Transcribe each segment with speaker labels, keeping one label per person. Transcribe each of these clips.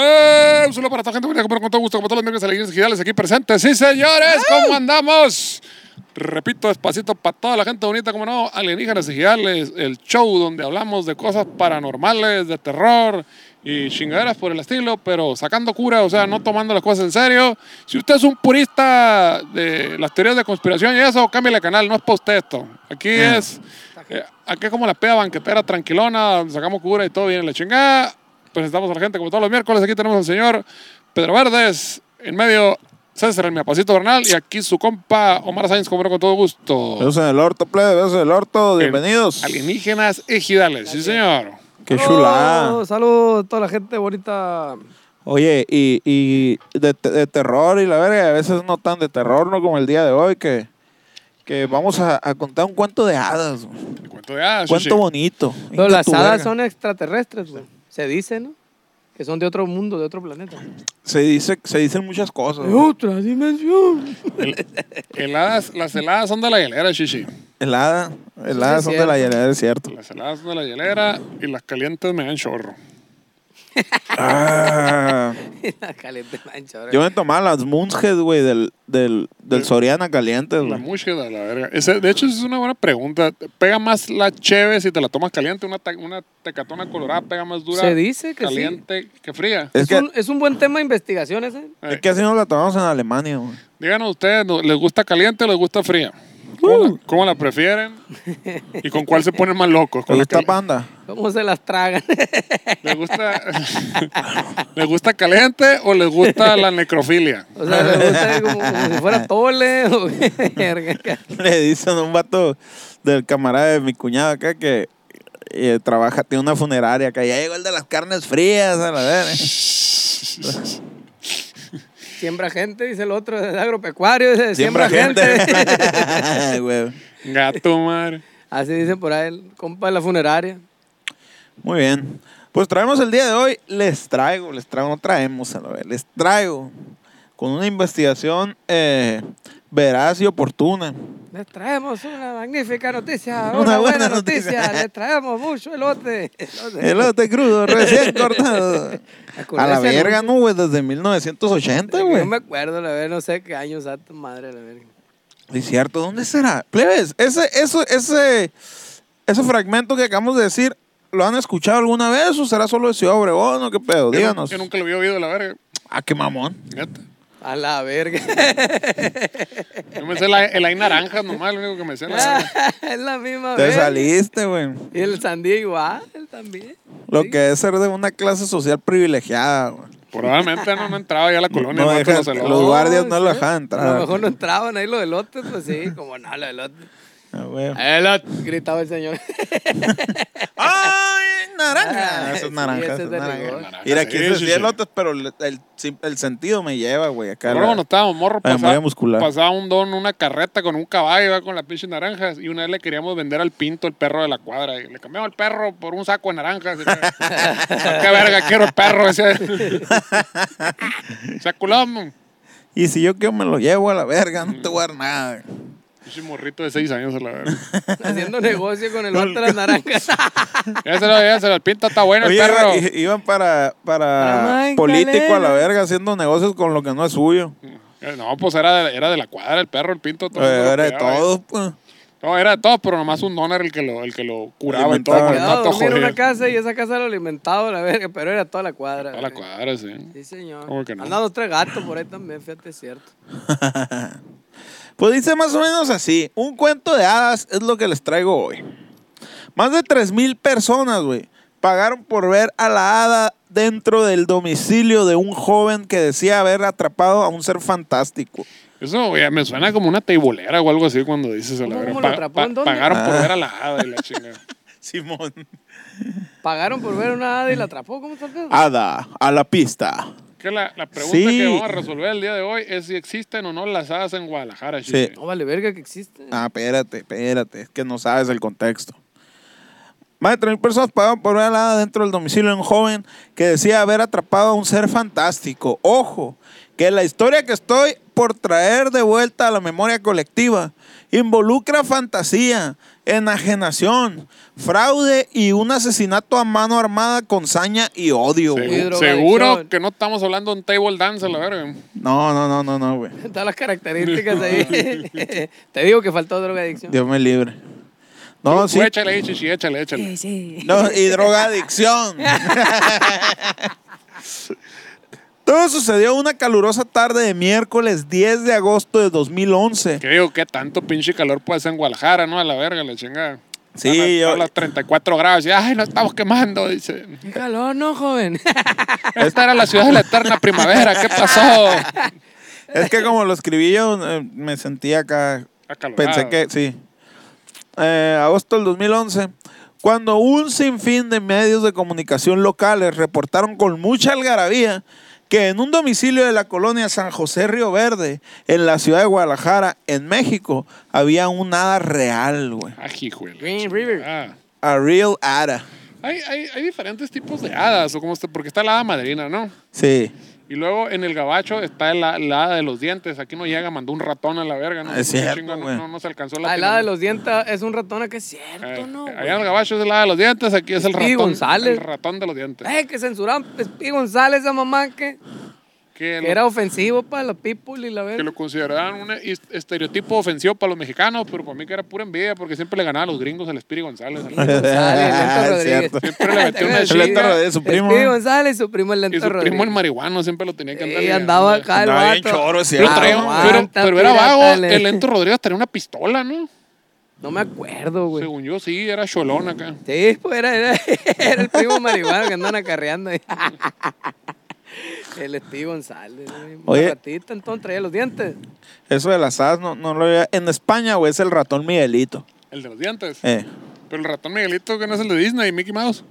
Speaker 1: ¡Eh! Un saludo para toda la gente que viene a comprar con todo gusto, como todos los miembros de la Iglesia Girales aquí presentes. ¡Sí, señores! ¿Cómo andamos? Repito, despacito para toda la gente bonita, como no, Alienígenas y Girales, el show donde hablamos de cosas paranormales, de terror y chingaderas por el estilo, pero sacando cura, o sea, no tomando las cosas en serio. Si usted es un purista de las teorías de conspiración y eso, cámbiale de canal, no es para usted esto. Aquí es, eh, aquí es como la peda banquetera tranquilona, donde sacamos cura y todo viene la chingada presentamos a la gente como todos los miércoles. Aquí tenemos al señor Pedro Verdes, en medio César, el miapacito Bernal, y aquí su compa Omar Sáenz, como no, con todo gusto.
Speaker 2: Besos en el orto, plebe, besos en el orto, bienvenidos.
Speaker 1: Alienígenas ejidales, sí señor.
Speaker 2: Qué chulada.
Speaker 3: Saludos, Oh, saludos a toda la gente bonita.
Speaker 2: Oye, y, y de, te- de terror y la verga, a veces no tan de terror, ¿no? Como el día de hoy, que, que vamos a, a contar un cuento de hadas. güey.
Speaker 1: El cuento de hadas, sí,
Speaker 2: Cuento
Speaker 1: sí.
Speaker 2: bonito.
Speaker 3: Pero
Speaker 2: Inca
Speaker 3: las
Speaker 2: tu
Speaker 3: hadas
Speaker 2: verga.
Speaker 3: son extraterrestres, güey. Se dice, ¿no? Que son de otro mundo, de otro planeta.
Speaker 2: Se, dice, se dicen muchas cosas.
Speaker 3: De
Speaker 2: güey.
Speaker 3: otra dimensión.
Speaker 1: Heladas- las heladas son de la hielera, chichi.
Speaker 2: El hada, el hada
Speaker 3: es
Speaker 2: son de la
Speaker 3: cierto.
Speaker 2: llanera, es cierto.
Speaker 1: Las heladas son de la hielera y las calientes me dan chorro.
Speaker 2: Ah,
Speaker 3: La caliente mancha, ahora.
Speaker 2: yo me tomaba las Moonshead, güey, del, del, del Soriana Caliente,
Speaker 1: Eh. La
Speaker 3: Mm.
Speaker 2: güey.
Speaker 1: mucha de la verga. Ese- de hecho, esa es una buena pregunta. ¿Pega más la cheve si te la tomas caliente? Una, ta- una tecatona colorada pega más dura.
Speaker 3: Se dice que sí.
Speaker 1: caliente que fría.
Speaker 3: Es,
Speaker 2: Es que,
Speaker 3: un, es un buen tema de investigación ese.
Speaker 2: es que así nos la tomamos en Alemania, güey.
Speaker 1: Díganos ustedes, ¿no- ¿les gusta caliente o les gusta fría? ¿Cómo,
Speaker 2: Uh.
Speaker 1: la, cómo la prefieren? ¿Y con cuál se ponen más locos?
Speaker 2: ¿Te
Speaker 1: ¿Con la
Speaker 2: gusta
Speaker 1: cal-
Speaker 2: panda?
Speaker 3: ¿Cómo se las tragan?
Speaker 1: ¿Les gusta, ¿Les gusta caliente o les gusta la necrofilia?
Speaker 3: o sea, me gusta como, como si fuera tole o qué verga.
Speaker 2: le dicen a un vato del camarada de mi cuñado acá que eh, trabaja, tiene una funeraria acá. Ya llegó el de las carnes frías, a la vez.
Speaker 3: Siembra gente, dice el otro, es agropecuario, dice, siembra, gente.
Speaker 2: gente. Güey.
Speaker 1: Gato, madre.
Speaker 3: Así dice por ahí el compa de la funeraria.
Speaker 2: Muy bien. Pues traemos el día de hoy, les traigo, les traigo, no traemos, a la vez, les traigo con una investigación eh, veraz y oportuna.
Speaker 3: Les traemos una magnífica noticia,
Speaker 2: Una
Speaker 3: una,
Speaker 2: buena
Speaker 3: buena, noticia.
Speaker 2: noticia.
Speaker 3: Les traemos mucho elote. elote.
Speaker 2: Elote crudo, recién cortado. A la
Speaker 3: Acordarse
Speaker 2: verga,
Speaker 3: nunca.
Speaker 2: no, güey, desde 1980, güey.
Speaker 3: No me acuerdo, la verdad, no sé qué año santo, madre, la verga.
Speaker 2: Es cierto, ¿dónde será? Plebes, ese, eso, ese, ese fragmento que acabamos de decir, ¿lo han escuchado alguna vez o será solo de Ciudad Obregón o qué pedo?
Speaker 1: Yo nu-
Speaker 2: Díganos.
Speaker 1: Yo nunca lo había oído, la verga.
Speaker 2: Ah, qué mamón.
Speaker 1: Neta.
Speaker 3: A la verga.
Speaker 1: Yo me sé la- el hay naranja nomás, lo único que me sé. La verga.
Speaker 3: es la misma
Speaker 2: Te
Speaker 3: verga.
Speaker 2: saliste, güey.
Speaker 3: Y el sandía igual, él también.
Speaker 2: Lo
Speaker 3: Sí.
Speaker 2: que es ser de una clase social privilegiada, güey.
Speaker 1: Probablemente no, no entraba ya a la colonia.
Speaker 2: No
Speaker 1: el vato
Speaker 2: deja-
Speaker 1: no se lo-
Speaker 2: los-
Speaker 3: No,
Speaker 2: guardias no
Speaker 3: sí.
Speaker 2: lo dejaban entrar.
Speaker 3: A lo mejor no entraban ahí los elotes, pues sí, como no, los elotes.
Speaker 2: Ah, güey.
Speaker 3: Elote, gritaba el señor.
Speaker 2: ¡Ay, naranja!
Speaker 3: Ah,
Speaker 2: Eso es
Speaker 3: sí,
Speaker 2: naranja,
Speaker 3: ese
Speaker 2: eso es
Speaker 3: es de
Speaker 2: naranja.
Speaker 3: rigor.
Speaker 2: Mira,
Speaker 1: Naranja,
Speaker 2: aquí
Speaker 1: sí,
Speaker 2: se
Speaker 1: sí,
Speaker 2: decía
Speaker 1: sí.
Speaker 2: elotes, pero el, el sim- el sentido me lleva, güey. Acá
Speaker 1: Morro,
Speaker 2: la-
Speaker 1: cuando estábamos morro,
Speaker 2: la memoria
Speaker 1: pasaba,
Speaker 2: Ah, muscular.
Speaker 1: pasaba un don, una carreta con un caballo iba con las pinches naranjas. Y una vez le queríamos vender al pinto el perro de la cuadra. y le cambiamos el perro por un saco de naranjas. y que- "Ah, qué verga, quiero el perro ese. Saculón,
Speaker 2: Y si yo quiero me lo llevo a la verga, no te voy a dar nada. güey.
Speaker 1: pinche morrito de seis años a la verga.
Speaker 3: Haciendo negocio con el otro de las naranjas.
Speaker 1: Ya se lo, ya se lo, el pinto está bueno el
Speaker 2: Oye,
Speaker 1: perro.
Speaker 2: iba- i- iban para, para
Speaker 3: Para
Speaker 2: político a la
Speaker 3: Magdalena.
Speaker 2: verga haciendo negocios con lo que no es suyo.
Speaker 1: Eh, No, pues era de, era de la cuadra el perro, el pinto. todo el mundo lo
Speaker 2: Era de
Speaker 1: cuidaba, eh.
Speaker 2: todo. pues.
Speaker 1: No, era de todo, pero nomás un don era el que lo, el que lo curaba y todo.
Speaker 2: Alimentaba.
Speaker 1: con el
Speaker 3: Quedaba a
Speaker 1: mato
Speaker 3: dormir en una
Speaker 1: jodido.
Speaker 3: casa y esa casa lo alimentaba, la verga, pero era toda la cuadra.
Speaker 1: A la
Speaker 3: verga.
Speaker 1: cuadra, sí.
Speaker 3: Sí, señor.
Speaker 1: ¿Cómo que no?
Speaker 3: Andan dos, tres gatos por ahí también, fíjate, es cierto.
Speaker 2: Pues dice más o menos así, un cuento de hadas es lo que les traigo hoy. Más de 3.000 personas, güey, pagaron por ver a la hada dentro del domicilio de un joven que decía haber atrapado a un ser fantástico.
Speaker 1: Eso güey, me suena como una teibolera o algo así cuando dices a la
Speaker 3: ¿Cómo,
Speaker 1: verga.
Speaker 3: cómo lo atrapó? ¿En dónde?
Speaker 1: pagaron por
Speaker 2: Ah.
Speaker 1: ver a la hada y la chingada.
Speaker 2: Simón. Ah.
Speaker 3: Pagaron por ver una hada y la atrapó, ¿cómo está el pedo?
Speaker 2: Hada, a la pista.
Speaker 1: que la, la pregunta
Speaker 2: Sí.
Speaker 1: que vamos a resolver el día de hoy es si existen o no las hadas en Guadalajara,
Speaker 2: Sí.
Speaker 1: Chichi.
Speaker 3: No vale verga que existe.
Speaker 2: Ah, espérate, espérate. Es que no sabes el contexto. Más de 3.000 personas pagaron por ver alada dentro del domicilio de un joven que decía haber atrapado a un ser fantástico. Ojo, que la historia que estoy por traer de vuelta a la memoria colectiva involucra fantasía, enajenación, fraude y un asesinato a mano armada con saña y odio.
Speaker 1: Segu-
Speaker 2: güey.
Speaker 3: drogadicción.
Speaker 1: seguro que no estamos hablando de un table dance, a la verga.
Speaker 2: No, no, no, no, no, güey.
Speaker 3: Están las características ahí. Te digo que faltó drogadicción.
Speaker 2: Dios me libre. No, sí.
Speaker 1: Pues échale ahí, Chichi, échale, échale.
Speaker 2: No, y drogadicción. Todo sucedió una calurosa tarde de miércoles 10 de agosto de 2011.
Speaker 1: Que digo, qué tanto pinche calor puede ser en Guadalajara, ¿no? A la verga, la chingada.
Speaker 2: Sí,
Speaker 1: Están a-
Speaker 2: yo-
Speaker 1: están a los 34 grados. Y, ay, nos estamos quemando, dice.
Speaker 3: Qué calor, no, joven.
Speaker 1: Esta era la ciudad de la eterna primavera. ¿Qué pasó?
Speaker 2: Es que como lo escribí yo, eh, me sentía acá.
Speaker 1: Acalorado.
Speaker 2: Pensé que, sí. Eh, agosto del 2011, cuando un sinfín de medios de comunicación locales reportaron con mucha algarabía que en un domicilio de la colonia San José Río Verde, en la ciudad de Guadalajara, en México, había un hada real, güey.
Speaker 1: Ah, hijo de la
Speaker 3: Green
Speaker 1: chingada.
Speaker 3: River.
Speaker 1: Ah.
Speaker 2: A real hada.
Speaker 1: Hay, hay, hay diferentes tipos de hadas, o como está, porque está la hada madrina, ¿no?
Speaker 2: Sí,
Speaker 1: Y luego en el gabacho está la, la hada de los dientes. Aquí no llega, mandó un ratón a la verga, ¿no?
Speaker 2: Ah, Es
Speaker 1: Qué
Speaker 2: cierto,
Speaker 1: chingón,
Speaker 2: güey.
Speaker 1: no, no se alcanzó la Eh,
Speaker 3: Al lado Ah, de los dientes es un ratón, que es cierto, no, güey.
Speaker 1: allá en el gabacho es el hada de los dientes, aquí es el
Speaker 3: Speedy
Speaker 1: ratón.
Speaker 3: González.
Speaker 1: El ratón de los dientes.
Speaker 3: Eh, que censuraron a Speedy González, esa mamá que,
Speaker 1: Que
Speaker 3: que
Speaker 1: lo-
Speaker 3: era ofensivo para los people y la
Speaker 1: que
Speaker 3: verga.
Speaker 1: lo consideraban un est- estereotipo ofensivo para los mexicanos, pero para mí que era pura envidia porque siempre le ganaba a los gringos el Spiri González.
Speaker 3: Speedy González,
Speaker 2: Ah, es
Speaker 3: Lento Rodríguez.
Speaker 2: cierto.
Speaker 1: Siempre le metió una
Speaker 3: El
Speaker 1: chinga.
Speaker 3: Lento
Speaker 2: Rodríguez, su primo.
Speaker 3: Speedy González y su primo el
Speaker 1: Y
Speaker 3: Lento
Speaker 1: su primo el
Speaker 3: Rodríguez.
Speaker 1: marihuano siempre lo tenía que andar.
Speaker 3: Y
Speaker 1: ligando.
Speaker 3: andaba acá el
Speaker 2: Andaba
Speaker 3: vato.
Speaker 2: bien choro, es
Speaker 1: Pero,
Speaker 2: cierto.
Speaker 1: traía-
Speaker 3: Aguanta,
Speaker 1: pero- pero era
Speaker 3: pirata,
Speaker 1: vago,
Speaker 3: le-
Speaker 1: el Lento Rodríguez tenía una pistola, ¿no?
Speaker 3: No me acuerdo, güey.
Speaker 1: Según yo, sí, era cholón acá.
Speaker 3: Sí, pues era, era, era el primo marihuana que andan acarreando. ahí. el Speedy González. güey.
Speaker 2: Oye.
Speaker 3: Un ratito, entonces traía los dientes.
Speaker 2: eso de las hadas no, no lo había. En España, güey, es el ratón Miguelito.
Speaker 1: El de los dientes.
Speaker 2: Eh.
Speaker 1: Pero el ratón Miguelito, que no es el de Disney, Mickey Mouse.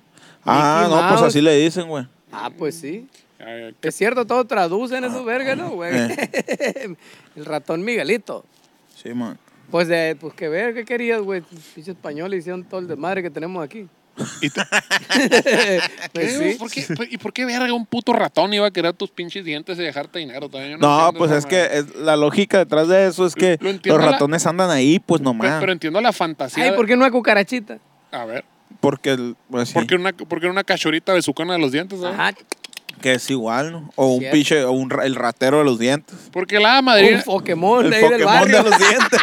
Speaker 2: Ah,
Speaker 3: Mickey
Speaker 2: no, pues
Speaker 3: Mouse.
Speaker 2: así le dicen, güey.
Speaker 3: Ah, pues sí.
Speaker 1: Ay,
Speaker 3: Es cierto, todo traducen esos vergas, ¿no, güey?
Speaker 1: Eh.
Speaker 3: el ratón Miguelito.
Speaker 2: Eh. Sí, man.
Speaker 3: Pues, eh, pues que ver, ¿qué querías, güey? Pinche español hicieron todo el desmadre que tenemos aquí.
Speaker 1: ¿qué?
Speaker 3: pues sí.
Speaker 1: ¿Por qué- ¿Y por qué verga un puto ratón iba a querer tus pinches dientes y dejarte dinero también? Yo
Speaker 2: No,
Speaker 1: entiendo
Speaker 2: pues
Speaker 1: esa
Speaker 2: es
Speaker 1: madre.
Speaker 2: que es- la lógica detrás de eso es que
Speaker 1: Lo entiendo
Speaker 2: los
Speaker 1: la-
Speaker 2: ratones andan ahí, pues nomás.
Speaker 1: Pero, pero entiendo la fantasía.
Speaker 3: Ay,
Speaker 1: de-
Speaker 3: ¿por qué no hay cucarachita?
Speaker 1: A ver.
Speaker 2: porque, el- pues, sí,
Speaker 1: Porque una, porque una cachorita besucona de los dientes, ¿sabes?
Speaker 3: Ajá,
Speaker 2: que es igual, ¿no? O un
Speaker 3: Cierto.
Speaker 2: pinche, o un, ra- el ratero de los dientes.
Speaker 1: Porque la hada
Speaker 3: un
Speaker 1: madrina.
Speaker 3: Pokémon
Speaker 2: El
Speaker 3: de ahí del
Speaker 2: Pokémon
Speaker 3: barrio.
Speaker 2: de los dientes.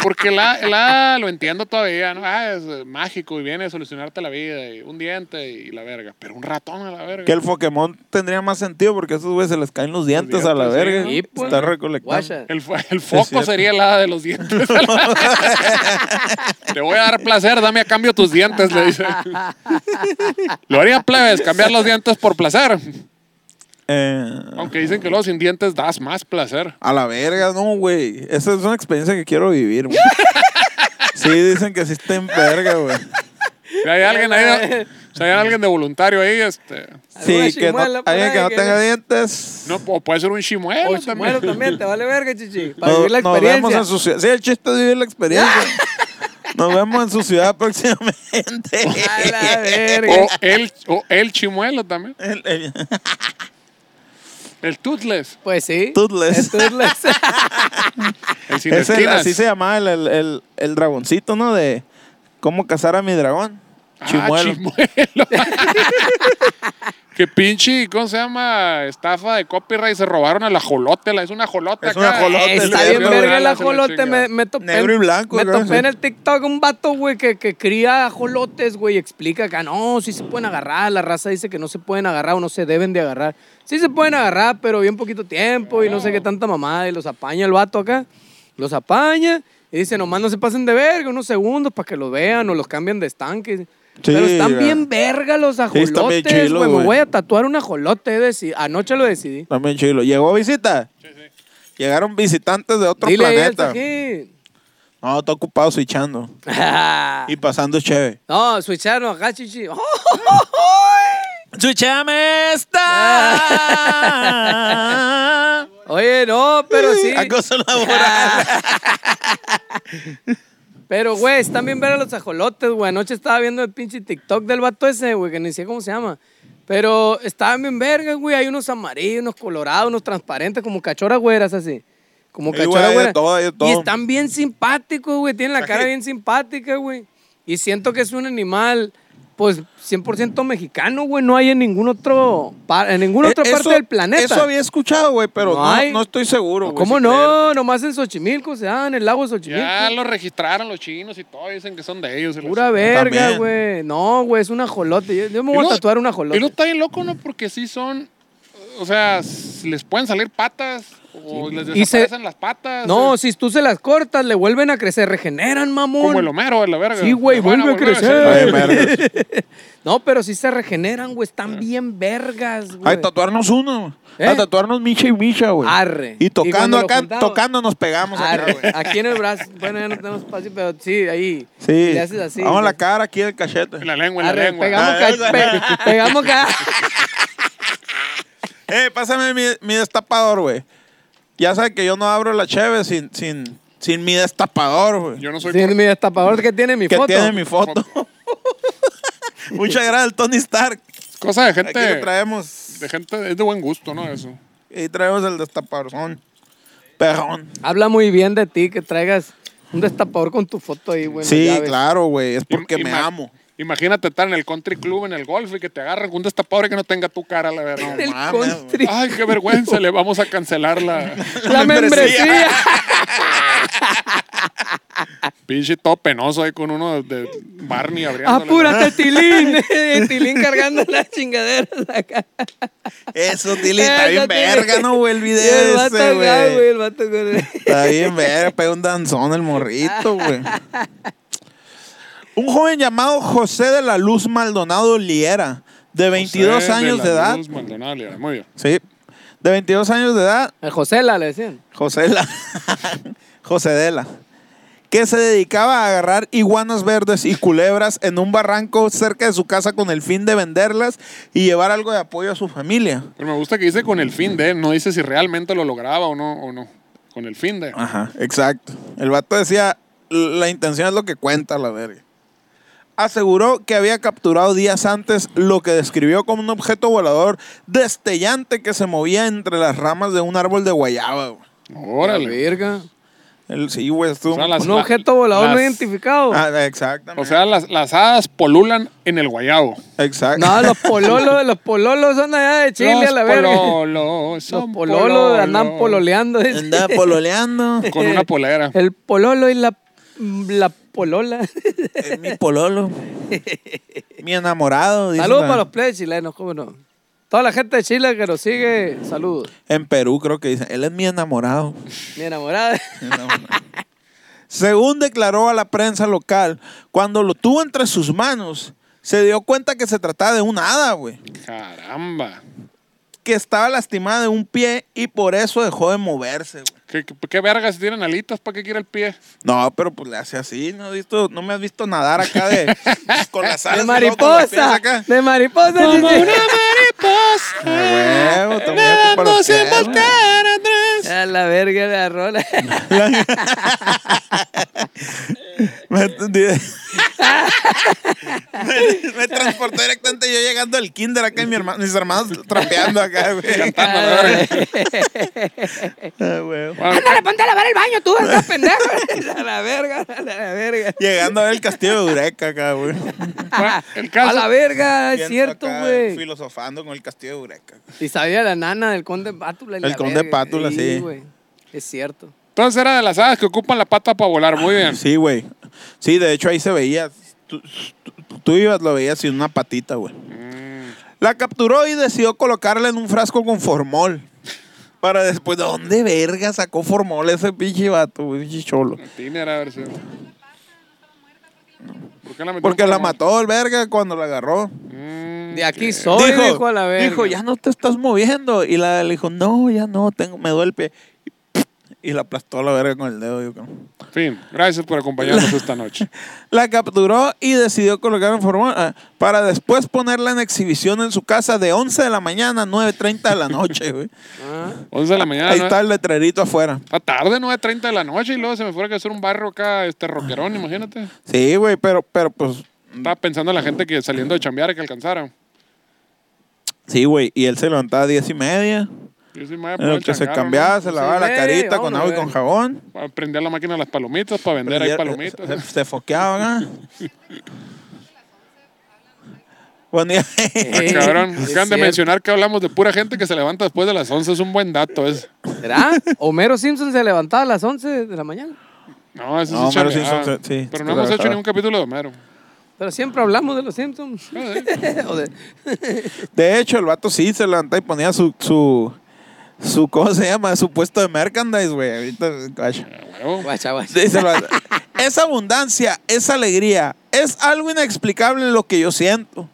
Speaker 1: Porque la, la lo entiendo todavía, ¿no? Ah, es eh, mágico y viene a solucionarte la vida. Y un diente y la verga. Pero un ratón a la verga.
Speaker 2: que el Pokémon tendría más sentido porque a esos güeyes se les caen los dientes, a la
Speaker 1: dientes,
Speaker 2: verga.
Speaker 3: sí, ¿no?
Speaker 2: Está
Speaker 3: Sí, pues.
Speaker 2: recolectando.
Speaker 3: Guacha.
Speaker 1: El, fo- el foco
Speaker 2: cierto.
Speaker 1: sería el hada de los dientes. Te voy a dar placer, dame a cambio tus dientes, le dice. Lo haría plebes, cambiar los dientes por placer.
Speaker 2: Eh,
Speaker 1: Aunque dicen que luego sin dientes das más placer.
Speaker 2: a la verga, no, güey. Esa es una experiencia que quiero vivir, güey. sí, dicen que sí está en verga, güey.
Speaker 1: Si hay alguien ahí, si hay alguien de voluntario ahí, este.
Speaker 2: Sí, que no,
Speaker 3: chimuela por
Speaker 2: alguien que
Speaker 3: ahí
Speaker 2: no
Speaker 3: que-
Speaker 2: tenga dientes.
Speaker 1: No, o puede ser un chimuelo
Speaker 3: O
Speaker 1: también.
Speaker 3: chimuelo también, te vale verga, chichi. Para
Speaker 2: No-
Speaker 3: vivir la
Speaker 2: nos
Speaker 3: experiencia.
Speaker 2: vemos en su ciudad. Sí, el chiste es vivir la experiencia. nos vemos en su ciudad próximamente.
Speaker 3: A la verga.
Speaker 2: Oh.
Speaker 1: O el, o el chimuelo también. El toothless.
Speaker 3: Pues sí.
Speaker 2: Toothless.
Speaker 3: Es toothless.
Speaker 1: El sin
Speaker 2: Es el-
Speaker 1: esquinas.
Speaker 2: así se llamaba el, el, el- el dragoncito, ¿no? De cómo cazar a mi dragón.
Speaker 1: Ah,
Speaker 2: Chimuelo.
Speaker 1: chimuelo. Qué pinche, ¿cómo se llama? Estafa de copyright. Se robaron a la jolote. la- Es una jolota
Speaker 2: Es una jolota,
Speaker 3: Eh, Está
Speaker 2: el
Speaker 3: bien
Speaker 2: negro y
Speaker 3: verga el
Speaker 1: la
Speaker 3: ajolote. Me, me topé,
Speaker 2: Negro y blanco,
Speaker 3: Me
Speaker 2: creo, sí.
Speaker 3: topé en el TikTok un vato, güey, que, que cría ajolotes, güey, y explica que no, sí se pueden agarrar. La raza dice que no se pueden agarrar o no se deben de agarrar. Sí se pueden agarrar, pero bien poquito tiempo y no sé qué tanta mamada. Y los apaña el vato acá. Los apaña y dice, nomás no se pasen de verga unos segundos para que los vean o los cambien de estanque. pero están
Speaker 2: ya.
Speaker 3: bien verga los
Speaker 2: bien
Speaker 3: ajolotes,
Speaker 2: chilo,
Speaker 3: güey. Me
Speaker 2: güey.
Speaker 3: voy a tatuar un ajolote. he decidi- Anoche lo decidí.
Speaker 2: También chilo. ¿Llegó visita? Llegaron visitantes de otro
Speaker 3: Dile ahí al
Speaker 2: planeta.
Speaker 3: Tajín. Ah.
Speaker 2: No, está ocupado switchando. Y pasando chévere.
Speaker 3: No, switcharon acá, chichi.
Speaker 2: Chuchame está.
Speaker 3: Oye, no, pero sí.
Speaker 2: Acoso laboral.
Speaker 3: Pero, güey, están bien ver a los ajolotes, güey. Anoche estaba viendo el pinche TikTok del vato ese, güey, que ni sé cómo se llama. Pero estaban bien vergas, güey. Hay unos amarillos, unos colorados, unos transparentes, como cachora güeras así. Como
Speaker 2: Sí,
Speaker 3: cachora
Speaker 2: güey, hay de
Speaker 3: güera.
Speaker 2: todo, hay de todo.
Speaker 3: Y están bien simpáticos, güey. Tienen la cara bien simpática, güey. Y siento que es un animal, pues, 100% mexicano, güey. No hay en ningún otro, pa- en ninguna otra
Speaker 2: Eh,
Speaker 3: parte
Speaker 2: eso-
Speaker 3: del planeta.
Speaker 2: Eso había escuchado, güey, pero
Speaker 3: No
Speaker 2: no,
Speaker 3: hay.
Speaker 2: no estoy seguro. güey,
Speaker 3: ¿Cómo
Speaker 2: si creer.
Speaker 3: no? Nomás en Xochimilco se da, en el lago de Xochimilco.
Speaker 1: Ya lo registraron los chinos y todo, dicen que son de ellos. y la
Speaker 3: Pura
Speaker 1: chingada.
Speaker 3: verga,
Speaker 2: También.
Speaker 3: güey. No, güey, es un ajolote. Yo, yo me
Speaker 1: Y
Speaker 3: voy a
Speaker 1: luego-
Speaker 3: tatuar un
Speaker 1: Y no
Speaker 3: ajolote.
Speaker 1: está bien loco, ¿no? Porque sí son. O sea, s- les pueden salir patas o les
Speaker 3: Y se-
Speaker 1: desaparecen las patas.
Speaker 3: No,
Speaker 1: es
Speaker 3: si tú se las cortas, le vuelven a crecer, regeneran, mamón.
Speaker 1: Como el Homero, a la verga.
Speaker 3: Sí, güey,
Speaker 1: Les van
Speaker 3: vuelve a
Speaker 1: volver
Speaker 3: crecer.
Speaker 2: Ay, verga.
Speaker 3: No, pero sí se regeneran, güey.
Speaker 2: Ah.
Speaker 3: Están bien vergas,
Speaker 2: Ay,
Speaker 3: güey.
Speaker 2: tatuarnos uno.
Speaker 3: ¿Eh?
Speaker 2: A tatuarnos Micha y Micha, güey.
Speaker 3: Arre.
Speaker 2: Y
Speaker 3: Y cuando
Speaker 2: tocando
Speaker 3: lo
Speaker 2: acá,
Speaker 3: juntamos-
Speaker 2: tocando nos pegamos acá,
Speaker 3: Arre,
Speaker 2: güey.
Speaker 3: Aquí en el brazo. Bueno, ya no tenemos espacio, pero sí, ahí.
Speaker 2: Sí.
Speaker 3: Le haces así.
Speaker 2: Vamos a
Speaker 3: le-
Speaker 2: la cara aquí del cachete.
Speaker 1: En la lengua, en la
Speaker 3: Arre,
Speaker 1: lengua.
Speaker 2: Ah,
Speaker 3: Pegamos, ca- pe- pegamos ca-
Speaker 2: Eh, pásame mi, mi destapador, güey. Ya sabes que yo no abro la cheve sin, sin, sin mi destapador, güey.
Speaker 1: Yo no soy.
Speaker 3: Sí, mi destapador que tiene mi
Speaker 2: que
Speaker 3: foto.
Speaker 2: tiene mi foto. Muchas gracias, al Tony Stark.
Speaker 1: Cosa de
Speaker 2: Aquí lo
Speaker 1: gente.
Speaker 2: traemos.
Speaker 1: De gente. Es de buen gusto, ¿no? Eso.
Speaker 2: Y traemos el destapador. Perrón.
Speaker 3: Habla muy bien de ti que traigas un destapador con tu foto ahí, güey. en
Speaker 2: sí,
Speaker 3: las llaves.
Speaker 2: claro, güey. Es
Speaker 1: Im-
Speaker 2: porque me
Speaker 1: ima-
Speaker 2: amo.
Speaker 1: Imagínate estar en el country club, en el golf y que te agarren con un destapador y que no tenga tu cara, la verga.
Speaker 3: El
Speaker 2: mames,
Speaker 3: country.
Speaker 1: Ay, qué vergüenza, le vamos a cancelar la
Speaker 3: La
Speaker 2: membresía.
Speaker 3: membresía.
Speaker 1: pinche todo penoso ahí con uno de Barney abriendo.
Speaker 3: Apúrate, Tilín. tilín cargando las chingaderas acá.
Speaker 2: Eso, Tilly, está bien
Speaker 3: Eso, Tilín.
Speaker 2: verga, ¿no, güey? El
Speaker 3: Y el
Speaker 2: video
Speaker 3: vato acá,
Speaker 2: ese, güey.
Speaker 3: el vato con-
Speaker 2: Está bien verga, pega un danzón el morrito, güey. Un joven llamado José de la Luz Maldonado Liera, de 22 años de, edad.
Speaker 1: Muy bien.
Speaker 2: Sí, de 22 años de edad,
Speaker 3: El Josela le decían.
Speaker 2: Josela. Josedela. Que se dedicaba a agarrar iguanas verdes y culebras en un barranco cerca de su casa con el fin de venderlas y llevar algo de apoyo a su familia.
Speaker 1: Pero me gusta que dice con el fin de, no dice si realmente lo lograba o no, o no. Con el fin de.
Speaker 2: Ajá, exacto. El vato decía, la intención es lo que cuenta, la verga. Aseguró que había capturado días antes lo que describió como un objeto volador destellante que se movía entre las ramas de un árbol de guayaba. güey.
Speaker 3: La
Speaker 1: Órale.
Speaker 3: verga.
Speaker 2: El, sí, güey, estuvo-
Speaker 1: O sea, las-
Speaker 3: Un
Speaker 1: la-
Speaker 3: objeto volador no
Speaker 1: las-
Speaker 3: identificado.
Speaker 2: Ah, exactamente.
Speaker 1: O sea, las, las hadas polulan en el guayabo.
Speaker 2: exacto.
Speaker 3: No, los pololos, los pololos son allá de Chile a
Speaker 1: Los
Speaker 3: la verga.
Speaker 1: pololos
Speaker 3: los
Speaker 1: son
Speaker 3: pololos andan pololeando. dice.
Speaker 2: Andaba pololeando.
Speaker 1: Con una polera.
Speaker 3: El pololo y la, la polola.
Speaker 2: Es mi pololo. Mi enamorado. dice
Speaker 3: Saludos
Speaker 2: la-
Speaker 3: para los plebes chilenos, cómo no. Toda la gente de Chile que nos sigue, saludos.
Speaker 2: En Perú creo que dicen, él es mi enamorado.
Speaker 3: Mi enamorada.
Speaker 2: Según declaró a la prensa local, cuando lo tuvo entre sus manos, se dio cuenta que se trataba de un hada, güey.
Speaker 1: Caramba.
Speaker 2: Que estaba lastimada de un pie y por eso dejó de moverse, güey.
Speaker 1: ¿Qué, qué, qué vergas tienen alitas? ¿Para qué quiere el pie?
Speaker 2: No, pero pues le hace así, no, has visto, no me has visto nadar acá de con las alas.
Speaker 3: De
Speaker 2: y luego con los pies
Speaker 3: mariposa.
Speaker 2: acá.
Speaker 3: De mariposa. sí, sí.
Speaker 2: Ah, huevo, también ocupa los pies, güey.
Speaker 3: A la verga la rola.
Speaker 2: Me, me- me transporté directamente yo llegando al kinder acá y mi hermano, mis hermanos trapeando acá, güey. Ah, güey.
Speaker 1: Bueno,
Speaker 3: Ándale, ponte a lavar el baño, tú estás pendejo. A la verga, a la verga.
Speaker 2: Llegando a ver el castillo de Ureca acá, güey.
Speaker 1: bueno, el
Speaker 3: A
Speaker 1: caso.
Speaker 3: la verga, es
Speaker 2: Viendo
Speaker 3: cierto,
Speaker 2: acá,
Speaker 3: güey.
Speaker 2: Filosofando con el castillo de Ureca.
Speaker 3: Y sabía la nana del conde Pátula. y la
Speaker 2: El Conde
Speaker 3: verga.
Speaker 2: Pátula, sí.
Speaker 3: güey. Es cierto.
Speaker 1: Entonces era de las hadas que ocupan la pata para volar. Muy bien.
Speaker 2: Sí, güey. Sí, de hecho ahí se veía. Tú, tú- tú ibas, lo veías sin una patita, güey.
Speaker 3: Mm.
Speaker 2: La capturó y decidió colocarla en un frasco con formol. Para después, ¿de dónde verga sacó formol ese pinche vato, güey, pinche cholo?
Speaker 1: Tiene era haber sido. ¿Por qué la metió
Speaker 2: Porque
Speaker 1: en
Speaker 2: la
Speaker 1: formal?
Speaker 2: mató el verga cuando la agarró.
Speaker 1: Mm,
Speaker 3: De aquí soy, dijo, a la verga.
Speaker 2: dijo, ya no te estás moviendo. Y la le dijo, no, ya no, tengo, me duele el pie. y la aplastó a la verga con el dedo, yo creo.
Speaker 1: Fin, gracias por acompañarnos esta noche.
Speaker 2: La capturó y decidió colocarla en forma para después ponerla en exhibición en su casa de 11 de la mañana a 9.30 de la noche, güey.
Speaker 1: 11 de la mañana.
Speaker 2: Ahí
Speaker 1: ¿no?
Speaker 2: está el letrerito afuera.
Speaker 1: Está tarde, 9.30 de la noche y luego se me fuera a hacer un barro acá, este rockerón, imagínate.
Speaker 2: Sí, güey, pero, pero pues.
Speaker 1: Estaba pensando en la gente que saliendo de chambear que alcanzara.
Speaker 2: Sí, güey. Y él se levantaba a 10 y media.
Speaker 1: Yo sí me voy a
Speaker 2: En
Speaker 1: poner
Speaker 2: lo que
Speaker 1: el
Speaker 2: se
Speaker 1: changarro,
Speaker 2: cambiaba, se
Speaker 3: Sí,
Speaker 2: lavaba la
Speaker 3: güey,
Speaker 2: carita con
Speaker 3: vámonos,
Speaker 2: agua y
Speaker 3: güey.
Speaker 2: con jabón.
Speaker 1: ¿no? Para prender la máquina de las palomitas, para vender ahí
Speaker 2: Ayer,
Speaker 1: palomitas.
Speaker 2: eh, Se, se foqueaba acá. Buen día.
Speaker 1: Ah,
Speaker 3: Eh,
Speaker 1: Cabrón,
Speaker 3: es
Speaker 1: acaban de
Speaker 3: cierto.
Speaker 1: mencionar que hablamos de pura gente que se levanta después de las 11, es un buen dato. Es,
Speaker 3: ¿Será? Homero Simpson se levantaba a las 11 de la mañana.
Speaker 1: no, eso
Speaker 2: No,
Speaker 1: es
Speaker 2: Homero
Speaker 1: chambeada.
Speaker 2: Simpson, sí, sí,
Speaker 1: Pero
Speaker 2: sí,
Speaker 1: no hemos
Speaker 2: claro,
Speaker 1: hecho
Speaker 2: claro.
Speaker 1: ningún capítulo de Homero.
Speaker 3: Pero siempre hablamos de los Simpsons.
Speaker 1: No, sí.
Speaker 3: O de-
Speaker 2: De hecho, el vato sí se levantaba y ponía su, su, su ¿cómo se llama? Su puesto de merchandise, güey. Ahorita, guacha.
Speaker 1: A huevo.
Speaker 3: Guacha, guacha.
Speaker 2: Dice el vato, es abundancia, es alegría, es algo inexplicable lo que yo siento.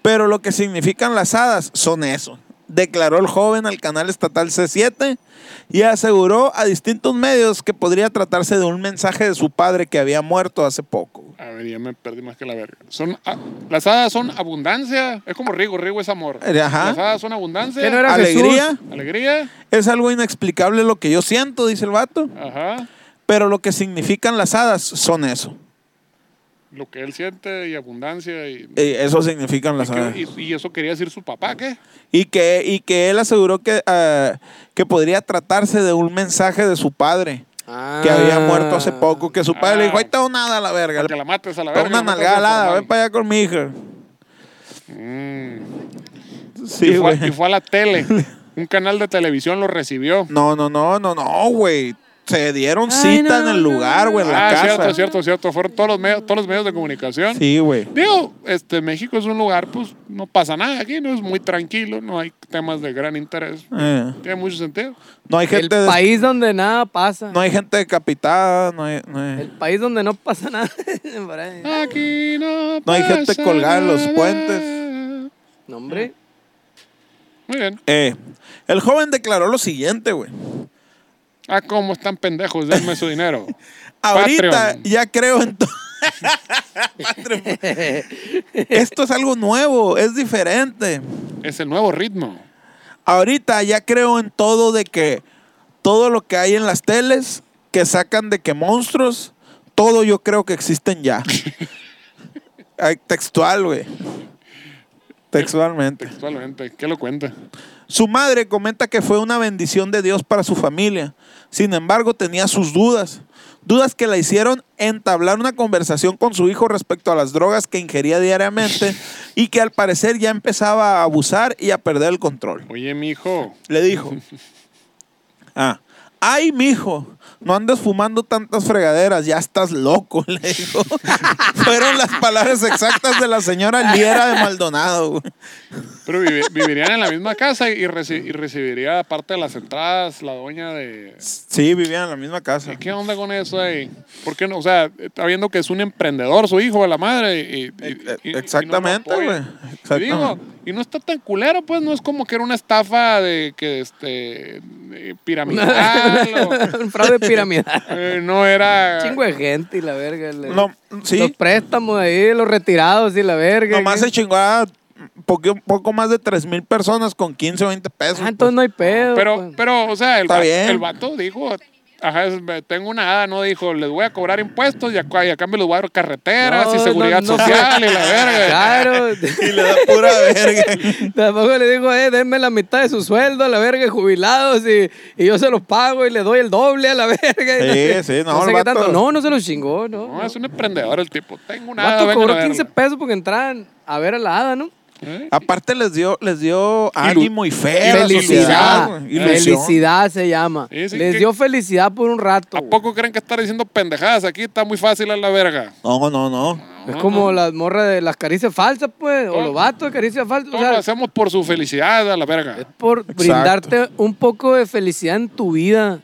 Speaker 2: Pero lo que significan las hadas son eso, declaró el joven al canal estatal C7 y aseguró a distintos medios que podría tratarse de un mensaje de su padre que había muerto hace poco.
Speaker 1: A ver, ya me perdí más que la verga. Son, ah, las hadas son abundancia. Es como Rigo, Rigo es amor.
Speaker 2: Eh, ajá.
Speaker 1: Las hadas son abundancia.
Speaker 3: ¿Qué no era Jesús?
Speaker 2: Alegría
Speaker 1: Alegría.
Speaker 2: es algo inexplicable lo que yo siento, dice el vato.
Speaker 1: Ajá.
Speaker 2: Pero lo que significan las hadas son eso.
Speaker 1: Lo que él siente y abundancia. Y,
Speaker 2: Eh, Eso significan las hadas.
Speaker 1: y, y eso quería decir su papá, ¿qué?
Speaker 2: Y que, y que él aseguró que, ah, que podría tratarse de un mensaje de su padre,
Speaker 3: Ah.
Speaker 2: que había muerto hace poco, que su padre le dijo,
Speaker 1: Ah.
Speaker 2: ahí está una hada a la verga,
Speaker 1: Para que
Speaker 2: le
Speaker 1: la mates a la
Speaker 2: está
Speaker 1: verga.
Speaker 2: una
Speaker 1: la matas
Speaker 2: nalgada
Speaker 1: a
Speaker 2: al hada,
Speaker 1: formal.
Speaker 2: ven para allá con mi hija.
Speaker 1: Mm.
Speaker 2: Sí,
Speaker 1: y, fue, a- y
Speaker 2: güey.
Speaker 1: fue a la tele. Un canal de televisión lo recibió.
Speaker 2: No, no, no, no, no, güey. Se dieron
Speaker 3: Ay,
Speaker 2: cita
Speaker 3: no,
Speaker 2: en el
Speaker 3: no,
Speaker 2: lugar,
Speaker 3: no,
Speaker 2: güey, en la
Speaker 1: ah,
Speaker 2: casa.
Speaker 1: cierto, cierto, cierto. Fueron todos los medios, todos los medios de comunicación.
Speaker 2: Sí, güey.
Speaker 1: Digo, este, México es un lugar, pues no pasa nada aquí, no es muy tranquilo, no hay temas de gran interés.
Speaker 2: Eh,
Speaker 1: Tiene mucho sentido.
Speaker 2: No hay
Speaker 3: El
Speaker 2: gente des-
Speaker 3: país donde nada pasa.
Speaker 2: no hay gente decapitada, no hay, no hay-
Speaker 3: El país donde no pasa nada. Por ahí.
Speaker 1: Aquí no.
Speaker 2: No hay
Speaker 1: pasa
Speaker 2: gente colgada en los
Speaker 1: nada.
Speaker 2: puentes.
Speaker 3: No, hombre.
Speaker 1: Muy bien.
Speaker 2: Eh, el joven declaró lo siguiente, güey.
Speaker 1: Ah, cómo están pendejos, denme su dinero.
Speaker 2: Ahorita
Speaker 1: Patreon.
Speaker 2: ya creo en todo. Esto es algo nuevo, es diferente.
Speaker 1: Es el nuevo ritmo.
Speaker 2: Ahorita ya creo en todo de que todo lo que hay en las teles, que sacan de que monstruos, todo yo creo que existen ya. Ay, Textual, güey. Textualmente.
Speaker 1: Textualmente, ¿qué lo cuenta?
Speaker 2: Su madre comenta que fue una bendición de Dios para su familia. Sin embargo, tenía sus dudas. Dudas que la hicieron entablar una conversación con su hijo respecto a las drogas que ingería diariamente y que al parecer ya empezaba a abusar y a perder el control.
Speaker 1: Oye, mijo,
Speaker 2: Le dijo, ah, ay, mijo, no andes fumando tantas fregaderas, ya estás loco, le dijo. Fueron las palabras exactas de la señora Liera de Maldonado. güey.
Speaker 1: pero vivi- vivirían en la misma casa y, reci- y recibiría parte de las entradas la doña de...
Speaker 2: Sí, vivían en la misma casa.
Speaker 1: ¿Qué onda con eso ahí? ¿Por qué no? O sea, está viendo que es un emprendedor su hijo, a la madre. Y, y- y-
Speaker 2: Ex-
Speaker 1: y- y no lo
Speaker 2: exactamente,
Speaker 1: apoya.
Speaker 2: güey.
Speaker 1: Y digo,
Speaker 2: Exactamente.
Speaker 1: y no está tan culero, pues no es como que era una estafa de que este eh, piramidal.
Speaker 3: Un fraude piramidal.
Speaker 1: o, eh, no era.
Speaker 3: Chingo de gente y la verga. la-
Speaker 1: eh,
Speaker 2: No,
Speaker 3: Los
Speaker 2: sí,
Speaker 3: préstamos ahí, los retirados y la verga.
Speaker 2: nomás
Speaker 3: ¿qué?
Speaker 2: se chingó a poco, poco más de 3 mil personas con 15 o 20 pesos.
Speaker 3: Ah, entonces no hay pedo.
Speaker 1: Pero,
Speaker 3: pues.
Speaker 1: pero, o sea, el,
Speaker 2: Está
Speaker 1: va-
Speaker 2: bien.
Speaker 1: el vato dijo. Ajá, es- tengo una hada, no dijo, les voy a cobrar impuestos y a, y a cambio les voy a dar carreteras y
Speaker 3: No,
Speaker 1: seguridad
Speaker 3: no, no.
Speaker 1: social y la verga.
Speaker 3: Claro.
Speaker 2: pues. Y le da pura verga.
Speaker 3: Tampoco le digo, eh, denme la mitad de su sueldo a la verga, jubilados, y, y yo se los pago y le doy el doble a la verga.
Speaker 2: Sí, sí, no, el
Speaker 3: sé qué
Speaker 2: vato-
Speaker 3: tanto. No, no se los chingó, no.
Speaker 1: No,
Speaker 3: no.
Speaker 1: es un emprendedor el tipo. Tengo una hada.
Speaker 3: Vato
Speaker 1: vengan a
Speaker 3: cobró
Speaker 1: verla.
Speaker 3: 15 pesos porque entraran a ver a la hada, ¿no?
Speaker 1: ¿Eh?
Speaker 2: Aparte les dio, les dio ánimo y fe. a la sociedad,
Speaker 3: Felicidad.
Speaker 2: güey. Ilusión.
Speaker 3: Felicidad se llama.
Speaker 1: Sí, sí,
Speaker 3: Les
Speaker 1: que-
Speaker 3: dio felicidad por un rato.
Speaker 1: ¿A
Speaker 3: güey.
Speaker 1: poco creen que estar diciendo pendejadas aquí está muy fácil a la verga?
Speaker 2: No, no, no.
Speaker 3: Es como las morras de las caricias falsas, pues, o
Speaker 1: Todo-
Speaker 3: los vatos de caricias falsas.
Speaker 1: Todo
Speaker 3: o sea, eh,
Speaker 1: lo hacemos por su felicidad a la verga.
Speaker 3: por brindarte un poco de felicidad en tu vida.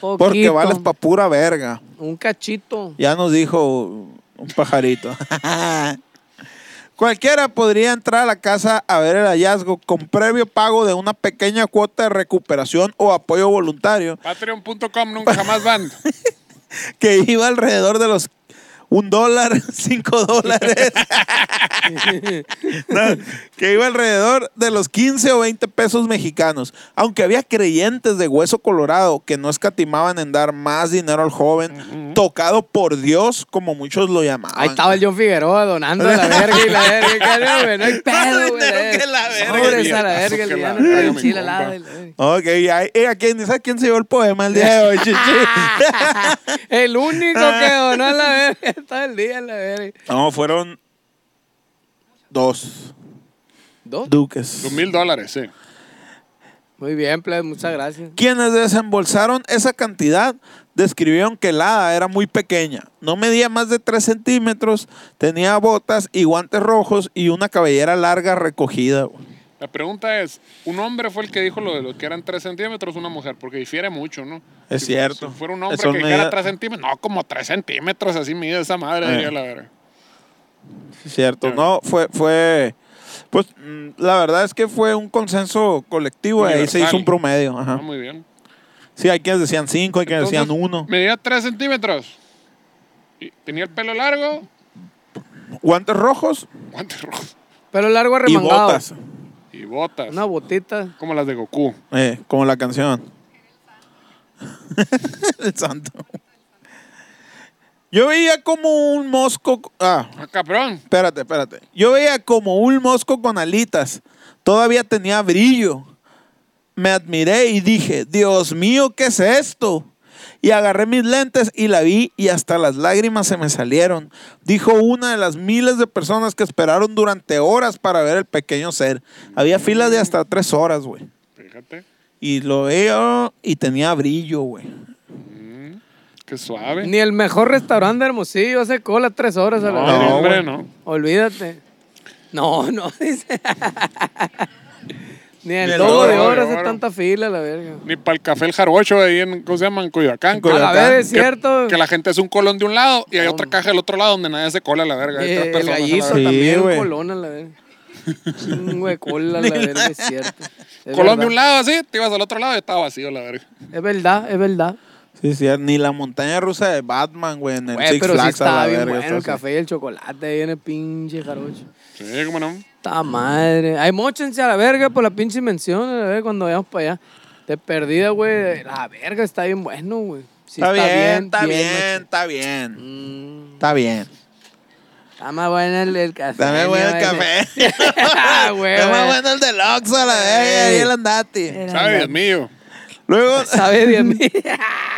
Speaker 2: Porque
Speaker 3: Poquito,
Speaker 2: vales pa' pura verga.
Speaker 3: Un cachito.
Speaker 2: Ya nos dijo un pajarito. Cualquiera podría entrar a la casa a ver el hallazgo con previo pago de una pequeña cuota de recuperación o apoyo voluntario
Speaker 1: Patreon.com nunca más van.
Speaker 2: que iba alrededor de los un dólar, cinco dólares. No, que iba alrededor de los 15 o 20 pesos mexicanos. Aunque había creyentes de hueso colorado que no escatimaban en dar más dinero al joven, tocado por Dios, como muchos lo llamaban.
Speaker 3: Ahí estaba el John Figueroa donando la verga y la verga. y que, güey, No hay pedo, güey.
Speaker 2: dinero que la verga,
Speaker 3: Sobres
Speaker 1: tío.
Speaker 3: a la
Speaker 1: Eso
Speaker 3: verga.
Speaker 1: que
Speaker 3: El
Speaker 1: la
Speaker 3: villano trae
Speaker 1: verga,
Speaker 3: un
Speaker 1: mi
Speaker 3: chile al
Speaker 1: compa.
Speaker 3: lado. y la verga.
Speaker 2: Ok, ahí- eh, ¿a quién, ¿sabes quién se llevó el poema el día de hoy, chichi?
Speaker 3: El único que donó a la verga todo el día, la verga.
Speaker 2: No, fueron dos Ah.
Speaker 3: ¿Dos?
Speaker 2: duques.
Speaker 1: Los mil dólares, sí.
Speaker 3: Muy bien, plebe, muchas gracias.
Speaker 2: Quienes desembolsaron esa cantidad describieron que el hada era muy pequeña. No medía más de 3 centímetros, tenía botas y guantes rojos y una cabellera larga recogida. güey.
Speaker 1: La pregunta es, ¿un hombre fue el que dijo lo de lo que eran 3 centímetros una mujer? Porque difiere mucho, ¿no?
Speaker 2: Es
Speaker 1: Si-
Speaker 2: cierto.
Speaker 1: Si fuera un hombre
Speaker 2: Eso
Speaker 1: que
Speaker 2: me
Speaker 1: dijera
Speaker 2: da-
Speaker 1: 3 centímetros, no, como 3 centímetros, así mide esa madre,
Speaker 2: Eh.
Speaker 1: diría la verga.
Speaker 2: Cierto,
Speaker 1: Claro.
Speaker 2: no, fue, fue, pues mm, la verdad es que fue un consenso colectivo y ahí se
Speaker 1: Universal.
Speaker 2: hizo un promedio. ajá.
Speaker 1: Ah, muy bien.
Speaker 2: Sí, hay quienes decían 5, hay quienes
Speaker 1: Entonces,
Speaker 2: decían 1.
Speaker 1: Medía 3 centímetros. Y tenía el pelo largo,
Speaker 2: Guantes rojos
Speaker 1: guantes rojos
Speaker 3: Pero largo
Speaker 2: y
Speaker 3: arremangado.
Speaker 2: botas,
Speaker 1: y botas.
Speaker 3: Una botita.
Speaker 1: Como las de Goku.
Speaker 2: eh, como la canción. El santo. Yo veía como un mosco, ah,
Speaker 1: Ah, cabrón.
Speaker 2: Espérate, espérate. Yo veía como un mosco con alitas. Todavía tenía brillo. Me admiré y dije, Dios mío, ¿qué es esto? Y agarré mis lentes y la vi y hasta las lágrimas se me salieron. Dijo una de las miles de personas que esperaron durante horas para ver el pequeño ser. Había filas de hasta tres horas, güey.
Speaker 1: Fíjate.
Speaker 2: Y lo veo y tenía brillo, güey.
Speaker 1: Qué suave.
Speaker 3: Ni el mejor restaurante de Hermosillo hace cola tres horas a la
Speaker 1: No,
Speaker 3: verga.
Speaker 2: No,
Speaker 1: hombre,
Speaker 2: güey.
Speaker 1: no.
Speaker 3: Olvídate. No, no, dice. Ni el lobo de oro hace tanta fila, la verga.
Speaker 1: Ni para el café el jarocho ahí en, ¿cómo se llama? En Coyoacán.
Speaker 2: En
Speaker 3: A
Speaker 2: Coyoacán.
Speaker 3: la verga, es
Speaker 1: Que-
Speaker 3: cierto.
Speaker 1: Que la gente es un colón de un lado y hay otra caja del otro lado donde nadie se cola la verga. Hay
Speaker 3: Eh,
Speaker 1: tres
Speaker 3: el
Speaker 1: personas a la
Speaker 3: gallizo
Speaker 1: verga.
Speaker 3: también,
Speaker 2: Sí, güey.
Speaker 3: colona, la verga. Chingo de cola, la verga, es cierto. Es
Speaker 1: Colón de
Speaker 3: verdad.
Speaker 1: un lado así, te ibas al otro lado y estaba vacío la verga.
Speaker 3: Es verdad, es verdad.
Speaker 2: Sí, sí, ni la montaña rusa de Batman, güey, en el
Speaker 3: Güey,
Speaker 2: Six
Speaker 3: pero sí
Speaker 2: Flags a la
Speaker 3: estaba bien
Speaker 2: verga,
Speaker 3: bueno el
Speaker 2: está así.
Speaker 3: café y el chocolate ahí en el pinche jarocho.
Speaker 1: Sí, cómo no.
Speaker 3: Ta madre. Ay, mochense a la verga por la pinche mención, a la verga, cuando vayamos para allá. De perdida, güey. La verga está bien bueno, güey. Sí,
Speaker 2: está, bien, está bien,
Speaker 3: machín.
Speaker 2: está bien.
Speaker 3: Mm,
Speaker 2: Está bien.
Speaker 3: Está más bueno el, el café.
Speaker 2: Dame bueno el
Speaker 3: ¿no?
Speaker 2: café.
Speaker 3: Ah, güey,
Speaker 2: Dame
Speaker 3: güey.
Speaker 2: bueno el del Oxxo, la verga, ahí el andati.
Speaker 1: Sabe, Dios mío.
Speaker 2: Luego,
Speaker 3: Sabe de mí.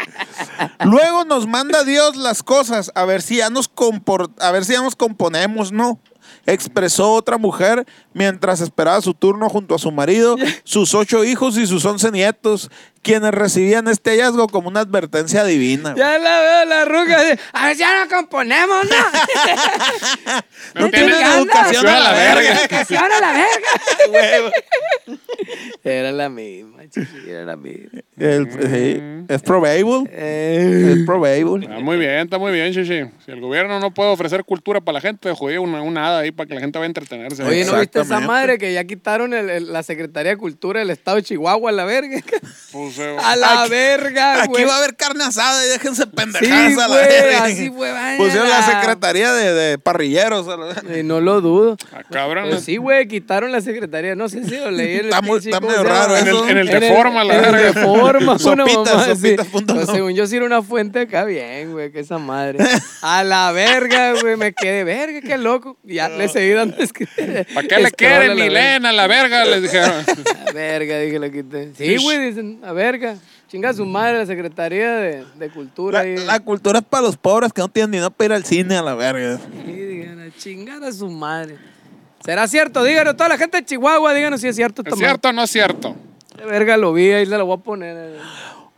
Speaker 2: luego nos manda Dios las cosas, a ver si ya nos compor- a ver si ya nos componemos, ¿no? Expresó otra mujer mientras esperaba su turno junto a su marido, sus ocho hijos y sus once nietos, quienes recibían este hallazgo como una advertencia divina.
Speaker 3: Ya la veo la ruca. así, A ver si ya nos componemos, ¿no?
Speaker 1: No
Speaker 3: tiene
Speaker 1: tiene
Speaker 3: ganas.
Speaker 2: educación a la verga.
Speaker 3: Que ahora la verga. Era la misma, chichi, era la misma.
Speaker 2: El- sí, es probable.
Speaker 3: Eh,
Speaker 2: Es probable.
Speaker 1: Está muy bien, está muy bien, Shishi. Si el gobierno no puede ofrecer cultura para la gente, jodí una, una hada ahí para que la gente vaya a entretenerse.
Speaker 3: Oye, ¿no viste esa
Speaker 2: Exactamente.
Speaker 3: madre que ya quitaron el- el- la Secretaría de Cultura del Estado de Chihuahua a la verga?
Speaker 1: Pues, eh,
Speaker 3: A la verga,
Speaker 2: Ah, Aquí
Speaker 3: güey.
Speaker 2: va a haber carne asada y déjense
Speaker 3: Sí,
Speaker 2: pendejadas a la
Speaker 3: güey,
Speaker 2: verga.
Speaker 3: así, güey. vayan
Speaker 2: Pusieron
Speaker 3: a
Speaker 2: la secretaría de, de parrilleros. a la verga.
Speaker 3: Eh, no lo dudo.
Speaker 1: ah, cabrón.
Speaker 3: Pues sí, güey, quitaron la secretaría. No sé si lo leí en el
Speaker 2: Está muy-
Speaker 3: pinche,
Speaker 2: está
Speaker 3: ¿cómo
Speaker 2: medio
Speaker 3: se llama?
Speaker 2: raro
Speaker 1: en, el, en el
Speaker 3: En
Speaker 1: Reforma, la
Speaker 3: en el
Speaker 1: verga.
Speaker 3: Reforma, una
Speaker 2: Sopitas,
Speaker 3: mamá así.
Speaker 2: sopitas punto
Speaker 3: Pues
Speaker 2: com.
Speaker 3: según yo, sí era una fuente acá bien, güey, que esa madre. A la verga, güey, me quedé, verga, qué loco. Y Ya le seguí dando escri-
Speaker 1: ¿Para qué le
Speaker 3: scroll
Speaker 1: quieren,
Speaker 3: a la
Speaker 1: Milena, la verga? Les dijeron.
Speaker 3: verga. A verga, dije, le quité. Sí,
Speaker 1: Ish.
Speaker 3: güey, dicen, a verga. Chinga a su madre, la Secretaría de, de Cultura.
Speaker 2: La,
Speaker 3: ahí.
Speaker 2: la cultura es para los pobres que no tienen dinero para ir al cine a la verga.
Speaker 3: Sí, digan, a chingar a su madre. ¿Será cierto? Díganos, toda la gente de Chihuahua, díganos si es cierto.
Speaker 1: ¿Es
Speaker 3: esta madre.
Speaker 1: cierto o no es cierto?
Speaker 3: De verga, lo vi, ahí se la voy a poner. eh.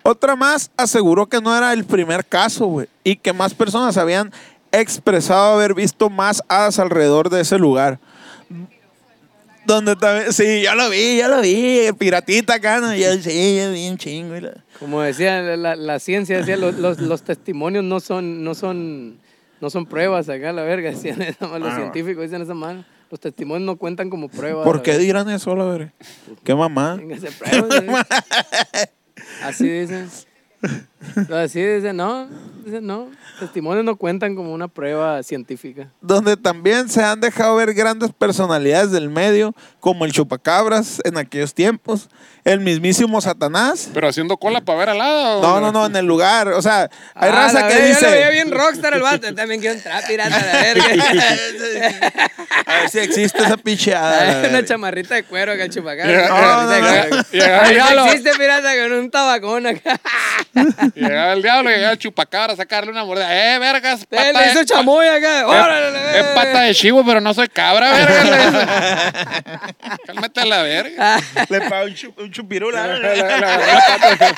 Speaker 2: Otra más aseguró que no era el primer caso, güey, y que más personas habían expresado haber visto más hadas alrededor de ese lugar. Donde también, sí, yo lo vi, yo lo vi, piratita acá, ¿no? yo, sí, yo vi un chingo. y la-
Speaker 3: Como decía la, la- la ciencia, decía, los, los- los testimonios no son, no son, no son pruebas acá, la verga, decían esa, los científicos decían esa mano. Los testimonios no cuentan como prueba.
Speaker 2: ¿Por qué
Speaker 3: güey.
Speaker 2: dirán eso, la verga? ¿Qué mamá?
Speaker 3: Véngase, prueba, güey. Así dicen. Así dicen, no. Dicen, no. Testimonios no cuentan como una prueba científica.
Speaker 2: Donde también se han dejado ver grandes personalidades del medio, como el Chupacabras en aquellos tiempos, el mismísimo Satanás.
Speaker 1: Pero haciendo cola para ver al lado.
Speaker 2: No, no, no, en el lugar. O sea, hay
Speaker 3: Ah,
Speaker 2: raza
Speaker 3: la
Speaker 2: que
Speaker 3: verga, Yo lo veía
Speaker 2: dice.
Speaker 3: bien rockstar el vato. Yo También quiero entrar pirata, la verga. Ah,
Speaker 2: A ver si existe esa picheada. Ah, la
Speaker 3: Una
Speaker 2: verga.
Speaker 3: chamarrita de cuero acá, el chupacabra.
Speaker 1: Yeah,
Speaker 3: Una
Speaker 2: yeah,
Speaker 3: chamarrita de
Speaker 1: yeah,
Speaker 3: cuero.
Speaker 1: yeah,
Speaker 3: Ahí
Speaker 1: yeah, lo-
Speaker 3: Existe pirata con un tabacón acá.
Speaker 1: Llegaba el diablo, llegaba el chupacabra a sacarle una mordida. ¡Eh, vergas!
Speaker 3: Eh,
Speaker 1: pata
Speaker 3: Le hizo
Speaker 1: de-
Speaker 3: chamoy
Speaker 2: Eh,
Speaker 3: acá. Órale, la
Speaker 1: Es
Speaker 3: verga.
Speaker 1: pata de chivo, pero no soy cabra, verga. le dice. Cálmate a la verga.
Speaker 3: Ah.
Speaker 2: Le paga un, chup- un
Speaker 1: La-
Speaker 2: chupirula.
Speaker 1: la- la- la pata.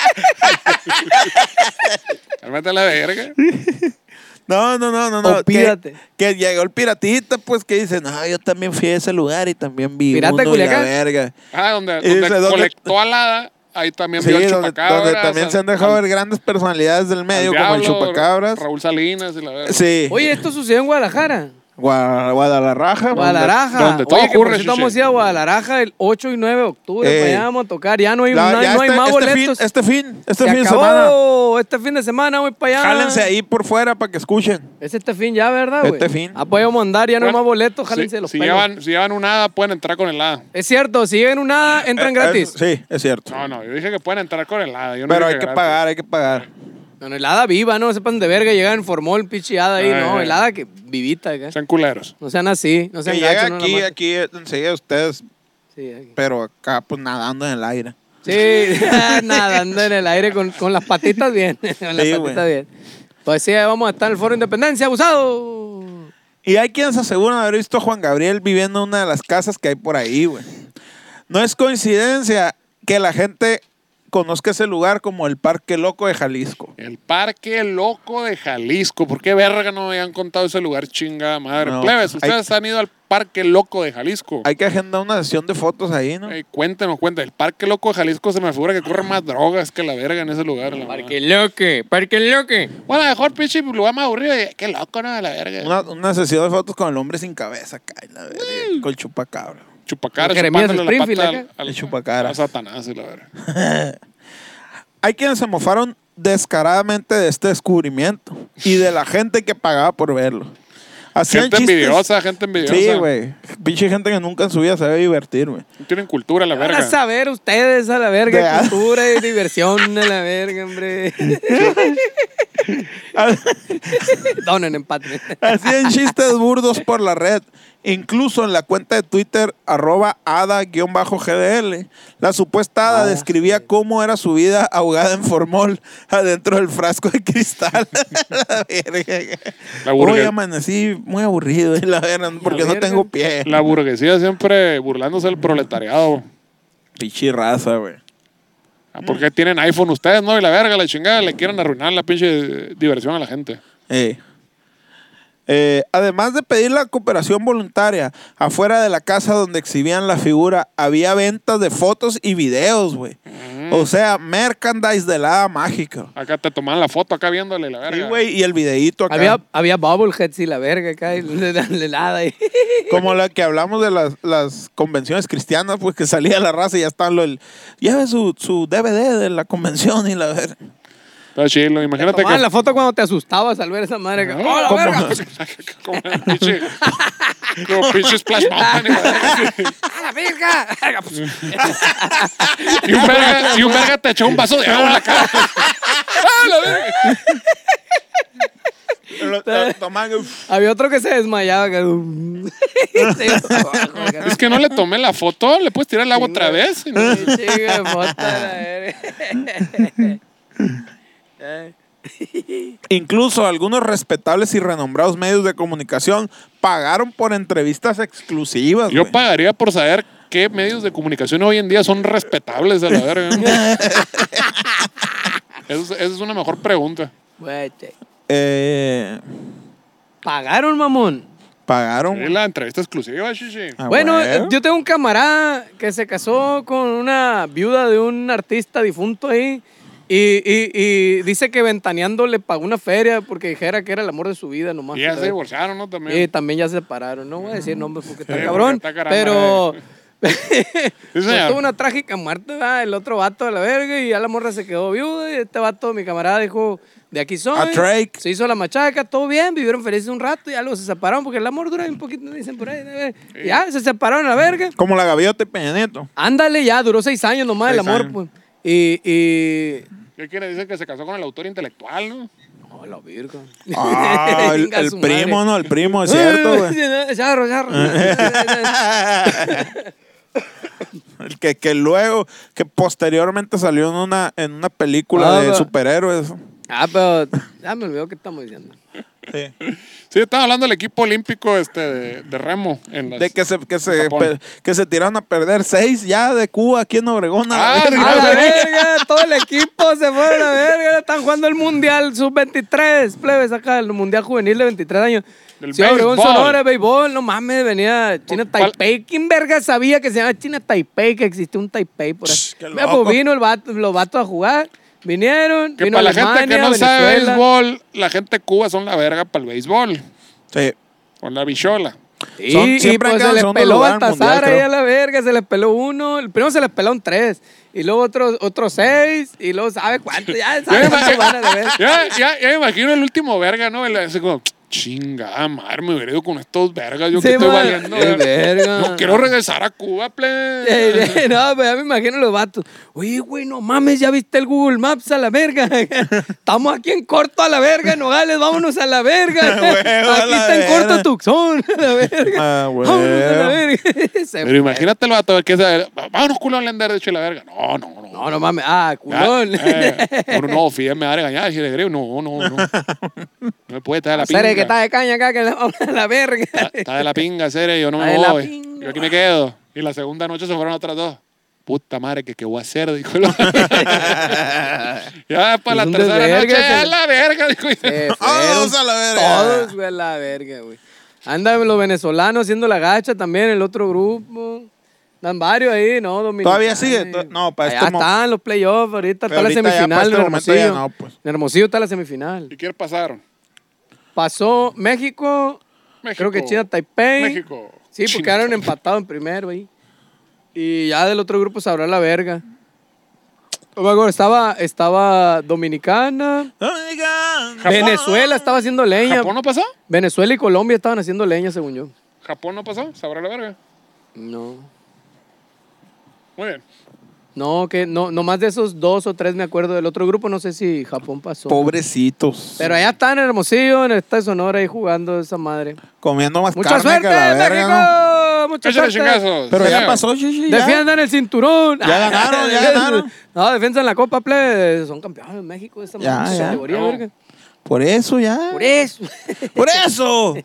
Speaker 1: Cálmate a la verga.
Speaker 2: No, no, no, no. no.
Speaker 3: O pírate.
Speaker 2: Que, que llegó el piratita, pues que dice, no, yo también fui a ese lugar y también vi.
Speaker 3: ¿Pirata de
Speaker 2: uno y la
Speaker 3: Culiacán?
Speaker 2: verga.
Speaker 1: Ah, donde,
Speaker 2: Y
Speaker 1: donde
Speaker 2: dice, ¿dónde-
Speaker 1: colectó alada, ahí también
Speaker 2: Sí,
Speaker 1: vio el
Speaker 2: donde,
Speaker 1: chupacabra.
Speaker 2: donde también se han dejado ver grandes personalidades del medio, como el Chupacabras.
Speaker 1: Raúl Salinas y la verga.
Speaker 2: Sí.
Speaker 3: Oye, esto sucedió en Guadalajara.
Speaker 2: Gua- Guadalajara.
Speaker 3: Guadalajara.
Speaker 1: donde todo
Speaker 3: Oye, que por
Speaker 1: ocurre,
Speaker 3: cierto, vamos a
Speaker 1: Chuchi.
Speaker 3: ir a Guadalajara el 8 y 9 de octubre.
Speaker 2: Eh.
Speaker 3: Mañana vamos a tocar. Ya no hay,
Speaker 2: La-
Speaker 3: no, hay-
Speaker 2: ya
Speaker 3: no hay
Speaker 2: este-
Speaker 3: más
Speaker 2: este fin,
Speaker 3: boletos.
Speaker 2: este fin, este
Speaker 3: Se
Speaker 2: fin de semana.
Speaker 3: acabó. Este fin de semana voy para allá.
Speaker 2: Jálense ahí por fuera para que escuchen.
Speaker 3: Es este fin ya, ¿verdad, güey?
Speaker 2: Este fin.
Speaker 3: Ah, pues ahí vamos a andar. Ya no
Speaker 1: Bueno,
Speaker 3: hay más boletos. Jálense
Speaker 1: si,
Speaker 3: los
Speaker 1: si
Speaker 3: pelos.
Speaker 1: llevan, si llevan un hada, pueden entrar con el hada.
Speaker 3: Es cierto, si llegan una, entran
Speaker 2: Eh,
Speaker 3: gratis.
Speaker 2: eh, sí, es cierto.
Speaker 1: No, no, yo dije que pueden entrar con el hada. yo no
Speaker 2: Pero hay
Speaker 1: dije
Speaker 2: que
Speaker 1: gratis.
Speaker 2: pagar, hay que pagar.
Speaker 3: No, no, helada viva, no sepan de verga, llegan formol, pichiada ahí,
Speaker 1: Ay,
Speaker 3: no,
Speaker 2: Eh.
Speaker 1: ay.
Speaker 3: helada que vivita acá.
Speaker 1: Sean culeros.
Speaker 3: No sean así, no
Speaker 2: Se
Speaker 3: sean
Speaker 2: llega
Speaker 3: gachos, Pues no la
Speaker 2: aquí,
Speaker 3: maten.
Speaker 2: aquí enseguida ustedes,
Speaker 3: Sí, aquí.
Speaker 2: pero acá pues nadando en el aire.
Speaker 3: Sí, nadando en el aire con, con las patitas bien. con las
Speaker 2: Sí, güey.
Speaker 3: patitas bien. Pues sí, ahí vamos a estar en el Foro Independencia, abusado.
Speaker 2: Y hay quienes aseguran haber visto a Juan Gabriel viviendo en una de las casas que hay por ahí, güey. No es coincidencia que la gente conozca ese lugar como el Parque Loco de Jalisco.
Speaker 1: El Parque Loco de Jalisco. ¿Por qué verga no me han contado ese lugar chingada madre?
Speaker 2: No.
Speaker 1: Plebes,
Speaker 2: Hay-
Speaker 1: ustedes han ido al Parque Loco de Jalisco.
Speaker 2: Hay que agendar una sesión de fotos ahí, ¿no?
Speaker 1: Ey, cuéntenos, cuéntenos. El Parque Loco de Jalisco se me figura que corre más drogas que la verga en ese lugar. la verdad.
Speaker 3: Parque Loque, Parque Loque.
Speaker 1: Bueno, mejor pinche lugar más aburrido. y Qué loco, ¿no? De la verga.
Speaker 2: Una, una sesión de fotos con el hombre sin cabeza, acá, y la verga, con el chupacabra.
Speaker 1: Chupacara,
Speaker 3: Jeremías
Speaker 1: chupándole la
Speaker 3: Springfield
Speaker 1: pata al,
Speaker 3: acá.
Speaker 1: al-
Speaker 2: El chupacara.
Speaker 1: a Satanás y la verga.
Speaker 2: Hay quienes se mofaron descaradamente de este descubrimiento y de la gente que pagaba por verlo. Hacían
Speaker 1: Gente
Speaker 2: chistes-
Speaker 1: envidiosa, gente envidiosa.
Speaker 2: Sí, güey. Pinche gente que nunca en su vida se debe divertir, güey.
Speaker 1: No tienen cultura,
Speaker 2: Ah,
Speaker 1: la
Speaker 3: Van
Speaker 1: verga.
Speaker 3: a saber ustedes a la verga,
Speaker 2: Ya.
Speaker 3: cultura y diversión a la verga, hombre. Donen empate.
Speaker 2: Hacían chistes burdos por la red. Incluso en la cuenta de Twitter, arroba ada-gdl, la supuesta hada
Speaker 3: Ada,
Speaker 2: describía cómo era su vida ahogada en formol adentro del frasco de cristal. la verga.
Speaker 1: La burger-
Speaker 2: Hoy amanecí muy aburrido, y la verga, porque no
Speaker 3: verga.
Speaker 2: tengo pie.
Speaker 1: La burguesía siempre burlándose del proletariado.
Speaker 2: Pichi raza, güey.
Speaker 1: Ah, ¿Por qué tienen iPhone ustedes, no? Y la verga, la chingada, le quieren arruinar la pinche diversión a la gente.
Speaker 2: Ey. Eh, además de pedir la cooperación voluntaria, afuera de la casa donde exhibían la figura, había ventas de fotos y videos, güey. O sea, merchandise de la hada mágica.
Speaker 1: Acá te toman la foto acá viéndole la
Speaker 2: Sí,
Speaker 1: verga.
Speaker 2: güey, y el videíto acá.
Speaker 3: Había, había bubbleheads y la verga acá, y le dan helada. Y...
Speaker 2: Como la que hablamos de las, las convenciones cristianas, pues que salía la raza y ya están lo el. Lleve su, su DVD de la convención y la ver.
Speaker 1: Está chilo. Imagínate
Speaker 3: Tomaban
Speaker 1: que.
Speaker 3: la foto cuando te asustabas al ver esa madre. acá. ¡Oh, la
Speaker 2: ¿Cómo?
Speaker 3: verga!
Speaker 1: como el pinche. como pinche Splash Mountain. y la verga.
Speaker 3: ¡A la verga! Verga, pues,
Speaker 1: Y un verga, y un verga te echó un vaso de agua en la cara. Ah, la verga.
Speaker 3: Había otro que se desmayaba. acá. Sí, abajo, acá.
Speaker 1: Es que no le tomé la foto. ¿Le puedes tirar el agua otra vez? Y no-
Speaker 3: Sí, chingo de foto, la verga. Eh,
Speaker 2: Incluso algunos respetables y renombrados medios de comunicación pagaron por entrevistas exclusivas.
Speaker 1: Yo
Speaker 2: güey.
Speaker 1: pagaría por saber qué medios de comunicación hoy en día son respetables a la verga. Esa es- esa es una mejor pregunta.
Speaker 3: güey, che.
Speaker 2: Eh,
Speaker 3: Pagaron, mamón.
Speaker 2: pagaron.
Speaker 1: Es la entrevista exclusiva, chichi.
Speaker 2: Ah,
Speaker 3: Bueno,
Speaker 2: güey.
Speaker 3: eh, yo tengo un camarada que se casó con una viuda de un artista difunto ahí Y, y, y dice que Ventaneando le pagó una feria porque dijera que era el amor de su vida nomás.
Speaker 1: Y ya
Speaker 3: ¿sabes?
Speaker 1: se divorciaron, ¿no? También.
Speaker 3: Y Eh, también ya se separaron. No voy a decir nombres porque está
Speaker 1: Mm. Sí,
Speaker 3: cabrón.
Speaker 1: porque está caramba, eh.
Speaker 3: pero. pues,
Speaker 1: señor.
Speaker 3: tuvo una trágica muerte, ¿verdad? el otro vato de la verga y ya la morra se quedó viuda y este vato, mi camarada, dijo, de aquí soy.
Speaker 2: A Drake.
Speaker 3: Se hizo la machaca, todo bien, vivieron felices un rato y ya luego se separaron porque el amor dura un poquito, dicen por ahí. ¿sabes? Y Ya, se separaron a la verga.
Speaker 2: Como la gaviota y Peña Nieto.
Speaker 3: Ándale, ya, duró seis años nomás
Speaker 2: Seis
Speaker 3: el amor.
Speaker 2: años.
Speaker 3: Pues. Y, y...
Speaker 1: ¿Qué quiere decir que se casó con el autor intelectual, no?
Speaker 3: No, la virga.
Speaker 2: Ah, el,
Speaker 3: Chinga
Speaker 2: el
Speaker 3: su madre.
Speaker 2: primo, ¿no? El primo, es cierto, güey.
Speaker 3: Charro, charro.
Speaker 2: El que, que luego, que posteriormente salió en una, en una película
Speaker 3: Ah,
Speaker 2: de
Speaker 3: va.
Speaker 2: superhéroes.
Speaker 3: Ah, pero ya me olvidó qué estamos diciendo.
Speaker 2: Sí.
Speaker 1: Sí, estaba hablando del equipo olímpico este, de, de remo. En las-
Speaker 2: De que se, que,
Speaker 1: en
Speaker 2: se,
Speaker 1: Japón.
Speaker 2: per- que se tiraron a perder seis ya de Cuba aquí en Obregón. a la
Speaker 1: Ah,
Speaker 2: verga.
Speaker 3: A la verga, todo el equipo se fue a la verga. Están jugando el Mundial Sub-23, plebes acá, el Mundial Juvenil de 23 años.
Speaker 1: Del
Speaker 3: Sí, Obregón,
Speaker 1: béisbol.
Speaker 3: Sonora, béisbol, no mames, venía China
Speaker 1: ¿Cuál-
Speaker 3: Taipei. ¿Quién verga sabía que se llamaba China Taipei, que existía un Taipei por ahí?
Speaker 2: Shh, qué
Speaker 3: Mira,
Speaker 2: loco.
Speaker 3: pues vino el vato- los vatos a jugar, vinieron,
Speaker 1: que
Speaker 3: vino
Speaker 1: para la gente que
Speaker 3: Alemania,
Speaker 1: no sabe
Speaker 3: Venezuela.
Speaker 1: béisbol, la gente de Cuba son la verga para el béisbol.
Speaker 2: Sí.
Speaker 1: Con la bichola.
Speaker 3: Y,
Speaker 2: Son-
Speaker 3: y,
Speaker 2: siempre han
Speaker 3: pues
Speaker 2: quedado
Speaker 3: se
Speaker 2: en
Speaker 3: les
Speaker 2: segundo
Speaker 3: peló
Speaker 2: lugar
Speaker 3: a
Speaker 2: en mundial,
Speaker 3: Tazar ahí
Speaker 2: creo.
Speaker 3: a la verga, se les peló uno, el primero se les pelaron tres, y luego otros otros seis, y luego sabe cuánto, ya
Speaker 1: Ya
Speaker 3: sabe
Speaker 1: me
Speaker 3: cuánto van a la
Speaker 1: imagino,
Speaker 3: verga.
Speaker 1: ya, ya- ya me imagino el último verga, ¿no? El, así como, chinga, madre, me hubiera ido con estos vergas. Yo
Speaker 3: Sí,
Speaker 1: que estoy
Speaker 3: man.
Speaker 1: valiendo.
Speaker 3: Eh,
Speaker 1: verga.
Speaker 3: verga.
Speaker 1: No quiero regresar a Cuba, ple.
Speaker 3: Eh, eh, No, pues ya me imagino los vatos. Oye, güey, no mames, ya viste el Google Maps a la verga. Estamos aquí en corto a la verga, en Nogales, vámonos a la verga.
Speaker 2: Huevo, a
Speaker 3: aquí
Speaker 2: la
Speaker 3: está en
Speaker 2: verga.
Speaker 3: corto Tucson, a la verga.
Speaker 2: Ah, güey.
Speaker 3: Vámonos a la verga. Se
Speaker 1: Pero imagínate el vato que es. Vámonos, culo, a andar de hecho la verga. No, no, no.
Speaker 3: No, no mames. Ah,
Speaker 1: Ah,
Speaker 3: culón.
Speaker 1: eh, Uno no, Fidel me va a regañar. Si le creo, no, no, no. No me puede estar de la pinga.
Speaker 3: Sere, que está de caña acá, que le vamos a la verga.
Speaker 1: Está- está de la pinga, Sere. Yo no me
Speaker 3: Está de la
Speaker 1: voy.
Speaker 3: pinga.
Speaker 1: Yo aquí me quedo. Y la segunda noche se fueron otras dos. Puta madre, que qué voy a hacer, dijo el otro. Ya para la
Speaker 3: Es un
Speaker 1: tercera
Speaker 3: desvergue, Eh.
Speaker 1: noche,
Speaker 3: Sere.
Speaker 1: a la verga, dijo.
Speaker 3: Se
Speaker 2: Todos
Speaker 3: fueron
Speaker 2: Ah, a la verga.
Speaker 3: Todos, güey, a la verga, güey. Andan los venezolanos haciendo la gacha también, el otro grupo. Andan varios ahí, ¿no?
Speaker 2: Todavía
Speaker 3: dominicanos.
Speaker 2: sigue, to- no, para
Speaker 3: Allá
Speaker 2: este mo-
Speaker 3: están los playoffs,
Speaker 2: Pero
Speaker 3: ahorita está la
Speaker 2: ahorita ya,
Speaker 3: semifinal
Speaker 2: para este
Speaker 3: en
Speaker 2: momento ya
Speaker 3: Hermosillo.
Speaker 2: no, pues.
Speaker 3: En Hermosillo está la semifinal.
Speaker 1: ¿Y quién pasaron?
Speaker 3: Pasó México,
Speaker 1: México.
Speaker 3: creo que China, Taipei.
Speaker 1: México.
Speaker 3: Sí, porque
Speaker 1: China.
Speaker 3: quedaron empatados en primero ahí. Y ya del otro grupo sabrá la verga. Luego estaba, estaba Dominicana,
Speaker 2: Dominicana.
Speaker 3: Venezuela estaba haciendo leña.
Speaker 1: ¿Japón no pasó?
Speaker 3: Venezuela y Colombia estaban haciendo leña, según yo.
Speaker 1: ¿Japón no pasó? Sabrá la verga.
Speaker 3: No.
Speaker 1: Muy bien.
Speaker 3: No, que no, nomás de esos dos o tres me acuerdo del otro grupo, no sé si Japón pasó.
Speaker 2: Pobrecitos.
Speaker 3: Pero allá están en Hermosillo, en el Estado de Sonora, ahí jugando esa madre.
Speaker 2: Comiendo más
Speaker 3: ¡Mucha
Speaker 2: carne
Speaker 3: suerte,
Speaker 2: que la verga,
Speaker 3: México!
Speaker 2: ¿no?
Speaker 3: ¡Mucha
Speaker 1: Échale
Speaker 3: suerte!
Speaker 1: chingazos.
Speaker 2: Pero ya
Speaker 1: Señor.
Speaker 2: pasó, chichi. ya.
Speaker 3: ¡Defiendan el cinturón!
Speaker 2: Ya ganaron, ya ganaron.
Speaker 3: No, defiendan la Copa, plebe. Son campeones de México esta
Speaker 2: Ya,
Speaker 3: madre,
Speaker 2: ya.
Speaker 3: categoría,
Speaker 1: Bravo.
Speaker 3: verga.
Speaker 2: Por eso ya.
Speaker 3: Por este eso.
Speaker 2: Por eso.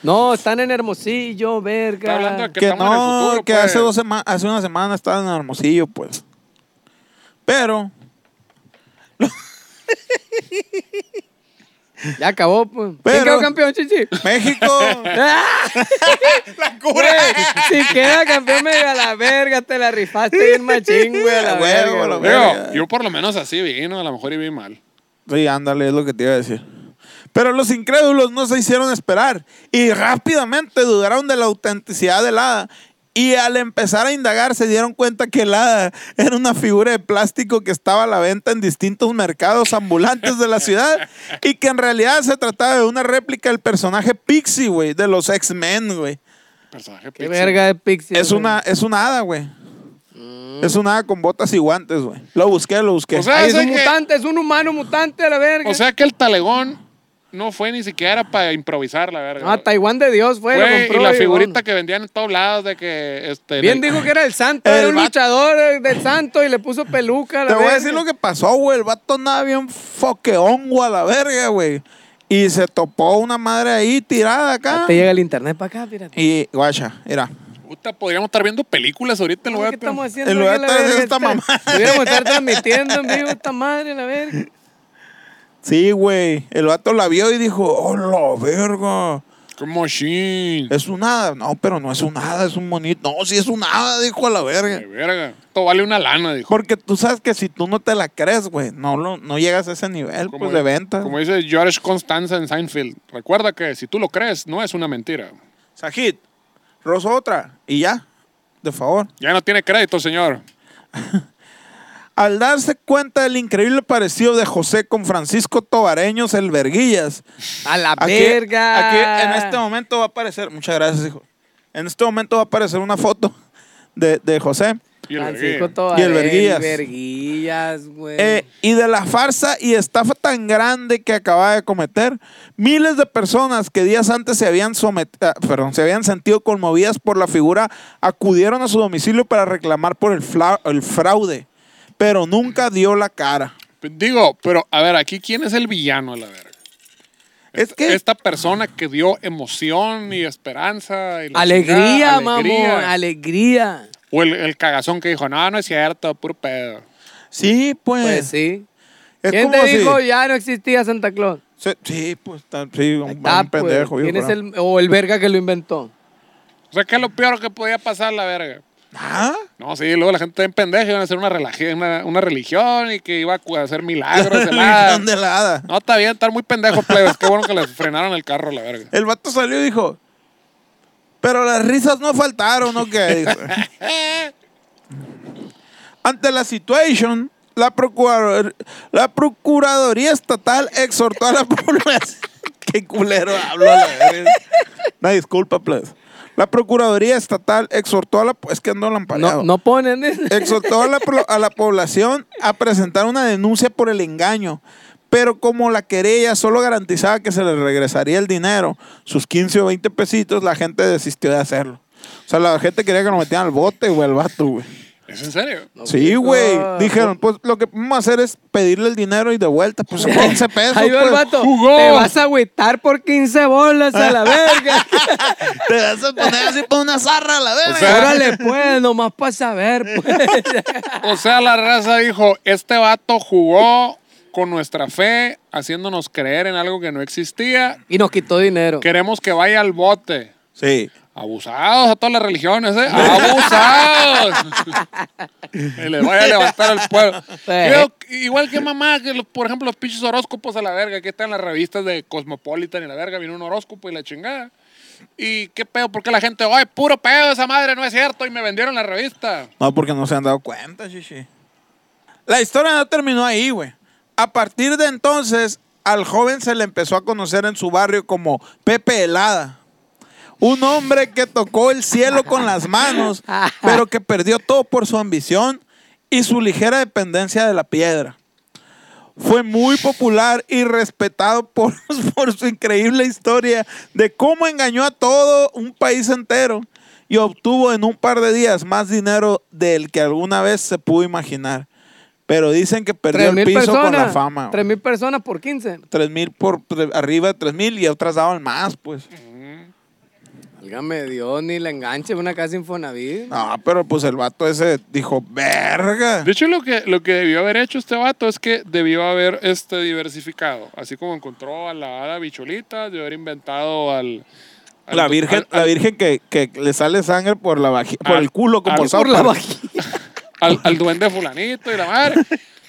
Speaker 3: No, están en Hermosillo, verga.
Speaker 1: Está hablando de que,
Speaker 2: que no,
Speaker 1: estamos en el futuro,
Speaker 2: que
Speaker 1: pues.
Speaker 2: hace, dos sema- hace una semana estaba en Hermosillo, pues. Pero,
Speaker 3: Ya acabó, pues.
Speaker 2: Pero-
Speaker 3: ¿Quién quedó campeón, chichi?
Speaker 2: México.
Speaker 3: ¡Ah!
Speaker 2: ¡La
Speaker 3: Güey, si queda campeón, me diga la verga, te la rifaste bien machín, güey, a la
Speaker 2: Huevo,
Speaker 3: verga.
Speaker 2: la
Speaker 3: güey.
Speaker 1: Digo, yo por lo menos así vi, ¿no? A lo mejor y vi mal.
Speaker 2: Sí, ándale, es lo que te iba a decir. Pero los incrédulos no se hicieron esperar y rápidamente dudaron de la autenticidad del hada. Y al empezar a indagar se dieron cuenta que el hada era una figura de plástico que estaba a la venta en distintos mercados ambulantes de la ciudad y que en realidad se trataba de una réplica del personaje Pixie, güey, de los X-Men, güey.
Speaker 1: Personaje
Speaker 3: Qué
Speaker 1: pixie.
Speaker 3: verga de Pixie.
Speaker 2: Es
Speaker 3: güey.
Speaker 2: una, es una hada, güey. Es una hada con botas y guantes, güey. Lo busqué, lo busqué.
Speaker 1: O sea,
Speaker 3: Ay, es
Speaker 1: Sé
Speaker 3: un
Speaker 1: Pues, que-
Speaker 3: mutante, es un humano mutante a la verga.
Speaker 1: O sea que el talegón no fue ni siquiera para improvisar, la verga.
Speaker 3: ah, Taiwán de Dios fue,
Speaker 1: Fue,
Speaker 3: lo compró
Speaker 1: y la
Speaker 3: y
Speaker 1: figurita
Speaker 3: vámonos.
Speaker 1: que vendían en todos lados de que... Este,
Speaker 3: Bien
Speaker 1: en el-
Speaker 3: dijo que era el santo,
Speaker 2: El
Speaker 3: era un
Speaker 2: vato-
Speaker 3: luchador eh, del santo y le puso peluca a la
Speaker 2: Te voy a
Speaker 3: verga. Ah,
Speaker 2: decir lo que pasó, güey. El vato andaba bien foqueongo a la verga, güey. Y se topó una madre ahí tirada
Speaker 3: Ya
Speaker 2: acá.
Speaker 3: Ah, te llega el internet para acá, fíjate.
Speaker 2: Y, guacha, mira.
Speaker 1: Puta, podríamos estar viendo películas ahorita en lugar
Speaker 3: ¿Qué
Speaker 1: de-
Speaker 3: estamos haciendo?
Speaker 2: En lugar
Speaker 3: aquí a
Speaker 2: de
Speaker 3: la
Speaker 2: estar
Speaker 3: verga?
Speaker 2: haciendo esta mamada.
Speaker 3: Deberíamos estar transmitiendo en vivo esta madre, la verga.
Speaker 2: Sí, güey. El vato la vio y dijo, oh, la verga.
Speaker 1: Como machine.
Speaker 2: Es un hada. No, pero no es un hada, es un monito. No, sí es un hada, dijo a la verga.
Speaker 1: De verga. Esto vale una lana, dijo.
Speaker 2: Porque tú sabes que si tú no te la crees, güey, no, lo- no llegas a ese nivel pues, de venta.
Speaker 1: Como dice George Constanza en Seinfeld. Recuerda que si tú lo crees, no es una mentira.
Speaker 2: Sajid, rosa otra y ya, de favor.
Speaker 1: Ya no tiene crédito, señor.
Speaker 2: Al darse cuenta del increíble parecido de José con Francisco Tobareños el Verguillas,
Speaker 3: A la
Speaker 2: aquí,
Speaker 3: verga.
Speaker 2: aquí en este momento va a aparecer, muchas gracias, hijo. En este momento va a aparecer una foto de, de José
Speaker 1: Y el
Speaker 3: Francisco
Speaker 1: verguero.
Speaker 3: Tobarel,
Speaker 2: Y el Verguillas.
Speaker 3: Verguillas, güey.
Speaker 2: eh, y de la farsa y estafa tan grande que acaba de cometer. Miles de personas que días antes se habían, somet- ah, perdón, se habían sentido conmovidas por la figura acudieron a su domicilio para reclamar por el, fla- el fraude, pero nunca dio la cara.
Speaker 1: Digo, pero a ver, aquí quién es el villano, a la verga.
Speaker 2: Es que
Speaker 1: Esta persona que dio emoción y esperanza. Y la
Speaker 3: alegría,
Speaker 1: chingada,
Speaker 3: mamón,
Speaker 1: alegría.
Speaker 3: alegría.
Speaker 1: O el, el cagazón que dijo, no, no es cierto, puro pedo.
Speaker 2: sí, pues.
Speaker 3: Pues sí.
Speaker 2: Es
Speaker 3: ¿Quién
Speaker 2: como
Speaker 3: te dijo
Speaker 2: si-
Speaker 3: ya no existía Santa Claus?
Speaker 2: se- sí, pues, tan- sí, un,
Speaker 3: Ah,
Speaker 2: un pendejo.
Speaker 3: pues,
Speaker 2: viejo,
Speaker 3: ¿quién es
Speaker 2: pero-
Speaker 3: el, o el verga que lo inventó?
Speaker 1: O sea, ¿qué es lo peor que podía pasar, la verga?
Speaker 2: ¿Ah?
Speaker 1: No, sí, luego la gente en pendeja iban a hacer una, relaje- una, una religión y que iba a cu- a hacer milagros. de la-
Speaker 2: Religión de la hada.
Speaker 1: No, está bien, están muy pendejos, plebes. Qué bueno que les frenaron el carro, la verga.
Speaker 2: El vato salió y dijo, pero las risas no faltaron, ¿o qué? Dijo. Ante la situación, la, procurador- la Procuraduría Estatal exhortó a la población... ¡Qué culero hablo! a la verga. Una disculpa, please. La Procuraduría Estatal exhortó a la... Es que ando lampareado.
Speaker 3: No, no ponen. ¿eh?
Speaker 2: exhortó a la, pro- a la población a presentar una denuncia por el engaño. Pero como la querella solo garantizaba que se les regresaría el dinero, sus 15 o 20 pesitos, la gente desistió de hacerlo. O sea, la gente quería que lo metieran al bote, güey, al vato, güey.
Speaker 1: ¿Es en serio?
Speaker 3: No,
Speaker 2: Sí, güey.
Speaker 3: no.
Speaker 2: Dijeron, pues lo que vamos a hacer es pedirle el dinero y de vuelta, pues 15 pesos.
Speaker 3: Ahí va el
Speaker 2: pues.
Speaker 3: vato.
Speaker 1: jugó.
Speaker 3: Te vas a agüitar por 15 bolas a la verga.
Speaker 2: Te vas a poner así por una zarra a la verga.
Speaker 1: sea,
Speaker 3: Órale, pues, nomás para saber, pues.
Speaker 1: O sea, la raza dijo, este vato jugó con nuestra fe, haciéndonos creer en algo que no existía.
Speaker 3: Y nos quitó dinero.
Speaker 1: Queremos que vaya al bote.
Speaker 2: sí.
Speaker 1: Abusados a todas las religiones, ¿eh? ¡Abusados! y les vaya a levantar el pueblo. Creo que- igual que mamá, que los- por ejemplo, los pinches horóscopos a la verga, que están en las revistas de Cosmopolitan y la verga, viene un horóscopo y la chingada. ¿Y qué pedo? Porque la gente, ¡ay, puro pedo esa madre! No es cierto, y me vendieron la revista.
Speaker 2: No, porque no se han dado cuenta, chichi. La historia no terminó ahí, güey. A partir de entonces, al joven se le empezó a conocer en su barrio como Pepe Helada. Un hombre que tocó el cielo con las manos, pero que perdió todo por su ambición y su ligera dependencia de la piedra. Fue muy popular y respetado por, por su increíble historia de cómo engañó a todo un país entero y obtuvo en un par de días más dinero del que alguna vez se pudo imaginar. Pero dicen que perdió
Speaker 3: 3
Speaker 2: el
Speaker 3: mil
Speaker 2: piso
Speaker 3: personas.
Speaker 2: con la fama.
Speaker 3: Tres mil personas por 15.
Speaker 2: Tres mil por tre- arriba de tres mil y otras daban más, pues.
Speaker 3: Dígame Dios, ni la enganche una casa Infonavit.
Speaker 2: No, pero pues el vato ese dijo, verga.
Speaker 1: De hecho, lo que, lo que debió haber hecho este vato es que debió haber este, diversificado. Así como encontró a la hada bicholita, debió haber inventado al... al-
Speaker 2: La virgen,
Speaker 1: al-
Speaker 2: la virgen que, que le sale sangre por la vaji- por
Speaker 1: Al-
Speaker 2: el Ah, culo como
Speaker 1: al-
Speaker 2: South
Speaker 3: Por la
Speaker 2: Park.
Speaker 3: vagina.
Speaker 1: al, al duende fulanito y la madre.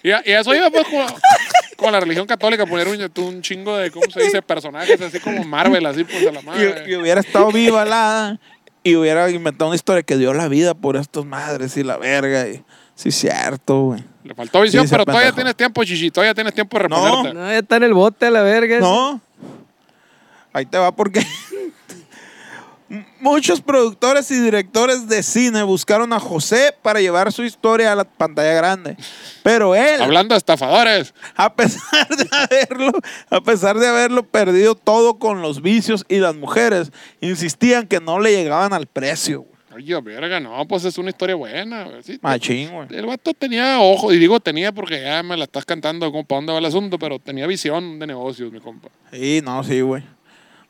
Speaker 1: Y, a- y a eso iba pues con, con la religión católica, poner un, un chingo de, ¿cómo se dice? Personajes así como Marvel, así pues a la madre.
Speaker 2: y, y hubiera estado viva la hada y hubiera inventado una historia que dio la vida por estos madres y la verga. Y, sí, cierto, güey.
Speaker 1: Le faltó visión,
Speaker 2: Sí, se
Speaker 1: pero todavía
Speaker 2: apendejó.
Speaker 1: tienes tiempo, Chichi, todavía tienes tiempo de reponerte.
Speaker 3: No, ya está en el bote a la verga.
Speaker 2: No. Ahí te va porque muchos productores y directores de cine buscaron a José para llevar su historia a la pantalla grande. Pero él,
Speaker 1: Hablando de estafadores.
Speaker 2: a pesar de haberlo, a pesar de haberlo perdido todo con los vicios y las mujeres, insistían que no le llegaban al precio. güey.
Speaker 1: Oye, verga, no, pues es una historia buena. güey, sí.
Speaker 2: Machín, güey.
Speaker 1: El vato tenía ojo, y digo tenía porque ya me la estás cantando como para dónde va el asunto, pero tenía visión de negocios, mi compa.
Speaker 2: Sí, no, sí, güey.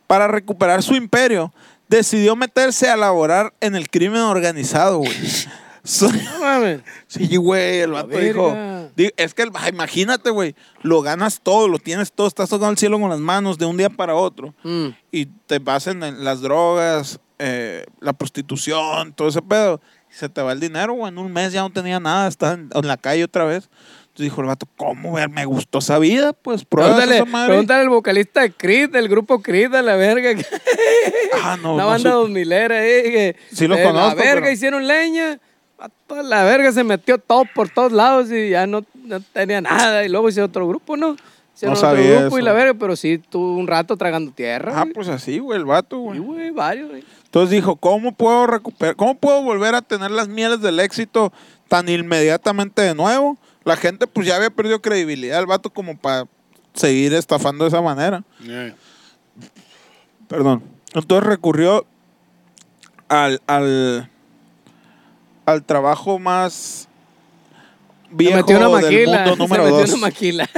Speaker 2: Para recuperar su imperio, decidió meterse a laborar en el crimen organizado, güey. So-
Speaker 3: No mames.
Speaker 2: sí, güey, el
Speaker 3: La
Speaker 2: vato dijo,
Speaker 3: verga.
Speaker 2: Di- Es que, el- ah, imagínate, güey, lo ganas todo, lo tienes todo, estás tocando el cielo con las manos de un día para otro.
Speaker 3: Mm.
Speaker 2: Y te vas en en las drogas, eh, la prostitución, todo ese pedo. Y se te va el dinero, güey. En un mes ya no tenía nada, estaba en, en la calle otra vez. Entonces dijo el vato, ¿cómo, ver? Me gustó esa vida, pues prueba
Speaker 3: Pregúntale,
Speaker 2: esa madre.
Speaker 3: pregúntale al vocalista de Creed, del grupo Creed, a la verga.
Speaker 2: Ah, no,
Speaker 3: Una
Speaker 2: no supe.
Speaker 3: banda dos milera, eh. que,
Speaker 2: Sí lo
Speaker 3: eh, La
Speaker 2: conozco,
Speaker 3: verga
Speaker 2: pero-
Speaker 3: hicieron leña. a toda la verga se metió todo por todos lados y ya no, no tenía nada. Y luego hice otro grupo, ¿no? Hicieron
Speaker 2: No
Speaker 3: otro
Speaker 2: sabía
Speaker 3: grupo y
Speaker 2: eso.
Speaker 3: la verga, pero sí tuvo un rato tragando tierra.
Speaker 2: Ah,
Speaker 3: güey.
Speaker 2: pues así, güey, el vato,
Speaker 3: Y,
Speaker 2: güey.
Speaker 3: güey, varios, güey.
Speaker 2: Entonces dijo, ¿cómo puedo recuperar, cómo puedo volver a tener las mieles del éxito tan inmediatamente de nuevo? La gente pues ya había perdido credibilidad el vato como para seguir estafando de esa manera.
Speaker 1: Yeah.
Speaker 2: Perdón. Entonces recurrió al, al, al trabajo más
Speaker 3: Se
Speaker 2: viejo
Speaker 3: metió una
Speaker 2: del
Speaker 3: maquila.
Speaker 2: mundo número
Speaker 3: se metió
Speaker 2: dos.
Speaker 3: una maquila.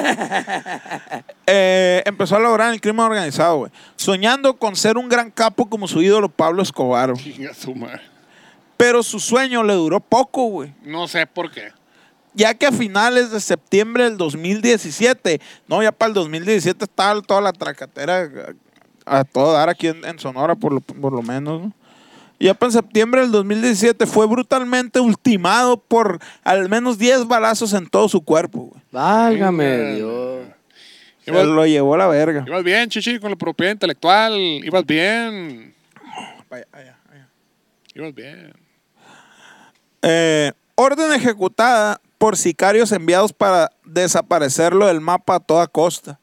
Speaker 2: Eh, empezó a lograr el crimen organizado, güey. Soñando con ser un gran capo como su ídolo Pablo Escobar. güey.
Speaker 1: Chinga su madre.
Speaker 2: Pero su sueño le duró poco, güey.
Speaker 1: No sé por qué.
Speaker 2: ya que a finales de septiembre del 2017, no, ya para el 2017 estaba toda la tracatera a, a todo dar aquí en, en Sonora, por lo, por lo menos. ¿no? Ya para septiembre del 2017 fue brutalmente ultimado por al menos 10 balazos en todo su cuerpo. güey.
Speaker 3: Válgame Dios.
Speaker 2: Se
Speaker 1: Ibas,
Speaker 2: lo llevó a la verga.
Speaker 1: ibas bien, chichi, con la propiedad intelectual. Ibas bien.
Speaker 2: Vaya, vaya, vaya.
Speaker 1: Ibas bien.
Speaker 2: Eh, orden ejecutada por sicarios enviados para desaparecerlo del mapa a toda costa.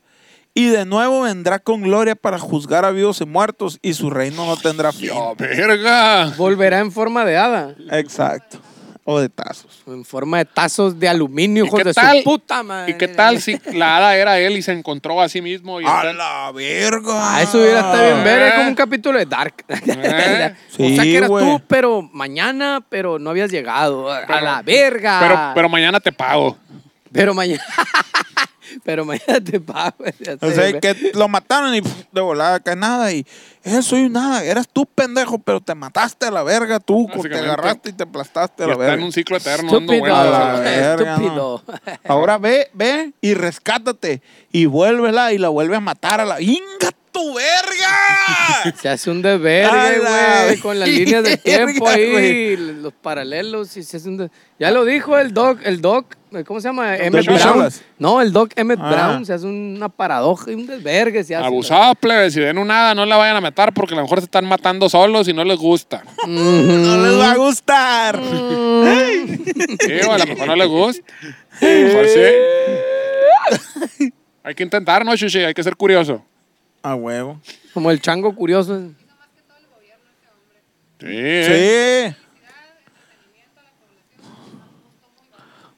Speaker 2: Y de nuevo vendrá con gloria para juzgar a vivos y muertos y su reino no tendrá fin.
Speaker 1: ¡Yo, verga!
Speaker 3: Volverá en forma de hada.
Speaker 2: Exacto. O de tazos.
Speaker 3: En forma de tazos de aluminio,
Speaker 1: ¿Y
Speaker 3: hijos
Speaker 1: qué
Speaker 3: de
Speaker 1: tal?
Speaker 3: su puta madre.
Speaker 1: ¿Y qué tal si la hada era él y se encontró a sí mismo? Y
Speaker 2: ¡A la verga!
Speaker 3: Ah, eso hubiera estado bien ver, es
Speaker 1: ¿Eh?
Speaker 3: como un capítulo de Dark. o sea
Speaker 2: Sí,
Speaker 3: que eras
Speaker 2: güey.
Speaker 3: tú, pero mañana, pero no habías llegado. A la verga.
Speaker 1: Pero, pero mañana te pago.
Speaker 3: Pero mañana. pero mañana te pago. ya
Speaker 2: O
Speaker 3: sé,
Speaker 2: sea,
Speaker 3: güey.
Speaker 2: que lo mataron y pf, de volada acá nada. Y eso soy nada. Eras tú, pendejo, pero te mataste a la verga tú. Te
Speaker 1: Básicamente.
Speaker 2: agarraste y te aplastaste a
Speaker 1: Y
Speaker 2: la
Speaker 1: está
Speaker 2: verga.
Speaker 1: en un ciclo eterno. dando
Speaker 3: Estúpido.
Speaker 1: vueltas.
Speaker 2: A
Speaker 3: Ah,
Speaker 2: la verga,
Speaker 3: Estúpido.
Speaker 2: Ahora ve, ve y rescátate. Y vuélvela y la vuelve a matar a la. ¡Inga tu verga!
Speaker 3: Se hace un deber,
Speaker 2: A la
Speaker 3: güey, con las líneas de tiempo
Speaker 2: verga,
Speaker 3: ahí,
Speaker 2: güey.
Speaker 3: los paralelos. Y se hace un de- Ya lo dijo el Doc, el Doc, ¿cómo se llama? Emmett
Speaker 2: Doc
Speaker 3: Brown.
Speaker 2: Cholas.
Speaker 3: No, el Doc Emmett
Speaker 2: Ah.
Speaker 3: Brown. Se hace una paradoja y un desvergue. Se hace.
Speaker 1: Abusados, plebes. Si ven una hada, no la vayan a matar porque a lo mejor se están matando solos y no les gusta.
Speaker 2: no les va a gustar.
Speaker 1: Sí, o a lo mejor no les gusta. A lo mejor sí. Hay que intentar, ¿no, Chuchi? Hay que ser curioso.
Speaker 2: A huevo.
Speaker 3: Como el chango curioso.
Speaker 1: Sí.
Speaker 2: Sí.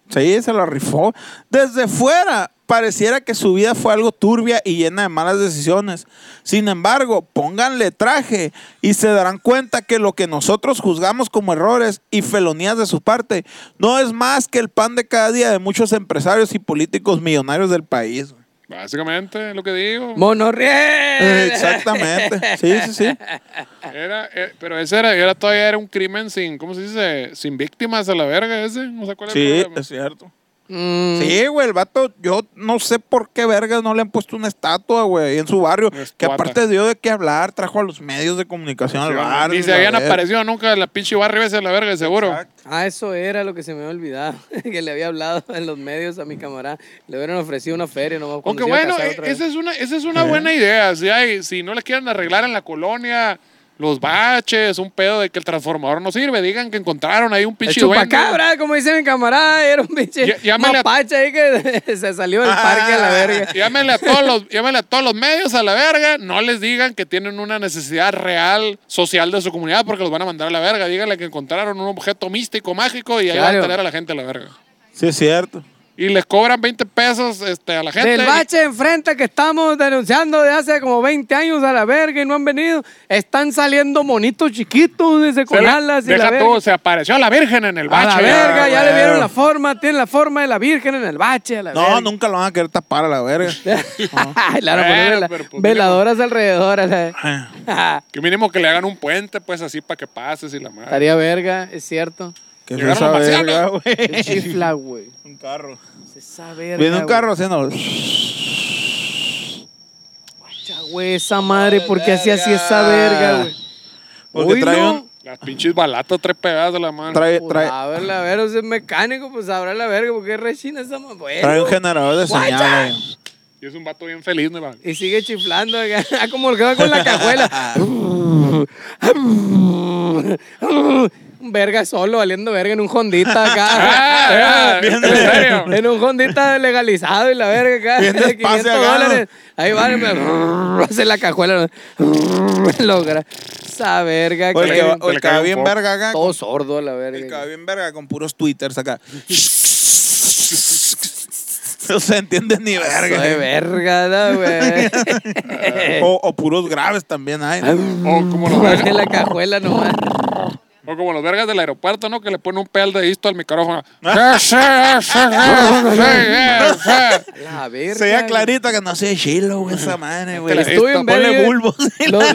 Speaker 2: Sí, se la rifó. Desde fuera, pareciera que su vida fue algo turbia y llena de malas decisiones. Sin embargo, pónganle traje y se darán cuenta que lo que nosotros juzgamos como errores y felonías de su parte no es más que el pan de cada día de muchos empresarios y políticos millonarios del país. güey.
Speaker 1: Básicamente es lo que digo. Eh.
Speaker 3: ¡Monorriel!
Speaker 2: Exactamente. Sí, sí, sí.
Speaker 1: Era, eh, pero ese era, era todavía era un crimen sin, ¿cómo se dice? Sin víctimas a la verga ese. No sé cuál es el
Speaker 2: Sí,
Speaker 1: problema.
Speaker 2: es cierto.
Speaker 3: Mm,
Speaker 2: Sí, güey, el vato, yo no sé por qué vergas no le han puesto una estatua, güey, en su barrio.
Speaker 1: Una
Speaker 2: Que
Speaker 1: estatua.
Speaker 2: aparte dio de qué hablar, trajo a los medios de comunicación al barrio.
Speaker 1: Ni se
Speaker 2: la
Speaker 1: habían
Speaker 2: verga.
Speaker 1: aparecido nunca la pinche barrio esa a la verga, seguro.
Speaker 2: Exacto.
Speaker 3: Ah, eso era lo que se me había olvidado. que le había hablado en los medios a mi camarada. Le hubieran ofrecido una feria nomás.
Speaker 1: Aunque
Speaker 3: cuando se iba a
Speaker 1: bueno,
Speaker 3: casar
Speaker 1: eh,
Speaker 3: otra vez.
Speaker 1: esa es una, esa es una buena idea. Si, hay, si no le quieren arreglar en la colonia los baches, un pedo de que el transformador no sirve, digan que encontraron ahí un
Speaker 3: El
Speaker 1: pinche duende.
Speaker 3: chupacabra, como dice mi camarada, era un pinche
Speaker 1: Ya- llámale a-
Speaker 3: mapache ahí que se salió del parque a la
Speaker 2: Ah.
Speaker 3: verga.
Speaker 1: Llámenle a, todos los, llámenle a todos los medios a la verga. No les digan que tienen una necesidad real social de su comunidad porque los van a mandar a la verga. Díganle que encontraron un objeto místico, mágico y ahí van a
Speaker 3: Claro.
Speaker 1: tener a la gente a la verga.
Speaker 2: Sí, es cierto.
Speaker 1: Y les cobran 20 pesos este, a la gente.
Speaker 3: Del bache enfrente que estamos denunciando de hace como 20 años a la verga y no han venido. Están saliendo monitos chiquitos, dice,
Speaker 1: Se
Speaker 3: con
Speaker 1: la-
Speaker 3: alas y
Speaker 1: deja
Speaker 3: la verga.
Speaker 1: tú, se apareció la virgen en el
Speaker 3: A
Speaker 1: bache.
Speaker 3: la verga, ya le
Speaker 2: güey.
Speaker 3: vieron la forma, tiene la forma de la virgen en el bache, a la
Speaker 2: No,
Speaker 3: verga.
Speaker 2: nunca lo van a querer tapar a la verga.
Speaker 3: Ay, le van a poner
Speaker 1: Bueno,
Speaker 3: vela-
Speaker 1: pero pues,
Speaker 3: veladoras alrededor. a la-
Speaker 1: Que mínimo que le hagan un puente, pues así para que pases y la madre.
Speaker 3: Estaría verga, es cierto.
Speaker 2: ¿Qué es
Speaker 1: Llegaron
Speaker 2: esa
Speaker 1: los
Speaker 2: verga,
Speaker 1: marcianos.
Speaker 2: güey?
Speaker 3: Qué chifla, güey.
Speaker 2: Un carro.
Speaker 3: Se Esa verga.
Speaker 2: Viene un
Speaker 3: güey.
Speaker 2: carro haciendo.
Speaker 3: Guacha, güey, esa madre, ¿por qué hacía así esa verga, güey?
Speaker 2: Porque
Speaker 3: Hoy
Speaker 2: trae
Speaker 3: no.
Speaker 2: un-
Speaker 1: Las pinches balatas, tres pegadas de la mano.
Speaker 2: Trae,
Speaker 3: Pues,
Speaker 2: trae,
Speaker 3: A ver, la verga, si es mecánico, pues habrá la verga, porque es rechina esa mamá. Bueno.
Speaker 2: trae un generador de señales.
Speaker 1: Y es un vato bien feliz, ¿no?
Speaker 3: Y sigue chiflando, acá, como el que va con la cajuela. un verga solo, valiendo verga en un hondita acá.
Speaker 1: Ah, ¿en serio?
Speaker 3: en un hondita legalizado y la verga acá.
Speaker 2: Bien
Speaker 3: de
Speaker 2: despacio
Speaker 3: 500
Speaker 2: acá, ¿no?
Speaker 3: dólares. Ahí va, me- hace la cajuela. Logra. Esa verga
Speaker 2: O el que,
Speaker 3: que
Speaker 2: va-
Speaker 1: Te
Speaker 2: o el
Speaker 1: le
Speaker 2: que
Speaker 1: cae
Speaker 2: va
Speaker 1: un
Speaker 2: bien
Speaker 1: poco.
Speaker 2: verga acá.
Speaker 3: todo sordo a la
Speaker 2: El que va
Speaker 3: verga.
Speaker 2: bien verga con puros twitters acá. No se entiende ni
Speaker 3: Soy
Speaker 2: verga. eh,
Speaker 3: verga, la güey.
Speaker 2: O, o puros graves también hay. ¿no?
Speaker 1: O como, los
Speaker 3: Hace la
Speaker 1: vergas,
Speaker 3: cajuela nomás.
Speaker 1: o como los vergas del aeropuerto, ¿no? Que le ponen un pedal de esto al micrófono. Estuve
Speaker 3: La verga.
Speaker 2: Se veía
Speaker 3: güey.
Speaker 2: clarito que no sé chilo, güey, esa madre, güey.
Speaker 1: Te la-
Speaker 3: Estuve en
Speaker 2: Ponle
Speaker 3: verga.
Speaker 2: bulbos.
Speaker 3: Los-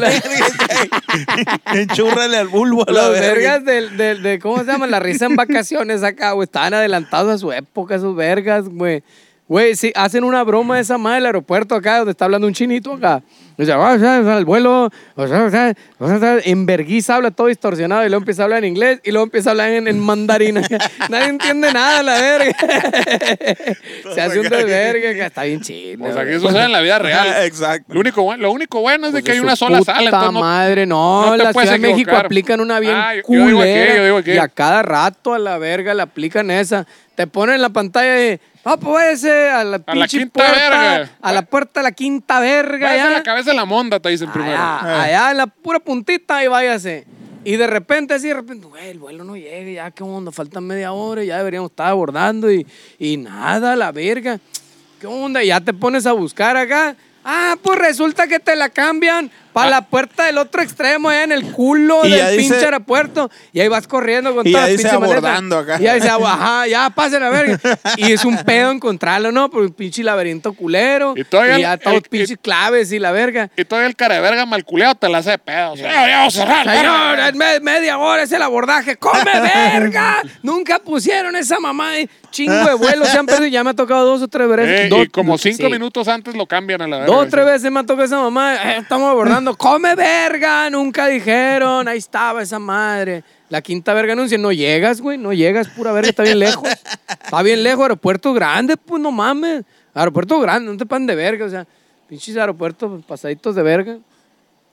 Speaker 2: Enchúrrale al bulbo a la
Speaker 3: Los
Speaker 2: verga.
Speaker 3: vergas del, del- de, ¿cómo se llama? La risa en vacaciones acá, güey. Estaban adelantados a su época, sus vergas, güey. Güey, si hacen una broma de esa madre del aeropuerto acá, donde está hablando un chinito acá. Dice, "Ah, ya, ya, el vuelo, o sea, o sea, o sea, o sea", en verguiza habla todo distorsionado y luego empieza a hablar en inglés y luego empieza a hablar en, en mandarín. Nadie entiende nada, la verga. se hace un desverga, acá. está bien chido.
Speaker 1: O sea, que Pues eso sea en la vida real.
Speaker 2: Exacto.
Speaker 1: Lo único, bueno, lo único bueno es de
Speaker 3: Pues
Speaker 1: que hay
Speaker 3: su
Speaker 1: una sola
Speaker 3: puta
Speaker 1: sala, entonces no-
Speaker 3: madre, no,
Speaker 1: no te
Speaker 3: la
Speaker 1: puedes
Speaker 3: Ciudad de México
Speaker 1: equivocar.
Speaker 3: aplican una bien
Speaker 1: Ah, yo- yo digo aquí,
Speaker 3: culera.
Speaker 1: yo digo aquí.
Speaker 3: Y a cada rato a la verga le aplican esa. Te ponen en la pantalla y, ah, pues váyase a la,
Speaker 1: A la
Speaker 3: pinche
Speaker 1: quinta
Speaker 3: puerta,
Speaker 1: verga.
Speaker 3: A la puerta de la quinta verga.
Speaker 1: Váyase a
Speaker 3: ya.
Speaker 1: la cabeza de la monda, te
Speaker 3: Ah,
Speaker 1: dicen primero.
Speaker 3: Allá,
Speaker 2: Eh.
Speaker 3: allá en la pura puntita y váyase. Y de repente, así de repente, güey, el vuelo no llega, ya qué onda, faltan media hora, y ya deberíamos estar abordando y, y nada, la verga. ¿Qué onda? Y ya te pones a buscar acá. Ah, pues resulta que te la cambian para la puerta del otro extremo, allá en el culo
Speaker 2: Ah. Y ya
Speaker 3: del
Speaker 2: dice-
Speaker 3: pinche aeropuerto. Y ahí vas corriendo con
Speaker 2: Y
Speaker 3: todas
Speaker 2: ya
Speaker 3: las
Speaker 2: dice
Speaker 3: pinches maletas.
Speaker 2: abordando acá.
Speaker 3: Y ahí dice, ajá, ya pase la verga. Y es un pedo encontrarlo, ¿no? Por un pinche laberinto culero.
Speaker 1: Y todavía
Speaker 3: Y
Speaker 1: el-
Speaker 3: ya todos
Speaker 1: el-
Speaker 3: los pinches claves y la verga.
Speaker 1: Y todavía el cara de verga malculeado te la hace de pedo. O sea, "Ya, ya vamos a cerrar,
Speaker 3: Señor,
Speaker 1: verga".
Speaker 3: es me- media hora es el abordaje. ¡Come verga! Nunca pusieron esa mamá de chingo de vuelos. Se han perdido. Ya me ha tocado dos o tres veces.
Speaker 1: Eh,
Speaker 3: dos,
Speaker 1: y como cinco
Speaker 3: sí.
Speaker 1: minutos antes lo cambian a la verga.
Speaker 3: Dos o tres veces me ha tocado esa mamá. eh, estamos abordando. ¡Come verga! Nunca dijeron. Ahí estaba esa madre. La quinta verga anuncia. No llegas, güey. No llegas. Pura verga. Está bien lejos. Está bien lejos. Aeropuerto grande, pues no mames. Aeropuerto grande. No te pan de verga. O sea, pinches aeropuertos pasaditos de verga.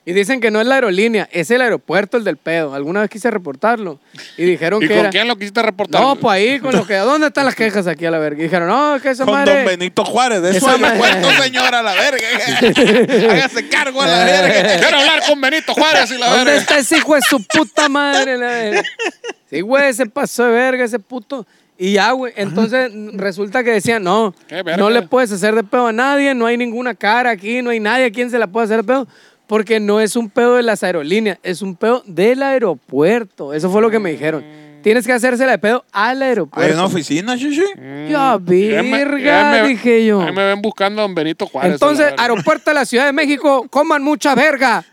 Speaker 3: Y dicen que no es la aerolínea, es el aeropuerto el del pedo. Alguna vez quise reportarlo y dijeron
Speaker 1: ¿Y
Speaker 3: que
Speaker 1: con
Speaker 3: era...
Speaker 1: quién lo quisiste reportar?
Speaker 3: No, pues ahí con los que... ¿Dónde están las quejas aquí a la verga? Y dijeron, no, es que esa
Speaker 2: Con Don
Speaker 3: madre...
Speaker 2: Benito Juárez, de su
Speaker 3: Esa madre-
Speaker 2: aeropuerto, señor, a la verga. Hágase cargo a
Speaker 1: Ah,
Speaker 2: la verga.
Speaker 1: Quiero hablar con Benito Juárez y la
Speaker 3: eh. ¿Dónde
Speaker 1: verga.
Speaker 3: está ese hijo de su puta madre? La verga? Sí, güey, se pasó de verga ese puto. Y ya, güey, entonces resulta que decían, no,
Speaker 1: Ah. Qué verga.
Speaker 3: no le puedes hacer de pedo a nadie, no hay ninguna cara aquí, no hay nadie a quien se la pueda hacer de pedo, porque no es un pedo de las aerolíneas, es un pedo del aeropuerto. Eso fue lo que me dijeron.
Speaker 1: Mm.
Speaker 3: Tienes que hacérsela de pedo
Speaker 2: Hay
Speaker 3: al
Speaker 2: una
Speaker 3: aeropuerto.
Speaker 2: oficina, chichi.
Speaker 3: Ya,
Speaker 1: Ahí me-
Speaker 3: verga,
Speaker 1: ahí me-
Speaker 3: dije yo.
Speaker 1: Ahí me ven buscando a don Benito Juárez. a
Speaker 3: Entonces,
Speaker 1: la verga.
Speaker 3: aeropuerto de la Ciudad de México, coman mucha verga.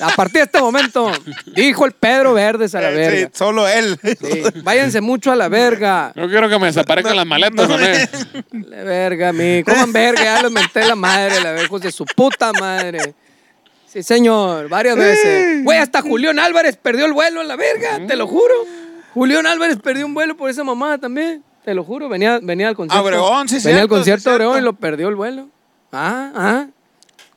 Speaker 3: A partir de este momento, dijo el Pedro Verdes a la
Speaker 2: Sí,
Speaker 3: verga.
Speaker 2: solo él.
Speaker 3: Sí, váyanse mucho a la verga.
Speaker 1: No quiero que me desaparezcan las maletas también.
Speaker 3: La verga, mi. Coman verga, ya les menté la madre, la verga, hijos de su puta madre. Sí, señor, varias veces. Güey, hasta Julián Álvarez perdió el vuelo a la verga, te lo juro. Julián Álvarez perdió un vuelo por esa mamada también, te lo juro. Venía, venía al concierto.
Speaker 2: Obregón, sí,
Speaker 3: Venía
Speaker 2: cierto,
Speaker 3: al concierto
Speaker 2: sí,
Speaker 3: de Obregón y
Speaker 2: cierto.
Speaker 3: lo perdió el vuelo. Ah, ah.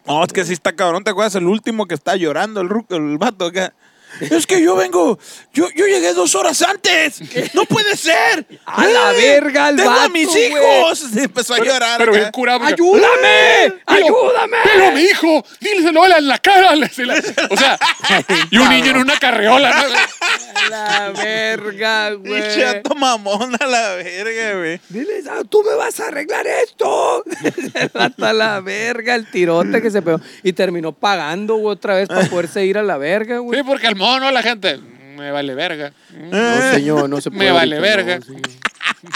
Speaker 2: No, es que sí está cabrón. ¿Te acuerdas el último que está llorando el, ruco- el vato acá? Es que yo vengo, yo, yo llegué dos horas antes. ¡No puede ser! Eh,
Speaker 3: ¡A la verga, el
Speaker 2: ¡Tengo a
Speaker 3: vato,
Speaker 2: mis
Speaker 3: güey!
Speaker 2: hijos! Se empezó a llorar.
Speaker 1: Pero
Speaker 2: acá.
Speaker 1: bien curado. porque-
Speaker 3: ¡Ayúdame! ¡Ayúdame!
Speaker 1: ¡Pelo a mi hijo! ¡Díleselo a él en la cara! le- se la- O sea, y un niño en una carreola. ¿no?
Speaker 3: A la verga, güey.
Speaker 2: Pinche vato mamón a la verga, güey.
Speaker 3: Diles, "Ah, tú me vas a arreglar esto. Hasta la verga, el tirote que se pegó. Y terminó pagando, güey, otra vez para poderse ir a la verga, güey.
Speaker 1: Sí, porque el mono, la gente. Me vale verga.
Speaker 2: Eh,
Speaker 3: No, señor, no se puede.
Speaker 1: Me vale
Speaker 3: ahorita,
Speaker 1: verga.
Speaker 3: No, señor.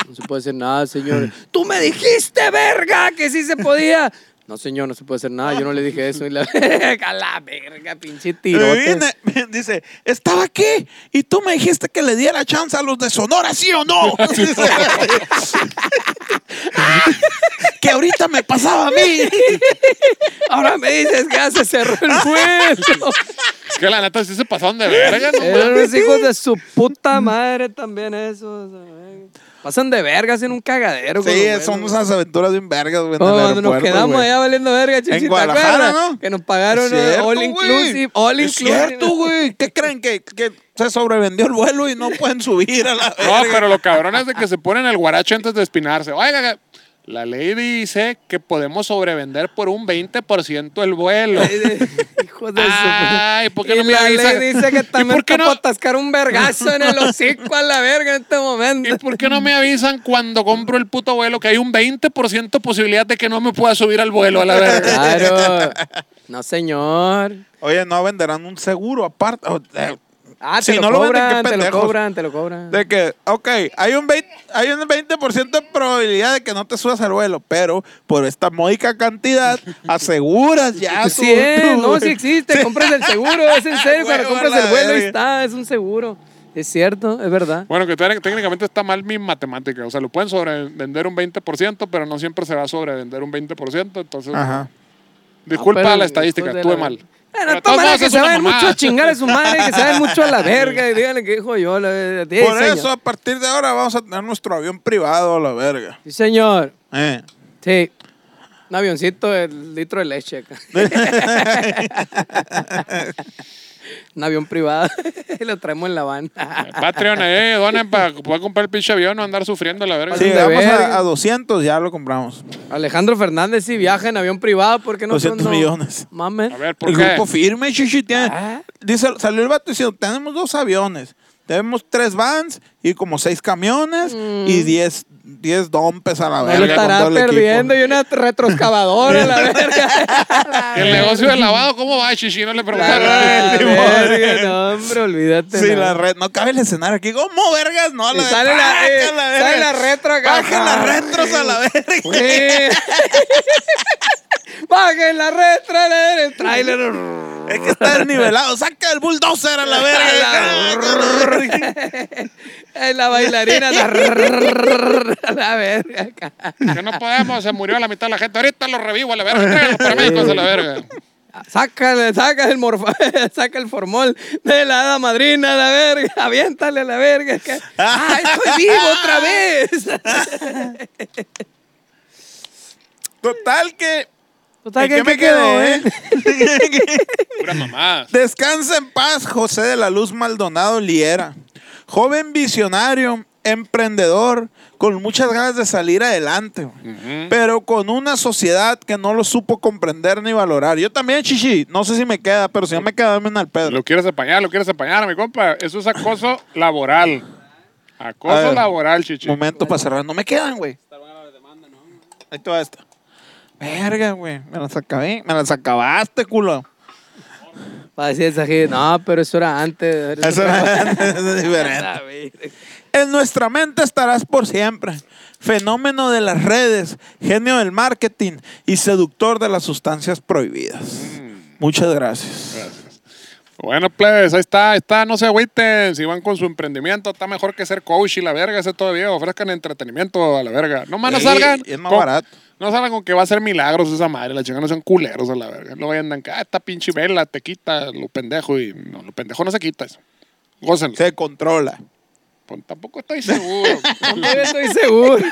Speaker 3: No se puede hacer nada, señor. ¡Tú me dijiste, verga, que sí se podía! No, señor, no se puede hacer nada. Yo no le dije eso. Y la verga, a la verga, pinche tirote.
Speaker 2: Vine- dice, estaba aquí y tú me dijiste que le diera chance a los de Sonora, ¿sí o no? que ahorita me pasaba a mí.
Speaker 3: Ahora me dices que ya se cerró el vuelo.
Speaker 1: Es que la neta sí se pasaron de verga, ¿no?
Speaker 3: Eran unos hijos de su puta madre también esos. eh. Pasan de verga, hacen un cagadero. con los
Speaker 2: Sí,
Speaker 3: vuelos.
Speaker 2: son unas aventuras bien vergas, güey. en el
Speaker 3: Oh, cuando nos
Speaker 2: aeropuerto,
Speaker 3: quedamos
Speaker 2: güey.
Speaker 3: allá valiendo verga, chichi. ¿te
Speaker 2: Guadalajara,
Speaker 3: acuerdas?
Speaker 2: ¿no?
Speaker 3: Que nos pagaron
Speaker 2: Es cierto,
Speaker 3: eh, all
Speaker 2: güey.
Speaker 3: inclusive. All
Speaker 2: Es
Speaker 3: inclusive.
Speaker 2: cierto, güey. ¿Qué creen? ¿Que, que se sobrevendió el vuelo y no pueden subir a la
Speaker 1: No,
Speaker 2: verga?
Speaker 1: pero lo cabrón es de que se ponen el guarache antes de espinarse. Oiga, que- la ley dice que podemos sobrevender por un 20% el vuelo.
Speaker 3: Ay, de- Hijos de su
Speaker 2: Ah,
Speaker 1: Ay, ¿por qué
Speaker 3: Y
Speaker 1: no me
Speaker 3: la ley
Speaker 1: avisa?
Speaker 3: dice que
Speaker 1: ¿Y
Speaker 3: también
Speaker 1: por qué
Speaker 3: está
Speaker 1: no?
Speaker 3: para atascar un vergazo en el hocico a la verga en este momento.
Speaker 1: ¿Y por qué no me avisan cuando compro el puto vuelo que hay un 20% posibilidad de que no me pueda subir al vuelo a la verga?
Speaker 3: Claro. No, señor.
Speaker 2: Oye, no venderán un seguro aparte. O, eh,
Speaker 3: Ah, te
Speaker 2: Si
Speaker 3: lo
Speaker 2: no lo venden,
Speaker 3: cobran,
Speaker 2: qué
Speaker 3: te lo
Speaker 2: pendejos.
Speaker 3: cobran, te lo cobran.
Speaker 2: De que, ok, hay un 20%, hay un 20 de probabilidad de que no te subas al vuelo, pero por esta módica cantidad aseguras ya su-
Speaker 3: Sí es,
Speaker 2: tu-
Speaker 3: no, sí existe, compras el seguro, es en serio, cuando
Speaker 2: Huevo,
Speaker 3: compras
Speaker 2: la
Speaker 3: el vuelo ahí
Speaker 2: verga.
Speaker 3: está, es un seguro. Es cierto, es verdad. Ah,
Speaker 1: Bueno, que te- técnicamente está mal mi matemática. O sea, lo pueden sobrevender un 20%, pero no siempre se va a sobrevender un 20%. Entonces,
Speaker 2: Ajá.
Speaker 1: disculpa
Speaker 3: Ah, pero
Speaker 1: la estadística,
Speaker 3: hijos de
Speaker 1: estuve
Speaker 3: la-
Speaker 1: mal.
Speaker 3: Bueno, de
Speaker 1: todos
Speaker 3: todas maneras
Speaker 1: modos,
Speaker 3: que
Speaker 1: es
Speaker 3: se
Speaker 1: una
Speaker 3: vayan mucho
Speaker 1: mamada.
Speaker 3: a chingar a su madre, que se vayan mucho a la verga y díganle que dijo yo. La, la- sí,
Speaker 2: Por
Speaker 3: señor.
Speaker 2: eso, a partir de ahora vamos a tener nuestro avión privado a la verga.
Speaker 3: Sí, señor.
Speaker 2: Eh.
Speaker 3: Sí. Un avioncito de litro de leche acá. Un avión privado. y lo traemos en la van.
Speaker 1: Patreon, eh, donen para poder comprar el pinche avión o andar sufriendo a la verga.
Speaker 2: Si
Speaker 3: de
Speaker 2: llegamos
Speaker 3: verga.
Speaker 2: a, a 200, ya lo compramos.
Speaker 3: Alejandro Fernández sí viaja en avión privado porque no
Speaker 2: 200 millones.
Speaker 3: Mames.
Speaker 1: A ver, ¿por
Speaker 2: El
Speaker 1: qué?
Speaker 2: grupo firme, chichi, tiene-
Speaker 3: Ah.
Speaker 2: dice, salió el vato diciendo, tenemos dos aviones, tenemos tres vans y como seis camiones y 10 10 dompes a la
Speaker 3: No lo
Speaker 2: verga. con
Speaker 3: estará
Speaker 2: todo el equipo".
Speaker 3: perdiendo y una retroexcavadora, la verga.
Speaker 1: El negocio del lavado, ¿cómo va, Chichi? No le
Speaker 3: La
Speaker 1: preguntaron.
Speaker 3: verga, no, hombre, olvídate.
Speaker 2: Sí,
Speaker 3: no.
Speaker 2: la red, no cabe el escenario aquí. ¿Cómo vergas? No, a la
Speaker 3: Y sale la-
Speaker 2: ¡Paca,
Speaker 3: eh, sale
Speaker 2: verga!
Speaker 3: la retro acá.
Speaker 2: Bajen las retros a la verga.
Speaker 3: Güey. Bajen la red, trailer, el trailer.
Speaker 2: Es que está desnivelado. Saca el bulldozer a la verga.
Speaker 3: Eh, La bailarina, la, la verga. acá.
Speaker 1: Que no podemos, se murió la mitad de la gente. Ahorita lo revivo a la verga. Traigan los paramédicos a la verga.
Speaker 3: Sácale, saca el morfa, saca el formol de la hada madrina, la verga. Aviéntale a la verga. acá. ¡Ah, estoy vivo otra vez!
Speaker 2: Total que.
Speaker 3: Total,
Speaker 2: ¿en
Speaker 3: ¿qué
Speaker 2: qué
Speaker 3: me quedo, eh?
Speaker 1: Pura mamá.
Speaker 2: Descansa en paz, José de la Luz Maldonado Liera. Joven visionario, emprendedor, con muchas ganas de salir adelante, güey. pero con una sociedad que no lo supo comprender ni valorar. Yo también, chichi, no sé si me queda, pero si no me queda, dame una al
Speaker 1: Lo
Speaker 2: pedo.
Speaker 1: quieres apañar, lo quieres apañar, mi compa. Eso es acoso laboral. Acoso
Speaker 2: A ver.
Speaker 1: laboral, Chichi.
Speaker 2: Ah, Momento para cerrar. No me quedan, güey. Ahí te va esta. Verga, güey. Me las acabé. Me las acabaste, culo.
Speaker 3: Para decir esa gente, no, pero eso era antes.
Speaker 2: Eso era- es diferente.
Speaker 3: La verga.
Speaker 2: En nuestra mente estarás por siempre. Fenómeno de las redes, genio del marketing y seductor de las sustancias prohibidas. Muchas gracias.
Speaker 1: Bueno, plebes, ahí está, ahí está. No se agüiten. Si van con su emprendimiento, está mejor que ser coach y la verga. Ese todavía ofrezcan entretenimiento a la verga. No más no
Speaker 2: Sí,
Speaker 1: salgan.
Speaker 2: y es más
Speaker 1: con-
Speaker 2: barato.
Speaker 1: No salgan con que va a ser milagros esa madre. La chingada no sean culeros a la verga. No vayan a que, ah, esta pinche vela te quita lo pendejo. Y no, lo pendejo no se quita eso. Gócenlo.
Speaker 2: Se controla.
Speaker 1: Pues, tampoco estoy seguro.
Speaker 3: Yo estoy seguro.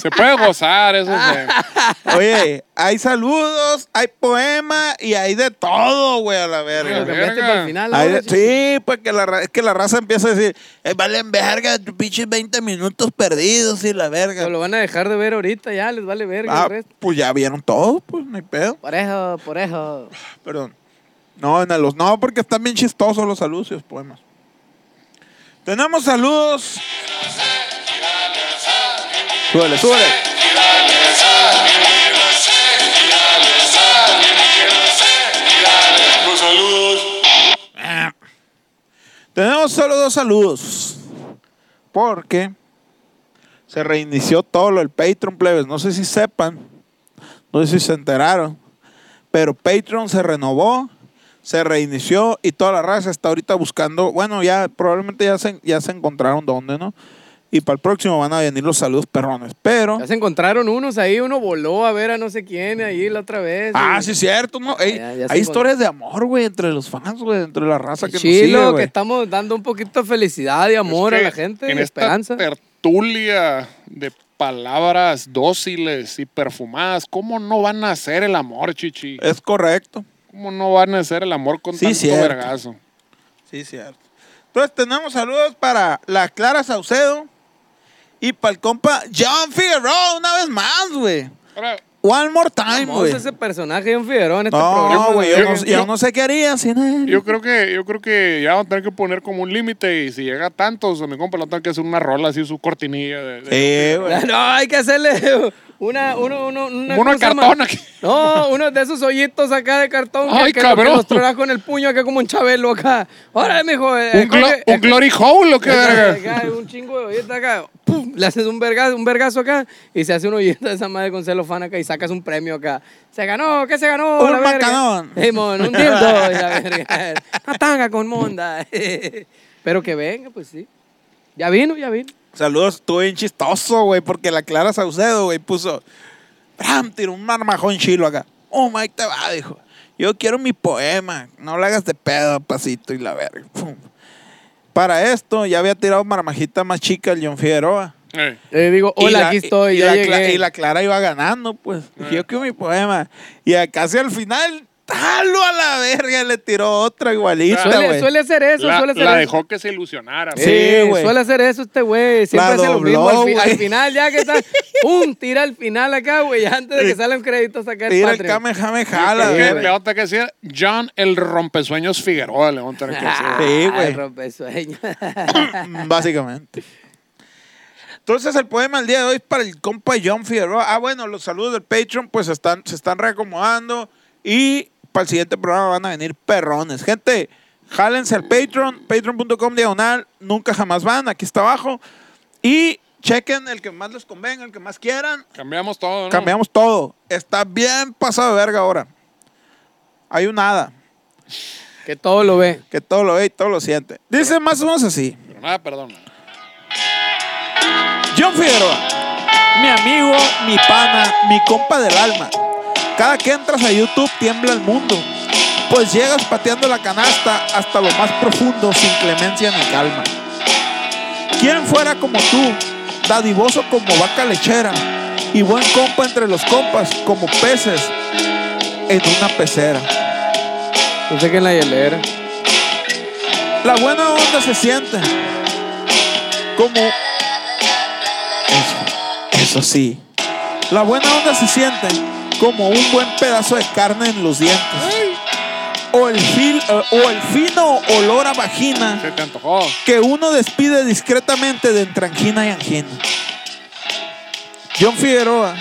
Speaker 1: se puede gozar, eso sí.
Speaker 2: Oye, hay saludos, hay poemas y hay de todo, güey, a la
Speaker 3: Lo
Speaker 2: verga.
Speaker 3: cambiaste para el final.
Speaker 2: Hay
Speaker 3: ahora,
Speaker 2: de- sí, pues que la, ra- es que la raza empieza a decir, eh, valen verga, tu pinches 20 minutos perdidos y la verga.
Speaker 3: Pero lo van a dejar de ver ahorita, ya les vale verga
Speaker 2: Ah,
Speaker 3: el resto.
Speaker 2: pues ya vieron todo, pues no hay pedo.
Speaker 3: Por eso, por eso.
Speaker 2: Perdón. No, en los no, porque están bien chistosos los saludos y los poemas. Tenemos saludos. Súbele, súbele.
Speaker 4: Los saludos.
Speaker 2: Tenemos solo dos saludos. Porque se reinició todo lo del Patreon, plebes. No sé si sepan, no sé si se enteraron. Pero Patreon se renovó, se reinició y toda la raza está ahorita buscando. Bueno, ya probablemente ya se, ya se encontraron dónde, ¿no? Y para el próximo van a venir los saludos perrones. Pero.
Speaker 3: Ya se encontraron unos ahí, uno voló a ver a no sé quién ahí la otra vez.
Speaker 2: Ah,
Speaker 3: y-
Speaker 2: sí, cierto, ¿no? Ey,
Speaker 3: Ya- ya se
Speaker 2: hay
Speaker 3: encontró.
Speaker 2: historias de amor, güey, entre los fans, güey, entre la raza que nos sigue,
Speaker 3: Chilo, que
Speaker 2: güey.
Speaker 3: estamos dando un poquito de felicidad y amor
Speaker 1: Es que
Speaker 3: a la gente
Speaker 1: En esta
Speaker 3: y esperanza.
Speaker 1: tertulia de palabras dóciles y perfumadas, ¿cómo no van a hacer el amor, chichi?
Speaker 2: Es correcto.
Speaker 1: ¿Cómo no van a hacer el amor con
Speaker 2: Eh. Sí,
Speaker 1: tanto
Speaker 2: cierto.
Speaker 1: vergazo?
Speaker 2: Sí, cierto. Entonces tenemos saludos para la Clara Saucedo y para el compa John Figueroa una vez más, güey.
Speaker 1: Ahora,
Speaker 2: One more time,
Speaker 3: Vamos
Speaker 2: güey.
Speaker 3: ese personaje, un Figueroa, en este programa.
Speaker 2: No, güey, yo,
Speaker 1: yo-
Speaker 2: no-
Speaker 1: yo-
Speaker 2: yo no sé qué haría sin él.
Speaker 1: yo creo que yo creo que ya van a tener que poner como un límite y si llega a tantos, a mi compa le van a tener que hacer una rola así, su cortinilla. De, de-
Speaker 2: Sí, güey.
Speaker 3: No, hay que hacerle una, uno, uno, una,
Speaker 1: Uno
Speaker 3: ¿cómo
Speaker 1: de
Speaker 3: se llama?
Speaker 1: cartón aquí.
Speaker 3: No, uno de esos hoyitos acá de cartón. que-
Speaker 1: Ay,
Speaker 3: que,
Speaker 1: cabrón.
Speaker 3: Que los truenas con el puño acá como un chabelo acá. Ahora, mijo. eh,
Speaker 1: un, glo-
Speaker 3: coge-
Speaker 1: un glory hole, ¿o qué verga?
Speaker 3: Acá, un chingo de olleta acá, pum, le haces un vergazo, un vergazo acá y se hace un olleta de esa madre con celofán acá y sacas un premio acá. Se ganó, ¿qué se ganó?
Speaker 2: Un
Speaker 3: La verga.
Speaker 2: macanón.
Speaker 3: Simón, un dildo. y la verga. Una tanga con monda. Pero que venga, pues sí. Ya vino, ya vino.
Speaker 2: Saludos, estuvo bien chistoso, güey, porque la Clara Saucedo, güey, puso. Bram, tiró un marmajón chilo acá. Oh, Mike te va, dijo. Yo quiero mi poema. No le hagas de pedo, pasito y la verga. Pum. Para esto, ya había tirado marmajita más chica el John Figueroa.
Speaker 1: Eh,
Speaker 3: Le digo,
Speaker 2: Y
Speaker 3: hola,
Speaker 2: la-
Speaker 3: aquí estoy,
Speaker 2: y,
Speaker 3: ya
Speaker 2: la,
Speaker 3: llegué. Ah.
Speaker 2: Cla- y la Clara iba ganando, pues. Yo quiero mi poema. Y a- casi al final, talo a la verga, le tiró otra igualita,
Speaker 3: suele,
Speaker 2: güey.
Speaker 3: suele hacer eso,
Speaker 1: la,
Speaker 3: suele hacer
Speaker 1: la
Speaker 3: eso.
Speaker 1: dejó que se ilusionara.
Speaker 2: Sí,
Speaker 3: Eh,
Speaker 2: güey.
Speaker 3: Suele hacer eso este güey. Siempre
Speaker 2: La
Speaker 3: hace lo mismo. Al, fi-
Speaker 2: dobló,
Speaker 3: al
Speaker 2: güey.
Speaker 3: final, ya que está. ¡Pum! Tira al final acá, güey. Antes de que salgan créditos acá el
Speaker 2: Tira el
Speaker 3: Patreon.
Speaker 2: Kame Jame
Speaker 1: Creo
Speaker 2: Jala,
Speaker 1: que
Speaker 2: güey.
Speaker 1: le van a tener que decir John el rompesueños Figueroa, le van a tener que decir.
Speaker 3: Ah,
Speaker 2: Sí, güey.
Speaker 3: el rompesueño.
Speaker 2: Básicamente. Entonces el poema del día de hoy es para el compa John Figueroa. Ah, bueno, los saludos del Patreon pues están, se están reacomodando y para el siguiente programa van a venir perrones. Gente, jálense al Patreon, patreon.com diagonal, nunca jamás van, aquí está abajo. Y chequen el que más les convenga, el que más quieran.
Speaker 1: Cambiamos todo, ¿no?
Speaker 2: Cambiamos todo. Está bien pasado de verga ahora. Hay un hada
Speaker 3: que todo lo ve.
Speaker 2: que todo lo ve y todo lo siente. Dice más o menos así.
Speaker 1: Pero nada, perdón.
Speaker 2: John Figueroa, mi amigo, mi pana, mi compa del alma. Cada que entras a YouTube tiembla el mundo, pues llegas pateando la canasta hasta lo más profundo sin clemencia ni calma. Quien fuera como tú, dadivoso como vaca lechera y buen compa entre los compas como peces en una pecera.
Speaker 3: Yo sé que en la hielera.
Speaker 2: La buena onda se siente como... Eso, eso sí. La buena onda se siente como un buen pedazo de carne en los dientes. O el, fil- eh, o el fino olor a vagina
Speaker 1: Se te antojó.
Speaker 2: que uno despide discretamente de entre angina y angina. John Figueroa,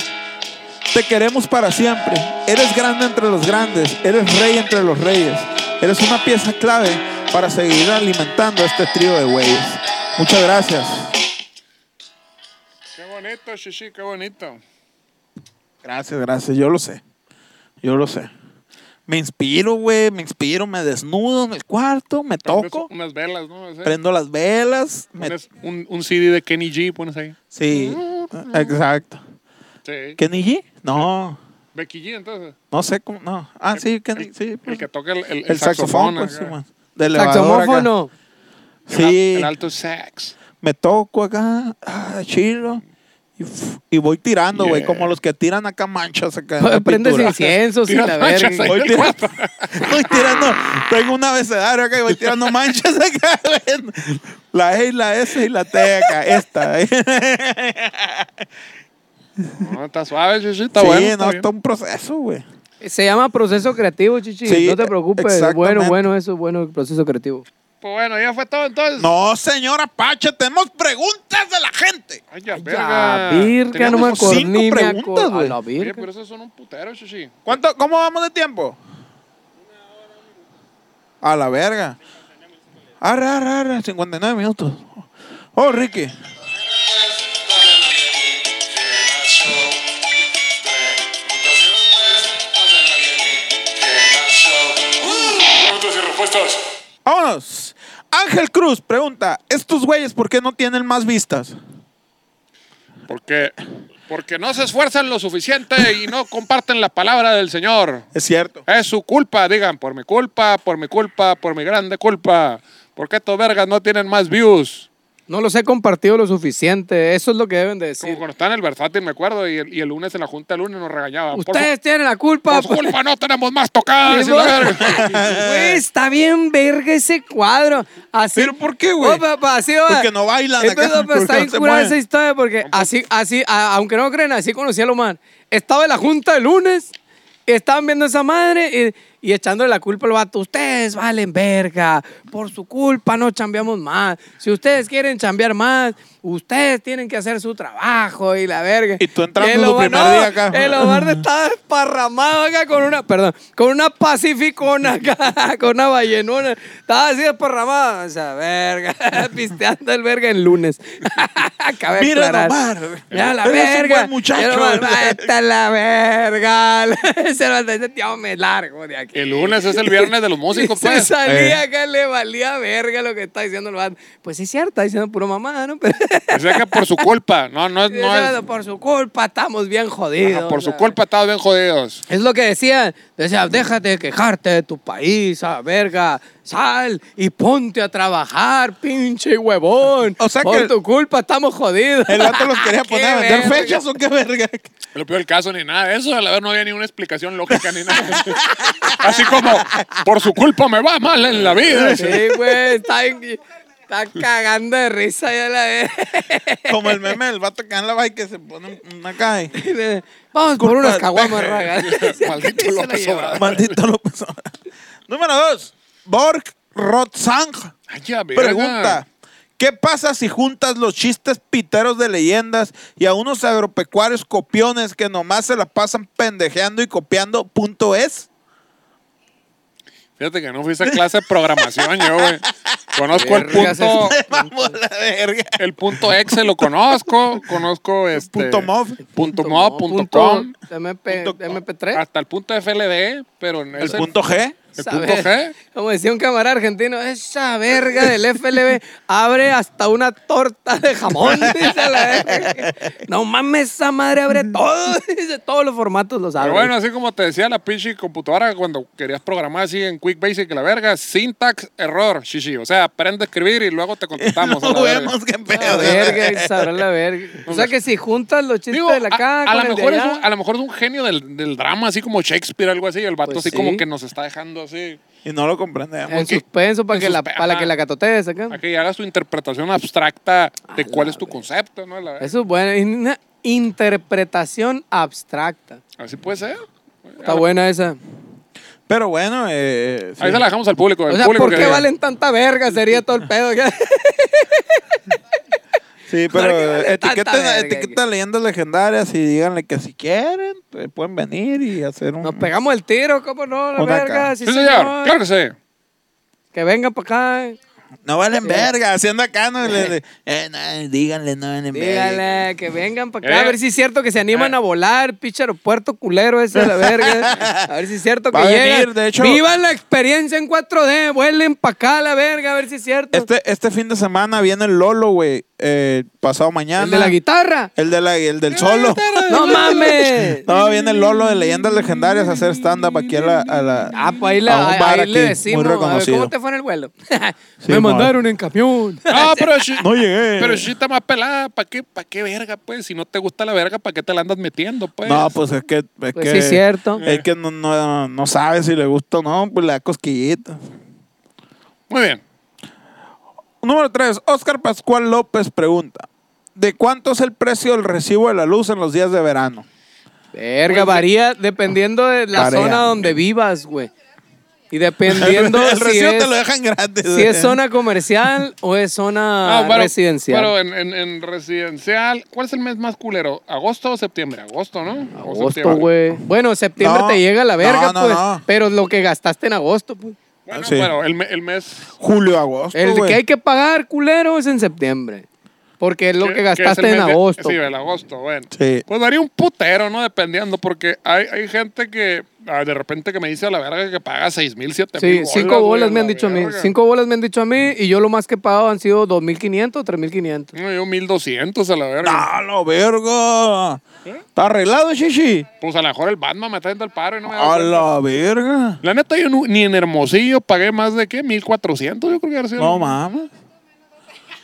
Speaker 2: te queremos para siempre. Eres grande entre los grandes, eres rey entre los reyes. Eres una pieza clave para seguir alimentando a este trío de güeyes. Muchas gracias.
Speaker 1: Qué bonito, Shishi, qué bonito.
Speaker 2: Gracias, gracias. Yo lo sé. Yo lo sé. Me inspiro, güey. Me inspiro, me desnudo en el cuarto, me
Speaker 1: Prendes
Speaker 2: toco,
Speaker 1: Unas velas, ¿no? Así.
Speaker 2: prendo las velas. me-
Speaker 1: Pones un, un CD de Kenny G, pones ahí.
Speaker 2: Sí, exacto.
Speaker 1: Sí.
Speaker 2: ¿Kenny G? No.
Speaker 1: Becky G, entonces.
Speaker 2: No sé cómo, no. Ah, sí, que,
Speaker 1: El,
Speaker 2: sí, pues,
Speaker 1: el que toca el, el,
Speaker 2: el saxofón, pues,
Speaker 1: acá.
Speaker 2: Simón, de elevador acá.
Speaker 3: Saxomófono.
Speaker 1: El al-
Speaker 2: Sí,
Speaker 1: El alto sax.
Speaker 2: me toco acá, ah, chilo, y, f- y voy tirando, güey,
Speaker 1: Yeah.
Speaker 2: como los que tiran acá manchas acá. en la
Speaker 3: Prendes
Speaker 2: pintura.
Speaker 3: inciensos y
Speaker 1: Tira
Speaker 3: la
Speaker 1: manchas
Speaker 3: verga.
Speaker 1: ahí.
Speaker 2: Voy tirando, voy tirando, tengo un abecedario acá y voy tirando manchas acá, güey. La E y la S y la T acá, esta. güey.
Speaker 1: No, está suave, Shishi, está
Speaker 2: sí,
Speaker 1: bueno.
Speaker 2: no,
Speaker 1: bien.
Speaker 2: está un proceso, güey.
Speaker 3: Se llama proceso creativo, chichi.
Speaker 2: Sí,
Speaker 3: no te preocupes.
Speaker 2: exactamente.
Speaker 3: Bueno, bueno, eso es bueno, el proceso creativo.
Speaker 1: Pues bueno, ya fue todo entonces.
Speaker 2: No, señora Pache, tenemos preguntas de la gente.
Speaker 1: Ay, ya,
Speaker 3: Ya,
Speaker 1: verga.
Speaker 3: virga, no
Speaker 1: Teníamos
Speaker 3: me
Speaker 1: como
Speaker 3: acuerdo.
Speaker 1: cinco.
Speaker 2: cinco
Speaker 3: ni me
Speaker 2: preguntas,
Speaker 3: acuerdo. A
Speaker 2: güey.
Speaker 3: la
Speaker 1: Oye,
Speaker 3: virga.
Speaker 1: pero esos son un putero, Shishi.
Speaker 2: ¿Cuánto, ¿Cómo vamos de tiempo? A la verga. Arre, arre, arre, 59 minutos. Oh, Ricky.
Speaker 4: Preguntas y respuestas.
Speaker 2: Vámonos. Ángel Cruz pregunta, ¿estos güeyes por qué no tienen más vistas?
Speaker 1: Porque, porque no se esfuerzan lo suficiente y no comparten la palabra del Señor.
Speaker 2: Es cierto.
Speaker 1: Es su culpa, digan, por mi culpa, por mi culpa, por mi grande culpa. Porque estos vergas no tienen más views.
Speaker 3: No los he compartido lo suficiente. Eso es lo que deben de
Speaker 1: Como
Speaker 3: decir.
Speaker 1: cuando estaba en el versátil, me acuerdo, y el, y el lunes en la junta, el lunes nos regañaba. Por su-
Speaker 3: Ustedes tienen la culpa. pues,
Speaker 1: Por su culpa no tenemos más tocadas. y la verga.
Speaker 3: Güey, está bien verga ese cuadro. Así,
Speaker 2: ¿Pero por qué, güey?
Speaker 3: Oh, pa- pa- así, va.
Speaker 2: Porque no bailan
Speaker 3: Entonces,
Speaker 2: acá,
Speaker 3: pues,
Speaker 2: porque
Speaker 3: está
Speaker 2: no
Speaker 3: bien
Speaker 2: se
Speaker 3: curada
Speaker 2: mueven.
Speaker 3: esa historia porque así, así, a- aunque no crean, así conocí a lo man. Estaba en la junta el lunes, estaban viendo esa madre y, y echándole la culpa al vato. Ustedes valen verga, por su culpa no chambeamos más. Si ustedes quieren chambear más, ustedes tienen que hacer su trabajo y la verga.
Speaker 2: Y tú entrando
Speaker 3: el
Speaker 2: tu
Speaker 3: Obar-
Speaker 2: primer
Speaker 3: no,
Speaker 2: día acá.
Speaker 3: El Obarde estaba esparramado acá con una, perdón, con una pacificona acá, con una ballenona. Estaba así esparramado, o sea, verga, pisteando el verga el lunes. Cabe
Speaker 2: Mira
Speaker 3: aclarar.
Speaker 2: nomás.
Speaker 3: Mira la
Speaker 2: Eres un
Speaker 3: verga.
Speaker 2: buen muchacho.
Speaker 3: Mira nomás, vete a la verga. Se lo dice, tío, me largo de aquí.
Speaker 1: el lunes es el viernes de los músicos,
Speaker 3: Se
Speaker 1: pues.
Speaker 3: salía acá, le valía verga lo que está diciendo el vato. Pues sí es cierto, está diciendo puro mamá, ¿no? Pero-
Speaker 1: O sea que por su culpa. No, no, es-
Speaker 3: Ese
Speaker 1: no es.
Speaker 3: vato, por su culpa estamos bien jodidos.
Speaker 1: Ajá, por su
Speaker 3: ¿sabes?
Speaker 1: culpa estamos bien jodidos.
Speaker 3: Es lo que decían. Decían, déjate de quejarte de tu país, a verga. Sal y ponte a trabajar, pinche huevón.
Speaker 2: O sea
Speaker 3: por
Speaker 2: que-
Speaker 3: tu culpa estamos jodidos.
Speaker 2: El vato los quería poner a
Speaker 3: Ah, Qué
Speaker 2: vender
Speaker 3: verga.
Speaker 2: fechas o qué verga.
Speaker 1: Lo peor del caso, ni nada de eso. A la vez no había ni una explicación lógica ni nada. Así como, por su culpa me va mal en la vida.
Speaker 3: Sí, güey, está, en- está cagando de risa ya la vez.
Speaker 2: Como el meme del vato que anda y que se pone una cae.
Speaker 3: Vamos por
Speaker 2: Culpa
Speaker 3: unas
Speaker 2: del
Speaker 3: caguamas,
Speaker 2: peje.
Speaker 3: ragas.
Speaker 1: Maldito López Obrador.
Speaker 2: Maldito López Obrador. Número dos. Borg Rotzang
Speaker 1: Ay, ya, verga.
Speaker 2: pregunta. ¿Qué pasa si juntas los chistes piteros de leyendas y a unos agropecuarios copiones que nomás se la pasan pendejeando y copiando? Punto es.
Speaker 1: Fíjate que no fui a esa clase de programación yo, güey. Conozco el
Speaker 3: Vergas,
Speaker 1: punto,
Speaker 2: Vamos a la verga.
Speaker 1: el punto exe, lo conozco. Conozco este...
Speaker 2: Punto mov.
Speaker 1: Punto mov, punto com.
Speaker 3: MP,
Speaker 2: Punto com.
Speaker 3: MP3.
Speaker 1: Hasta el punto FLD, pero en
Speaker 2: El
Speaker 1: ese-
Speaker 2: punto G.
Speaker 1: El
Speaker 3: Sabe-
Speaker 1: punto G.
Speaker 3: Como decía un camarada argentino, esa verga del FLB abre hasta una torta de jamón. dice la verga. No mames, esa madre abre todo. Dice, todos los formatos los abre.
Speaker 1: Pero bueno, así como te decía la pinche computadora cuando querías programar así en Quick Basic, la verga, syntax error, shishi. O sea, aprende a escribir y luego te
Speaker 2: No
Speaker 1: contestamos. a la verga.
Speaker 2: vemos qué
Speaker 3: la
Speaker 2: pedo.
Speaker 3: verga, y sabrá la verga. O sea que si juntas los chistes
Speaker 1: Digo,
Speaker 3: de la
Speaker 1: a-
Speaker 3: caca
Speaker 1: a,
Speaker 3: con
Speaker 1: lo
Speaker 3: el de
Speaker 1: mejor es
Speaker 3: allá,
Speaker 1: un, a lo mejor es un genio del, del drama, así como Shakespeare, algo así. y El vato
Speaker 3: Pues
Speaker 1: así como
Speaker 3: sí.
Speaker 1: que nos está dejando así.
Speaker 2: Y no lo comprendemos.
Speaker 3: en suspenso para
Speaker 1: en
Speaker 3: que, la,
Speaker 1: suspe-
Speaker 3: para
Speaker 1: ajá.
Speaker 3: que la catotees acá.
Speaker 1: A que hagas tu interpretación abstracta de cuál es tu concepto, ¿no? La-
Speaker 3: Eso es bueno, es una interpretación abstracta.
Speaker 1: así puede ser. Ah,
Speaker 3: Está buena esa.
Speaker 2: Pero bueno, eh, sí.
Speaker 1: Ahí se la dejamos al público. al
Speaker 3: O sea,
Speaker 1: público
Speaker 3: ¿por
Speaker 1: que
Speaker 3: qué
Speaker 1: diga.
Speaker 3: valen tanta verga? Sería todo el pedo.
Speaker 2: Sí,
Speaker 3: Porque
Speaker 2: pero
Speaker 3: vale tanta
Speaker 2: etiqueten,
Speaker 3: verga
Speaker 2: etiqueten leyendas legendarias y díganle que si quieren, eh, pueden venir y hacer un...
Speaker 3: Nos pegamos el tiro, ¿cómo no? La
Speaker 2: Una
Speaker 3: verga,
Speaker 2: acá.
Speaker 3: sí,
Speaker 1: Sí, señor.
Speaker 3: señor.
Speaker 1: Claro que sí.
Speaker 3: Que vengan para acá.
Speaker 2: No valen verga, haciendo acá, no, le- le- eh, no, díganle, no valen verga.
Speaker 3: Dígale, que vengan para acá.
Speaker 1: Eh.
Speaker 3: A ver si es cierto que se animan
Speaker 1: Eh.
Speaker 3: a volar, pinche aeropuerto culero ese, la verga. A ver si es cierto que
Speaker 2: Va a
Speaker 3: llegan.
Speaker 2: venir, de hecho.
Speaker 3: Vivan la experiencia en 4D, vuelen para acá, la verga, a ver si es cierto.
Speaker 2: Este, este fin de semana viene el Lolo, güey, eh, pasado mañana.
Speaker 3: El de la guitarra.
Speaker 2: El, de la- el del solo.
Speaker 3: ¡No mames!
Speaker 2: No, viene el Lolo de leyendas legendarias a hacer stand-up aquí a la... a la-
Speaker 3: Ah, pues ahí, le-
Speaker 2: a un
Speaker 3: ahí-
Speaker 2: bar
Speaker 3: ahí le
Speaker 2: aquí,
Speaker 3: decimos,
Speaker 2: Muy
Speaker 3: a ver,
Speaker 2: reconocido.
Speaker 3: ¿cómo te fue en el vuelo?
Speaker 2: Sí, madre.
Speaker 3: Me mandaron en camión.
Speaker 1: No, Ah, pero sí-
Speaker 2: No llegué.
Speaker 1: Pero si está más pelada, ¿para qué, pa' qué verga, pues? Si no te gusta la verga, ¿para qué te la andas metiendo, pues?
Speaker 2: No, pues es que... Es
Speaker 3: Pues
Speaker 2: que,
Speaker 3: sí, es cierto.
Speaker 2: Es que no, no, no sabe si le gusta o no, pues le da cosquillita.
Speaker 1: Muy bien.
Speaker 2: Número 3. Oscar Pascual López pregunta. ¿De cuánto es el precio del recibo de la luz en los días de verano? Pues
Speaker 3: Verga, varía dependiendo de la
Speaker 2: Varía.
Speaker 3: zona donde vivas, güey. Y dependiendo
Speaker 2: el
Speaker 3: si
Speaker 2: recibo te lo
Speaker 3: es,
Speaker 2: dejan gratis. Ah,
Speaker 3: si es zona comercial o es
Speaker 1: No,
Speaker 3: zona
Speaker 1: pero-
Speaker 3: Ah, residencial.
Speaker 1: Ah, Pero en, en- en residencial, ¿cuál es el mes más culero? ¿Agosto o septiembre? Agosto, ¿no? O
Speaker 3: agosto,
Speaker 1: septiembre.
Speaker 3: güey. Bueno, septiembre
Speaker 2: No,
Speaker 3: te llega la verga,
Speaker 2: no, no,
Speaker 3: pues.
Speaker 2: no.
Speaker 3: Pero lo que gastaste en agosto, pues.
Speaker 1: Bueno,
Speaker 2: Ah, sí.
Speaker 1: bueno, el, me- el mes.
Speaker 2: Julio, agosto.
Speaker 3: El
Speaker 2: güey.
Speaker 3: que hay que pagar, culero, es en septiembre. Porque es lo que,
Speaker 1: ¿qué- qué es el
Speaker 3: gastaste en
Speaker 1: mes de-
Speaker 3: agosto.
Speaker 1: sí, el agosto, bueno.
Speaker 2: Sí.
Speaker 1: Pues daría un putero, ¿no? Dependiendo, porque hay, hay gente que ah, de repente que me dice a la verga que paga 6 mil, 7 mil.
Speaker 3: Sí, cinco bolas
Speaker 1: güey,
Speaker 3: me han
Speaker 1: la
Speaker 3: dicho a mí.
Speaker 1: verga.
Speaker 3: Cinco bolas me han dicho a mí y yo lo más que he pagado han sido 2.500, 3.500.
Speaker 1: No, yo 1200 a la verga.
Speaker 2: ¡Ah, la verga! ¿Está arreglado, Shishi?
Speaker 1: Pues a lo mejor el Batman me está yendo al paro y no me da
Speaker 2: ¡A la verga!
Speaker 1: La neta, yo nu- ni en Hermosillo pagué más de qué, 1400, yo creo que haber sido.
Speaker 2: No mames.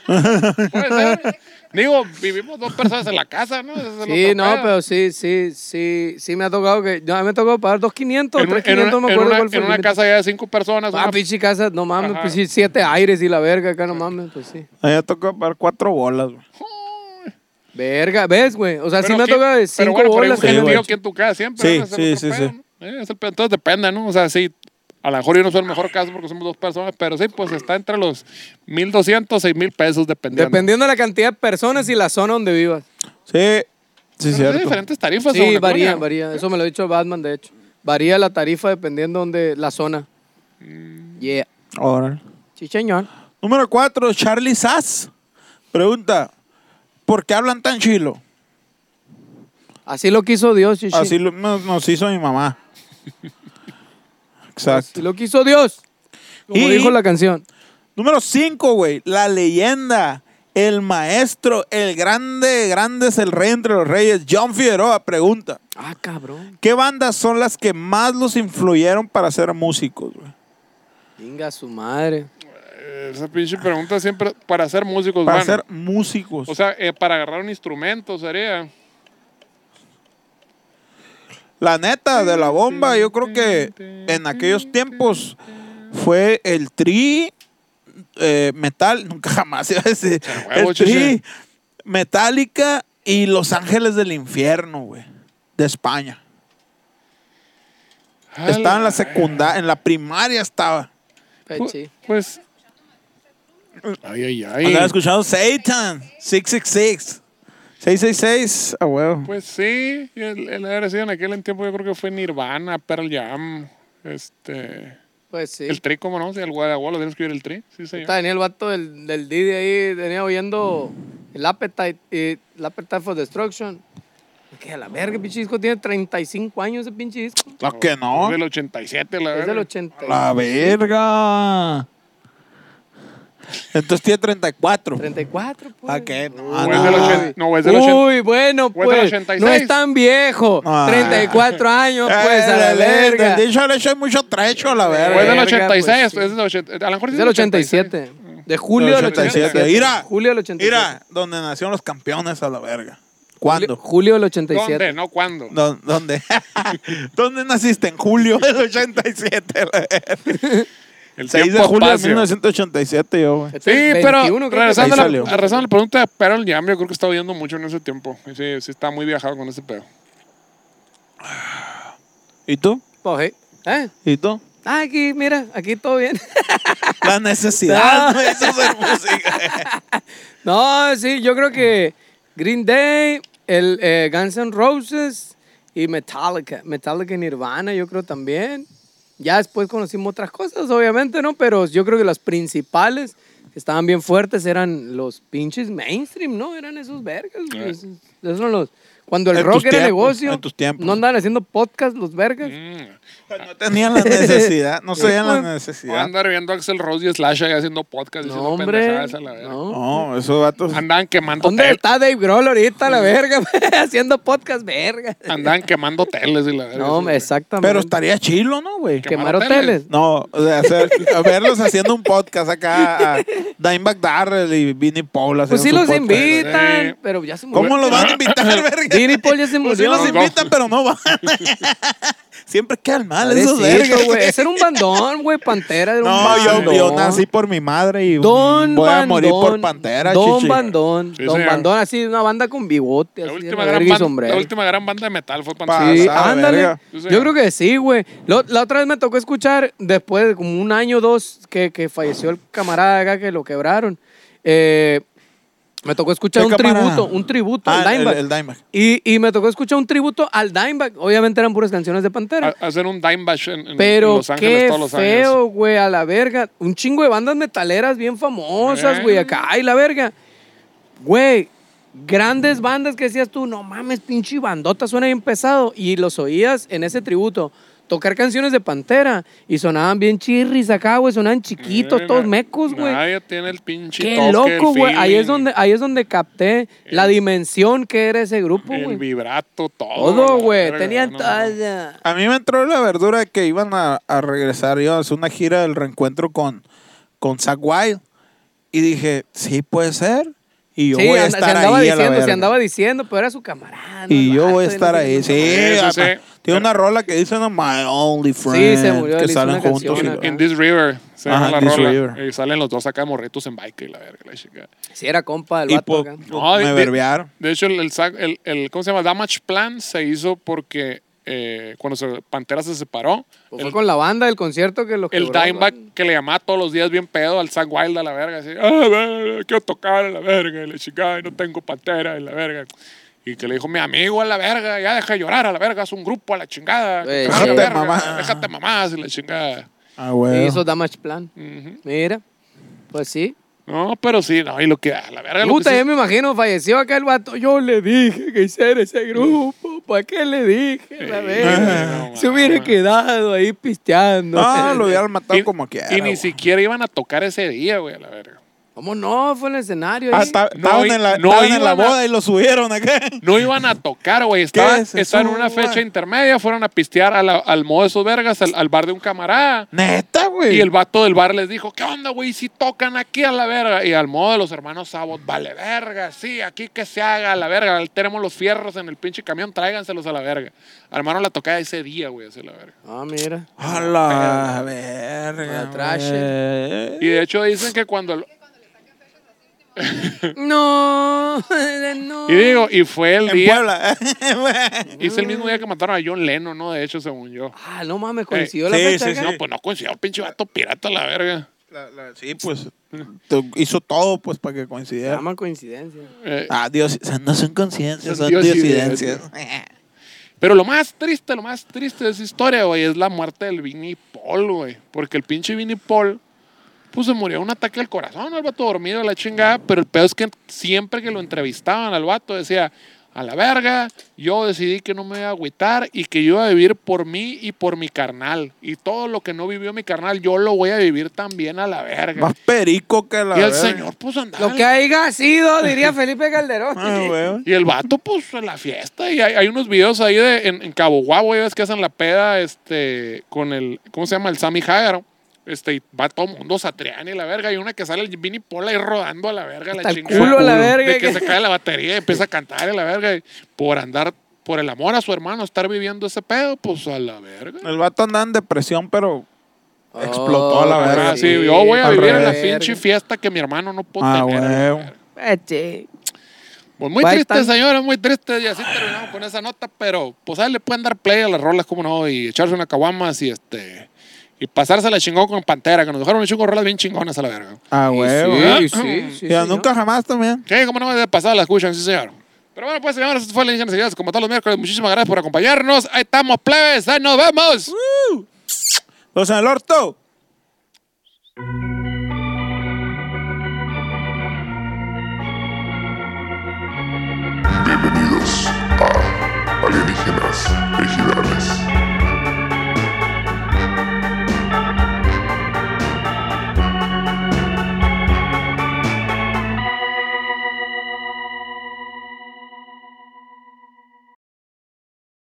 Speaker 1: Puede ser. Digo, vivimos dos personas en la casa, ¿no? Ese es el
Speaker 3: Sí,
Speaker 1: otro
Speaker 3: no,
Speaker 1: pedo.
Speaker 3: pero sí, sí, sí, sí me ha tocado que. No, me ha tocado pagar 2.500,
Speaker 1: En una,
Speaker 3: 3.500,
Speaker 1: en una- en
Speaker 3: me acuerdo
Speaker 1: una-
Speaker 3: cuál fue
Speaker 1: en
Speaker 3: el
Speaker 1: una
Speaker 3: límite.
Speaker 1: casa ya de cinco personas.
Speaker 3: Ah,
Speaker 1: una-
Speaker 3: pinche casa, no mames,
Speaker 1: Ajá.
Speaker 3: pues sí, siete aires y la verga acá, no mames, pues sí.
Speaker 2: Allá tocó pagar cuatro bolas, güey.
Speaker 3: Verga, ¿ves, güey? O sea, sí
Speaker 1: Pero
Speaker 3: me ha
Speaker 1: ¿quién-
Speaker 3: tocado de cinco
Speaker 1: Pero bueno, pero
Speaker 3: bolas.
Speaker 1: hay un
Speaker 3: güey.
Speaker 1: genio aquí en tu casa siempre.
Speaker 2: Sí,
Speaker 1: ¿no? Ese
Speaker 2: sí,
Speaker 1: es el
Speaker 2: sí,
Speaker 1: pedo,
Speaker 2: sí.
Speaker 1: ¿no? Eh, es el pedo. Entonces depende, ¿no? O sea, sí, a lo mejor yo no soy el mejor caso porque somos dos personas, pero sí, pues está entre los 1200, 6000 pesos dependiendo.
Speaker 3: Dependiendo de la cantidad de personas y la zona donde vivas.
Speaker 2: Sí, sí,
Speaker 1: Pero sí,
Speaker 2: cierto.
Speaker 1: diferentes tarifas. según
Speaker 3: Sí,
Speaker 1: la colonia,
Speaker 3: varía,
Speaker 1: ¿no?
Speaker 3: varía. Eso me lo ha dicho Batman, de hecho. Varía la tarifa dependiendo donde la zona.
Speaker 1: Mm.
Speaker 3: Yeah.
Speaker 2: Órale.
Speaker 3: Sí, señor.
Speaker 2: Número cuatro, Charlie Sass. Pregunta, ¿por qué hablan tan chilo?
Speaker 3: Así lo quiso Dios, chichi.
Speaker 2: Así lo- nos, nos hizo mi mamá. Exacto.
Speaker 3: Así lo quiso Dios. Como
Speaker 2: Y-
Speaker 3: dijo la canción.
Speaker 2: Número cinco, güey, la leyenda, el maestro, el grande, grande es el rey entre los reyes, John Figueroa. Pregunta,
Speaker 3: Ah, cabrón.
Speaker 2: ¿qué bandas son las que más los influyeron para ser músicos, güey?
Speaker 3: Venga su madre.
Speaker 1: Esa pinche pregunta siempre para ser músicos,
Speaker 2: Para
Speaker 1: Pues bueno.
Speaker 2: ser músicos.
Speaker 1: O sea, eh, para agarrar un instrumento sería.
Speaker 2: La neta, de la bomba, yo creo que en aquellos tiempos fue el tri eh, metal, nunca jamás iba a decir.
Speaker 1: huevo,
Speaker 2: El tri
Speaker 1: chiche.
Speaker 2: Metallica y Los Ángeles del Infierno, güey. De España.
Speaker 1: Ah,
Speaker 2: Estaba en la secundaria, en la primaria estaba.
Speaker 3: Pechi.
Speaker 1: Pues. Ay, ay, ay.
Speaker 2: Andaba escuchando Satan, 666. 666, a ah, huevo.
Speaker 1: Pues sí, el, el haber sido en aquel tiempo yo creo que fue Nirvana, Pearl Jam, este...
Speaker 3: Pues sí.
Speaker 1: El tri, ¿cómo no? Si el guadagualo tienes que ir el tri, sí
Speaker 3: Puta,
Speaker 1: señor.
Speaker 3: Tenía el vato del, del Didi ahí, tenía oyendo el Appetite, eh, el Appetite for Destruction. Que a la verga, el pinche disco tiene 35 años ese pinche disco.
Speaker 2: Claro que no.
Speaker 1: Es del 87, la
Speaker 3: Es del
Speaker 1: verdad.
Speaker 3: 80.
Speaker 2: La verga. Entonces tiene 34.
Speaker 3: 34, pues.
Speaker 2: ¿A qué? No,
Speaker 1: O
Speaker 2: no.
Speaker 1: es del ochen- No, es del 80.
Speaker 3: Uy, bueno,
Speaker 1: o es del
Speaker 3: pues.
Speaker 1: 86.
Speaker 3: No es tan viejo.
Speaker 2: Ah.
Speaker 3: 34 años,
Speaker 2: Eh,
Speaker 3: pues, a la
Speaker 2: le- le-
Speaker 3: verga.
Speaker 2: Del dicho al hecho hay mucho trecho a la
Speaker 1: O es del
Speaker 2: verga.
Speaker 3: Bueno,
Speaker 1: 86,
Speaker 3: pues, sí.
Speaker 1: es del 80. A lo mejor sí
Speaker 3: Es del 87. De julio del
Speaker 2: 87.
Speaker 3: 87.
Speaker 2: Mira.
Speaker 3: Julio del 87.
Speaker 2: Mira, donde nacieron los campeones a la verga.
Speaker 3: Julio-
Speaker 2: ¿Cuándo?
Speaker 3: Julio del 87.
Speaker 1: ¿Dónde? No, ¿cuándo?
Speaker 2: ¿Dó- ¿Dónde? ¿Dónde naciste? En julio del 87. la verga.
Speaker 1: El
Speaker 2: 6 de
Speaker 1: tiempo
Speaker 2: julio de
Speaker 1: espacio.
Speaker 2: 1987 yo, güey.
Speaker 3: Este
Speaker 1: Sí,
Speaker 3: es
Speaker 1: pero
Speaker 3: 21, creo que
Speaker 1: regresando a,
Speaker 2: Ahí
Speaker 1: la,
Speaker 2: salió.
Speaker 1: regresando a la pregunta de Pearl Jam, yo creo que estaba viendo mucho en ese tiempo. Sí, sí, está muy viajado con ese pedo.
Speaker 2: ¿Y tú?
Speaker 3: Pues, ¿eh?
Speaker 2: ¿Y tú?
Speaker 3: Ah, aquí, mira, aquí todo bien.
Speaker 2: La necesidad de eso ser música.
Speaker 3: No, sí, yo creo que Green Day, el eh, Guns N' Roses y Metallica. Metallica y Nirvana, yo creo también. Ya después conocimos otras cosas, obviamente, ¿no? Pero yo creo que las principales que estaban bien fuertes eran los pinches mainstream, ¿no? Eran esos vergas. güey.
Speaker 1: Ah.
Speaker 3: Esos, esos eran los... Cuando el
Speaker 2: Eh. En
Speaker 3: rock
Speaker 2: tus
Speaker 3: era
Speaker 2: tiempos,
Speaker 3: negocio,
Speaker 2: en tus tiempos. Mm,
Speaker 3: no andaban haciendo podcast los vergas.
Speaker 2: No tenían la necesidad, no sabían la
Speaker 1: Voy
Speaker 2: necesidad.
Speaker 1: a andar viendo a Axel Rose y Slash ahí haciendo podcast
Speaker 3: No,
Speaker 1: diciendo
Speaker 3: hombre.
Speaker 1: pendejadas a la verga.
Speaker 3: No.
Speaker 2: No, esos vatos.
Speaker 1: Andaban quemando
Speaker 3: ¿Dónde
Speaker 1: hoteles.
Speaker 3: está Dave Grohl ahorita, la verga? Haciendo podcast, verga.
Speaker 2: Ah,
Speaker 1: Andaban quemando teles y la verga.
Speaker 3: No, hombre, exactamente.
Speaker 2: Pero estaría chilo, ¿no, güey?
Speaker 3: Quemar
Speaker 1: Quemar
Speaker 3: hoteles.
Speaker 2: No, o sea, hacer- a verlos haciendo un podcast acá a Dimebag Darrell y Vinnie Paul.
Speaker 3: Pues
Speaker 2: haciendo su
Speaker 3: sí los
Speaker 2: podcast.
Speaker 3: invitan,
Speaker 1: Sí.
Speaker 3: pero ya se murió.
Speaker 2: ¿Cómo los van a invitar, verga?
Speaker 3: Vinnie Paul ya se
Speaker 2: Pues sí
Speaker 3: murió.
Speaker 2: los invitan, pero no van. Siempre quedan mal esos
Speaker 3: Pobrecito,
Speaker 2: vergas.
Speaker 3: güey. Ese era un bandón, güey. Pantera era un
Speaker 2: No,
Speaker 3: bandón.
Speaker 2: yo, yo nací por mi madre y
Speaker 3: Don
Speaker 2: voy
Speaker 3: Bandón.
Speaker 2: a morir por Pantera,
Speaker 3: Don
Speaker 2: chichi.
Speaker 3: Bandón.
Speaker 1: Sí,
Speaker 3: Don
Speaker 1: señor.
Speaker 3: Bandón, así, una banda con bigote,
Speaker 1: La
Speaker 3: así,
Speaker 1: última,
Speaker 3: la
Speaker 1: gran
Speaker 3: verga y
Speaker 1: banda,
Speaker 3: sombrero. Ah,
Speaker 1: la última gran banda de metal fue Pantera.
Speaker 2: Pasada
Speaker 3: Sí,
Speaker 2: de
Speaker 3: ándale.
Speaker 2: verga.
Speaker 1: Sí, señor.
Speaker 3: Yo creo que sí, güey. Lo- La otra vez me tocó escuchar, después de como un año o dos, que, que falleció el camarada acá que lo quebraron. Eh, me tocó escuchar
Speaker 2: ¿Qué
Speaker 3: un
Speaker 2: camarada?
Speaker 3: tributo, un tributo
Speaker 2: Ah,
Speaker 3: al
Speaker 2: el-
Speaker 3: Dimebag.
Speaker 2: el Dimebag.
Speaker 3: Y, y me tocó escuchar un tributo al Dimebag. Obviamente eran puras canciones de Pantera.
Speaker 1: A- Hacer un dime bash en, en- en
Speaker 3: Pero
Speaker 1: Los Ángeles
Speaker 3: qué
Speaker 1: todos los años.
Speaker 3: feo, güey, a la verga. Un chingo de bandas metaleras bien famosas,
Speaker 1: Eh.
Speaker 3: güey, acá, ay, la verga. Güey, grandes bandas que decías tú, no mames, pinche bandota, suena bien pesado. Y los oías en ese tributo. tocar canciones de Pantera y sonaban bien chirris acá, güey, sonaban chiquitos,
Speaker 1: Eh,
Speaker 3: todos mecos, güey.
Speaker 1: Nadie tiene el pinche
Speaker 3: Qué
Speaker 1: toque,
Speaker 3: loco,
Speaker 1: el
Speaker 3: güey. Ahí es
Speaker 1: feeling,
Speaker 3: donde ahí es donde capté la dimensión que era ese grupo,
Speaker 1: El
Speaker 3: güey.
Speaker 1: vibrato, todo.
Speaker 3: Todo, güey.
Speaker 1: Verga,
Speaker 3: Tenían
Speaker 1: no, no.
Speaker 3: toda.
Speaker 2: A mí me entró la verdura que iban a, a regresar, iban a hacer una gira del reencuentro con, con Zach Wild. Y dije, sí, puede ser. Y yo
Speaker 3: Sí,
Speaker 2: voy a
Speaker 3: and- se
Speaker 2: estar ahí.
Speaker 3: andaba
Speaker 2: a la
Speaker 3: diciendo, se
Speaker 2: verga.
Speaker 3: andaba diciendo, pero era su camarada. ¿no?
Speaker 2: Y
Speaker 3: El
Speaker 2: yo
Speaker 3: vato,
Speaker 2: voy a
Speaker 3: y no
Speaker 2: estar
Speaker 3: sé
Speaker 2: ahí.
Speaker 3: qué
Speaker 2: Sí,
Speaker 1: Eso sí.
Speaker 2: apa. Tiene una rola que dice no, My Only Friend.
Speaker 3: Sí, se murió,
Speaker 2: Que
Speaker 3: le hizo
Speaker 2: salen
Speaker 3: una
Speaker 2: juntos.
Speaker 3: canción
Speaker 2: y-
Speaker 3: acá.
Speaker 1: In This River. Se
Speaker 2: Ajá,
Speaker 1: llama la
Speaker 2: In This
Speaker 1: rola.
Speaker 2: River.
Speaker 1: Y salen los dos acá morritos en bike y la verga, la chica.
Speaker 3: Si era compa del
Speaker 2: Y
Speaker 3: vato
Speaker 2: po-
Speaker 3: acá.
Speaker 1: No,
Speaker 2: me
Speaker 1: de-
Speaker 2: verbearon.
Speaker 1: De hecho, el, el, sac- el- el- ¿cómo se llama? Damage Plan se hizo porque eh, cuando se- Pantera se separó,
Speaker 3: Pues
Speaker 1: el,
Speaker 3: fue con la banda del concierto que los
Speaker 1: el
Speaker 3: quebró,
Speaker 1: Dimebag
Speaker 3: güey.
Speaker 1: que le llamaba todos los días bien pedo al Zack Wild a la verga, así, "Ah, verga, quiero tocar a la verga, y la chingada, y no tengo Pantera, y la verga. Y que le dijo, mi amigo a la verga, ya deja de llorar a la verga, haz un grupo a la chingada. que
Speaker 3: Güey,
Speaker 1: te valga
Speaker 3: déjate
Speaker 1: verga,
Speaker 2: mamás.
Speaker 1: Déjate mamás y la chingada.
Speaker 2: Ah,
Speaker 3: Y
Speaker 2: güey.
Speaker 3: hizo Damage Plan. Mira. Pues sí.
Speaker 1: No, pero sí, no, y lo que, a la verga, lo que
Speaker 3: Puta,
Speaker 1: sí-
Speaker 3: yo me imagino, falleció acá el vato. Yo le dije que hiciera ese grupo. ¿Para qué le dije? La verga.
Speaker 1: no,
Speaker 3: Se hubiera
Speaker 1: mamá.
Speaker 3: quedado ahí pisteando.
Speaker 2: No, Ah, lo hubieran matado
Speaker 1: Y-
Speaker 2: como quiera.
Speaker 1: Y ni
Speaker 2: güey.
Speaker 1: siquiera iban a tocar ese día, güey, a la verga.
Speaker 3: ¿Cómo no? Fue en el escenario.
Speaker 2: Ah,
Speaker 3: ahí.
Speaker 2: está-
Speaker 1: No,
Speaker 2: estaban
Speaker 1: y-
Speaker 2: en la,
Speaker 1: no
Speaker 2: estaban en la
Speaker 1: iban a-
Speaker 2: boda y lo subieron acá.
Speaker 1: No iban a tocar, güey. Estaban,
Speaker 2: es eso,
Speaker 1: estaban en una
Speaker 2: güey?
Speaker 1: fecha intermedia, fueron a pistear a la- al modo de esos vergas, al, al bar de un camarada.
Speaker 2: Neta, güey.
Speaker 1: Y el vato del bar les dijo, ¿qué onda, güey? Si tocan aquí a la verga. Y al modo de los hermanos Sabot, vale verga, sí, aquí que se haga a la verga. Tenemos los fierros en el pinche camión, tráiganselos a la verga. Al hermano la tocaba ese día, güey, así a la verga.
Speaker 3: Ah, mira.
Speaker 2: A la verga.
Speaker 3: La trash.
Speaker 2: güey.
Speaker 1: Y de hecho dicen que cuando... el-
Speaker 3: No, no.
Speaker 1: Y digo, y fue el
Speaker 2: En
Speaker 1: día...
Speaker 2: Puebla.
Speaker 1: Y es el mismo día que mataron a John Lennon, ¿no? De hecho, según yo.
Speaker 3: Ah, no mames, coincidió
Speaker 2: Eh,
Speaker 3: la
Speaker 2: sí,
Speaker 3: fecha.
Speaker 2: sí,
Speaker 3: acá.
Speaker 2: sí.
Speaker 1: No, pues no coincidió, pinche vato pirata a la verga.
Speaker 2: La- la- sí, pues. to- Hizo todo, pues, para que
Speaker 3: Se
Speaker 2: coincidiera.
Speaker 3: llama coincidencia.
Speaker 1: Eh,
Speaker 2: Ah, Dios, o sea, no son conciencias,
Speaker 1: Son
Speaker 2: son diosidencias.
Speaker 1: diosidencias. Pero lo más triste, lo más triste de esa historia, güey, es la muerte del Vinnie Paul, güey. Porque el pinche Vinnie Paul, pues se murió de un ataque al corazón, el vato dormido, la chingada. Pero el pedo es que siempre que lo entrevistaban al vato decía, a la verga, yo decidí que no me iba a agüitar y que yo iba a vivir por mí y por mi carnal. Y todo lo que no vivió mi carnal, yo lo voy a vivir también a la verga.
Speaker 2: Más perico que la
Speaker 1: Y el
Speaker 2: verga.
Speaker 1: señor, pues andaba...
Speaker 3: Lo que haya sido, diría Felipe Calderón.
Speaker 2: Ah, güey.
Speaker 1: Y el vato, pues, en la fiesta. Y hay, hay unos videos ahí de, en, en Cabo Guabo, ya ves que hacen la peda, este, con el, ¿cómo se llama? El Sammy Hagar. Este, y va todo el mundo satrián y la verga. Y una que sale el Vinny Pola ahí rodando a la verga, la
Speaker 3: Hasta el
Speaker 1: chingada.
Speaker 3: culo a la verga.
Speaker 1: De que se cae la batería y empieza a cantar a la verga. Y por andar, por el amor a su hermano, estar viviendo ese pedo, pues, a la verga.
Speaker 2: El vato andaba en depresión, pero Explotó a la verga.
Speaker 1: Ah, sí, yo voy a
Speaker 2: Al
Speaker 1: vivir en la
Speaker 2: revés.
Speaker 1: pinche fiesta que mi hermano no puede
Speaker 2: Ah,
Speaker 1: tener. a la
Speaker 2: huevo.
Speaker 1: verga.
Speaker 3: Eh, Vete.
Speaker 1: Pues muy
Speaker 3: Va a
Speaker 1: triste,
Speaker 3: estar-
Speaker 1: señores, muy triste. Y así terminamos con esa nota, pero pues ahí le pueden dar play a las rolas, como no, y echarse una caguamas y este. Y pasársela chingón con Pantera, que nos dejaron un chingo de rolas bien chingonas a la verga.
Speaker 2: a huevo.
Speaker 3: Sí, sí, sí,
Speaker 2: Ya
Speaker 3: señor.
Speaker 2: nunca jamás también.
Speaker 1: Sí, como no, de pasada la escuchan, sí, señor. Pero bueno, pues, señores, esto fue la Indígena Señores, como todos los miércoles. Muchísimas gracias por acompañarnos. Ahí estamos, plebes, ahí nos vemos.
Speaker 2: Los en el orto.
Speaker 5: Bienvenidos a Alienígenas Ejidales.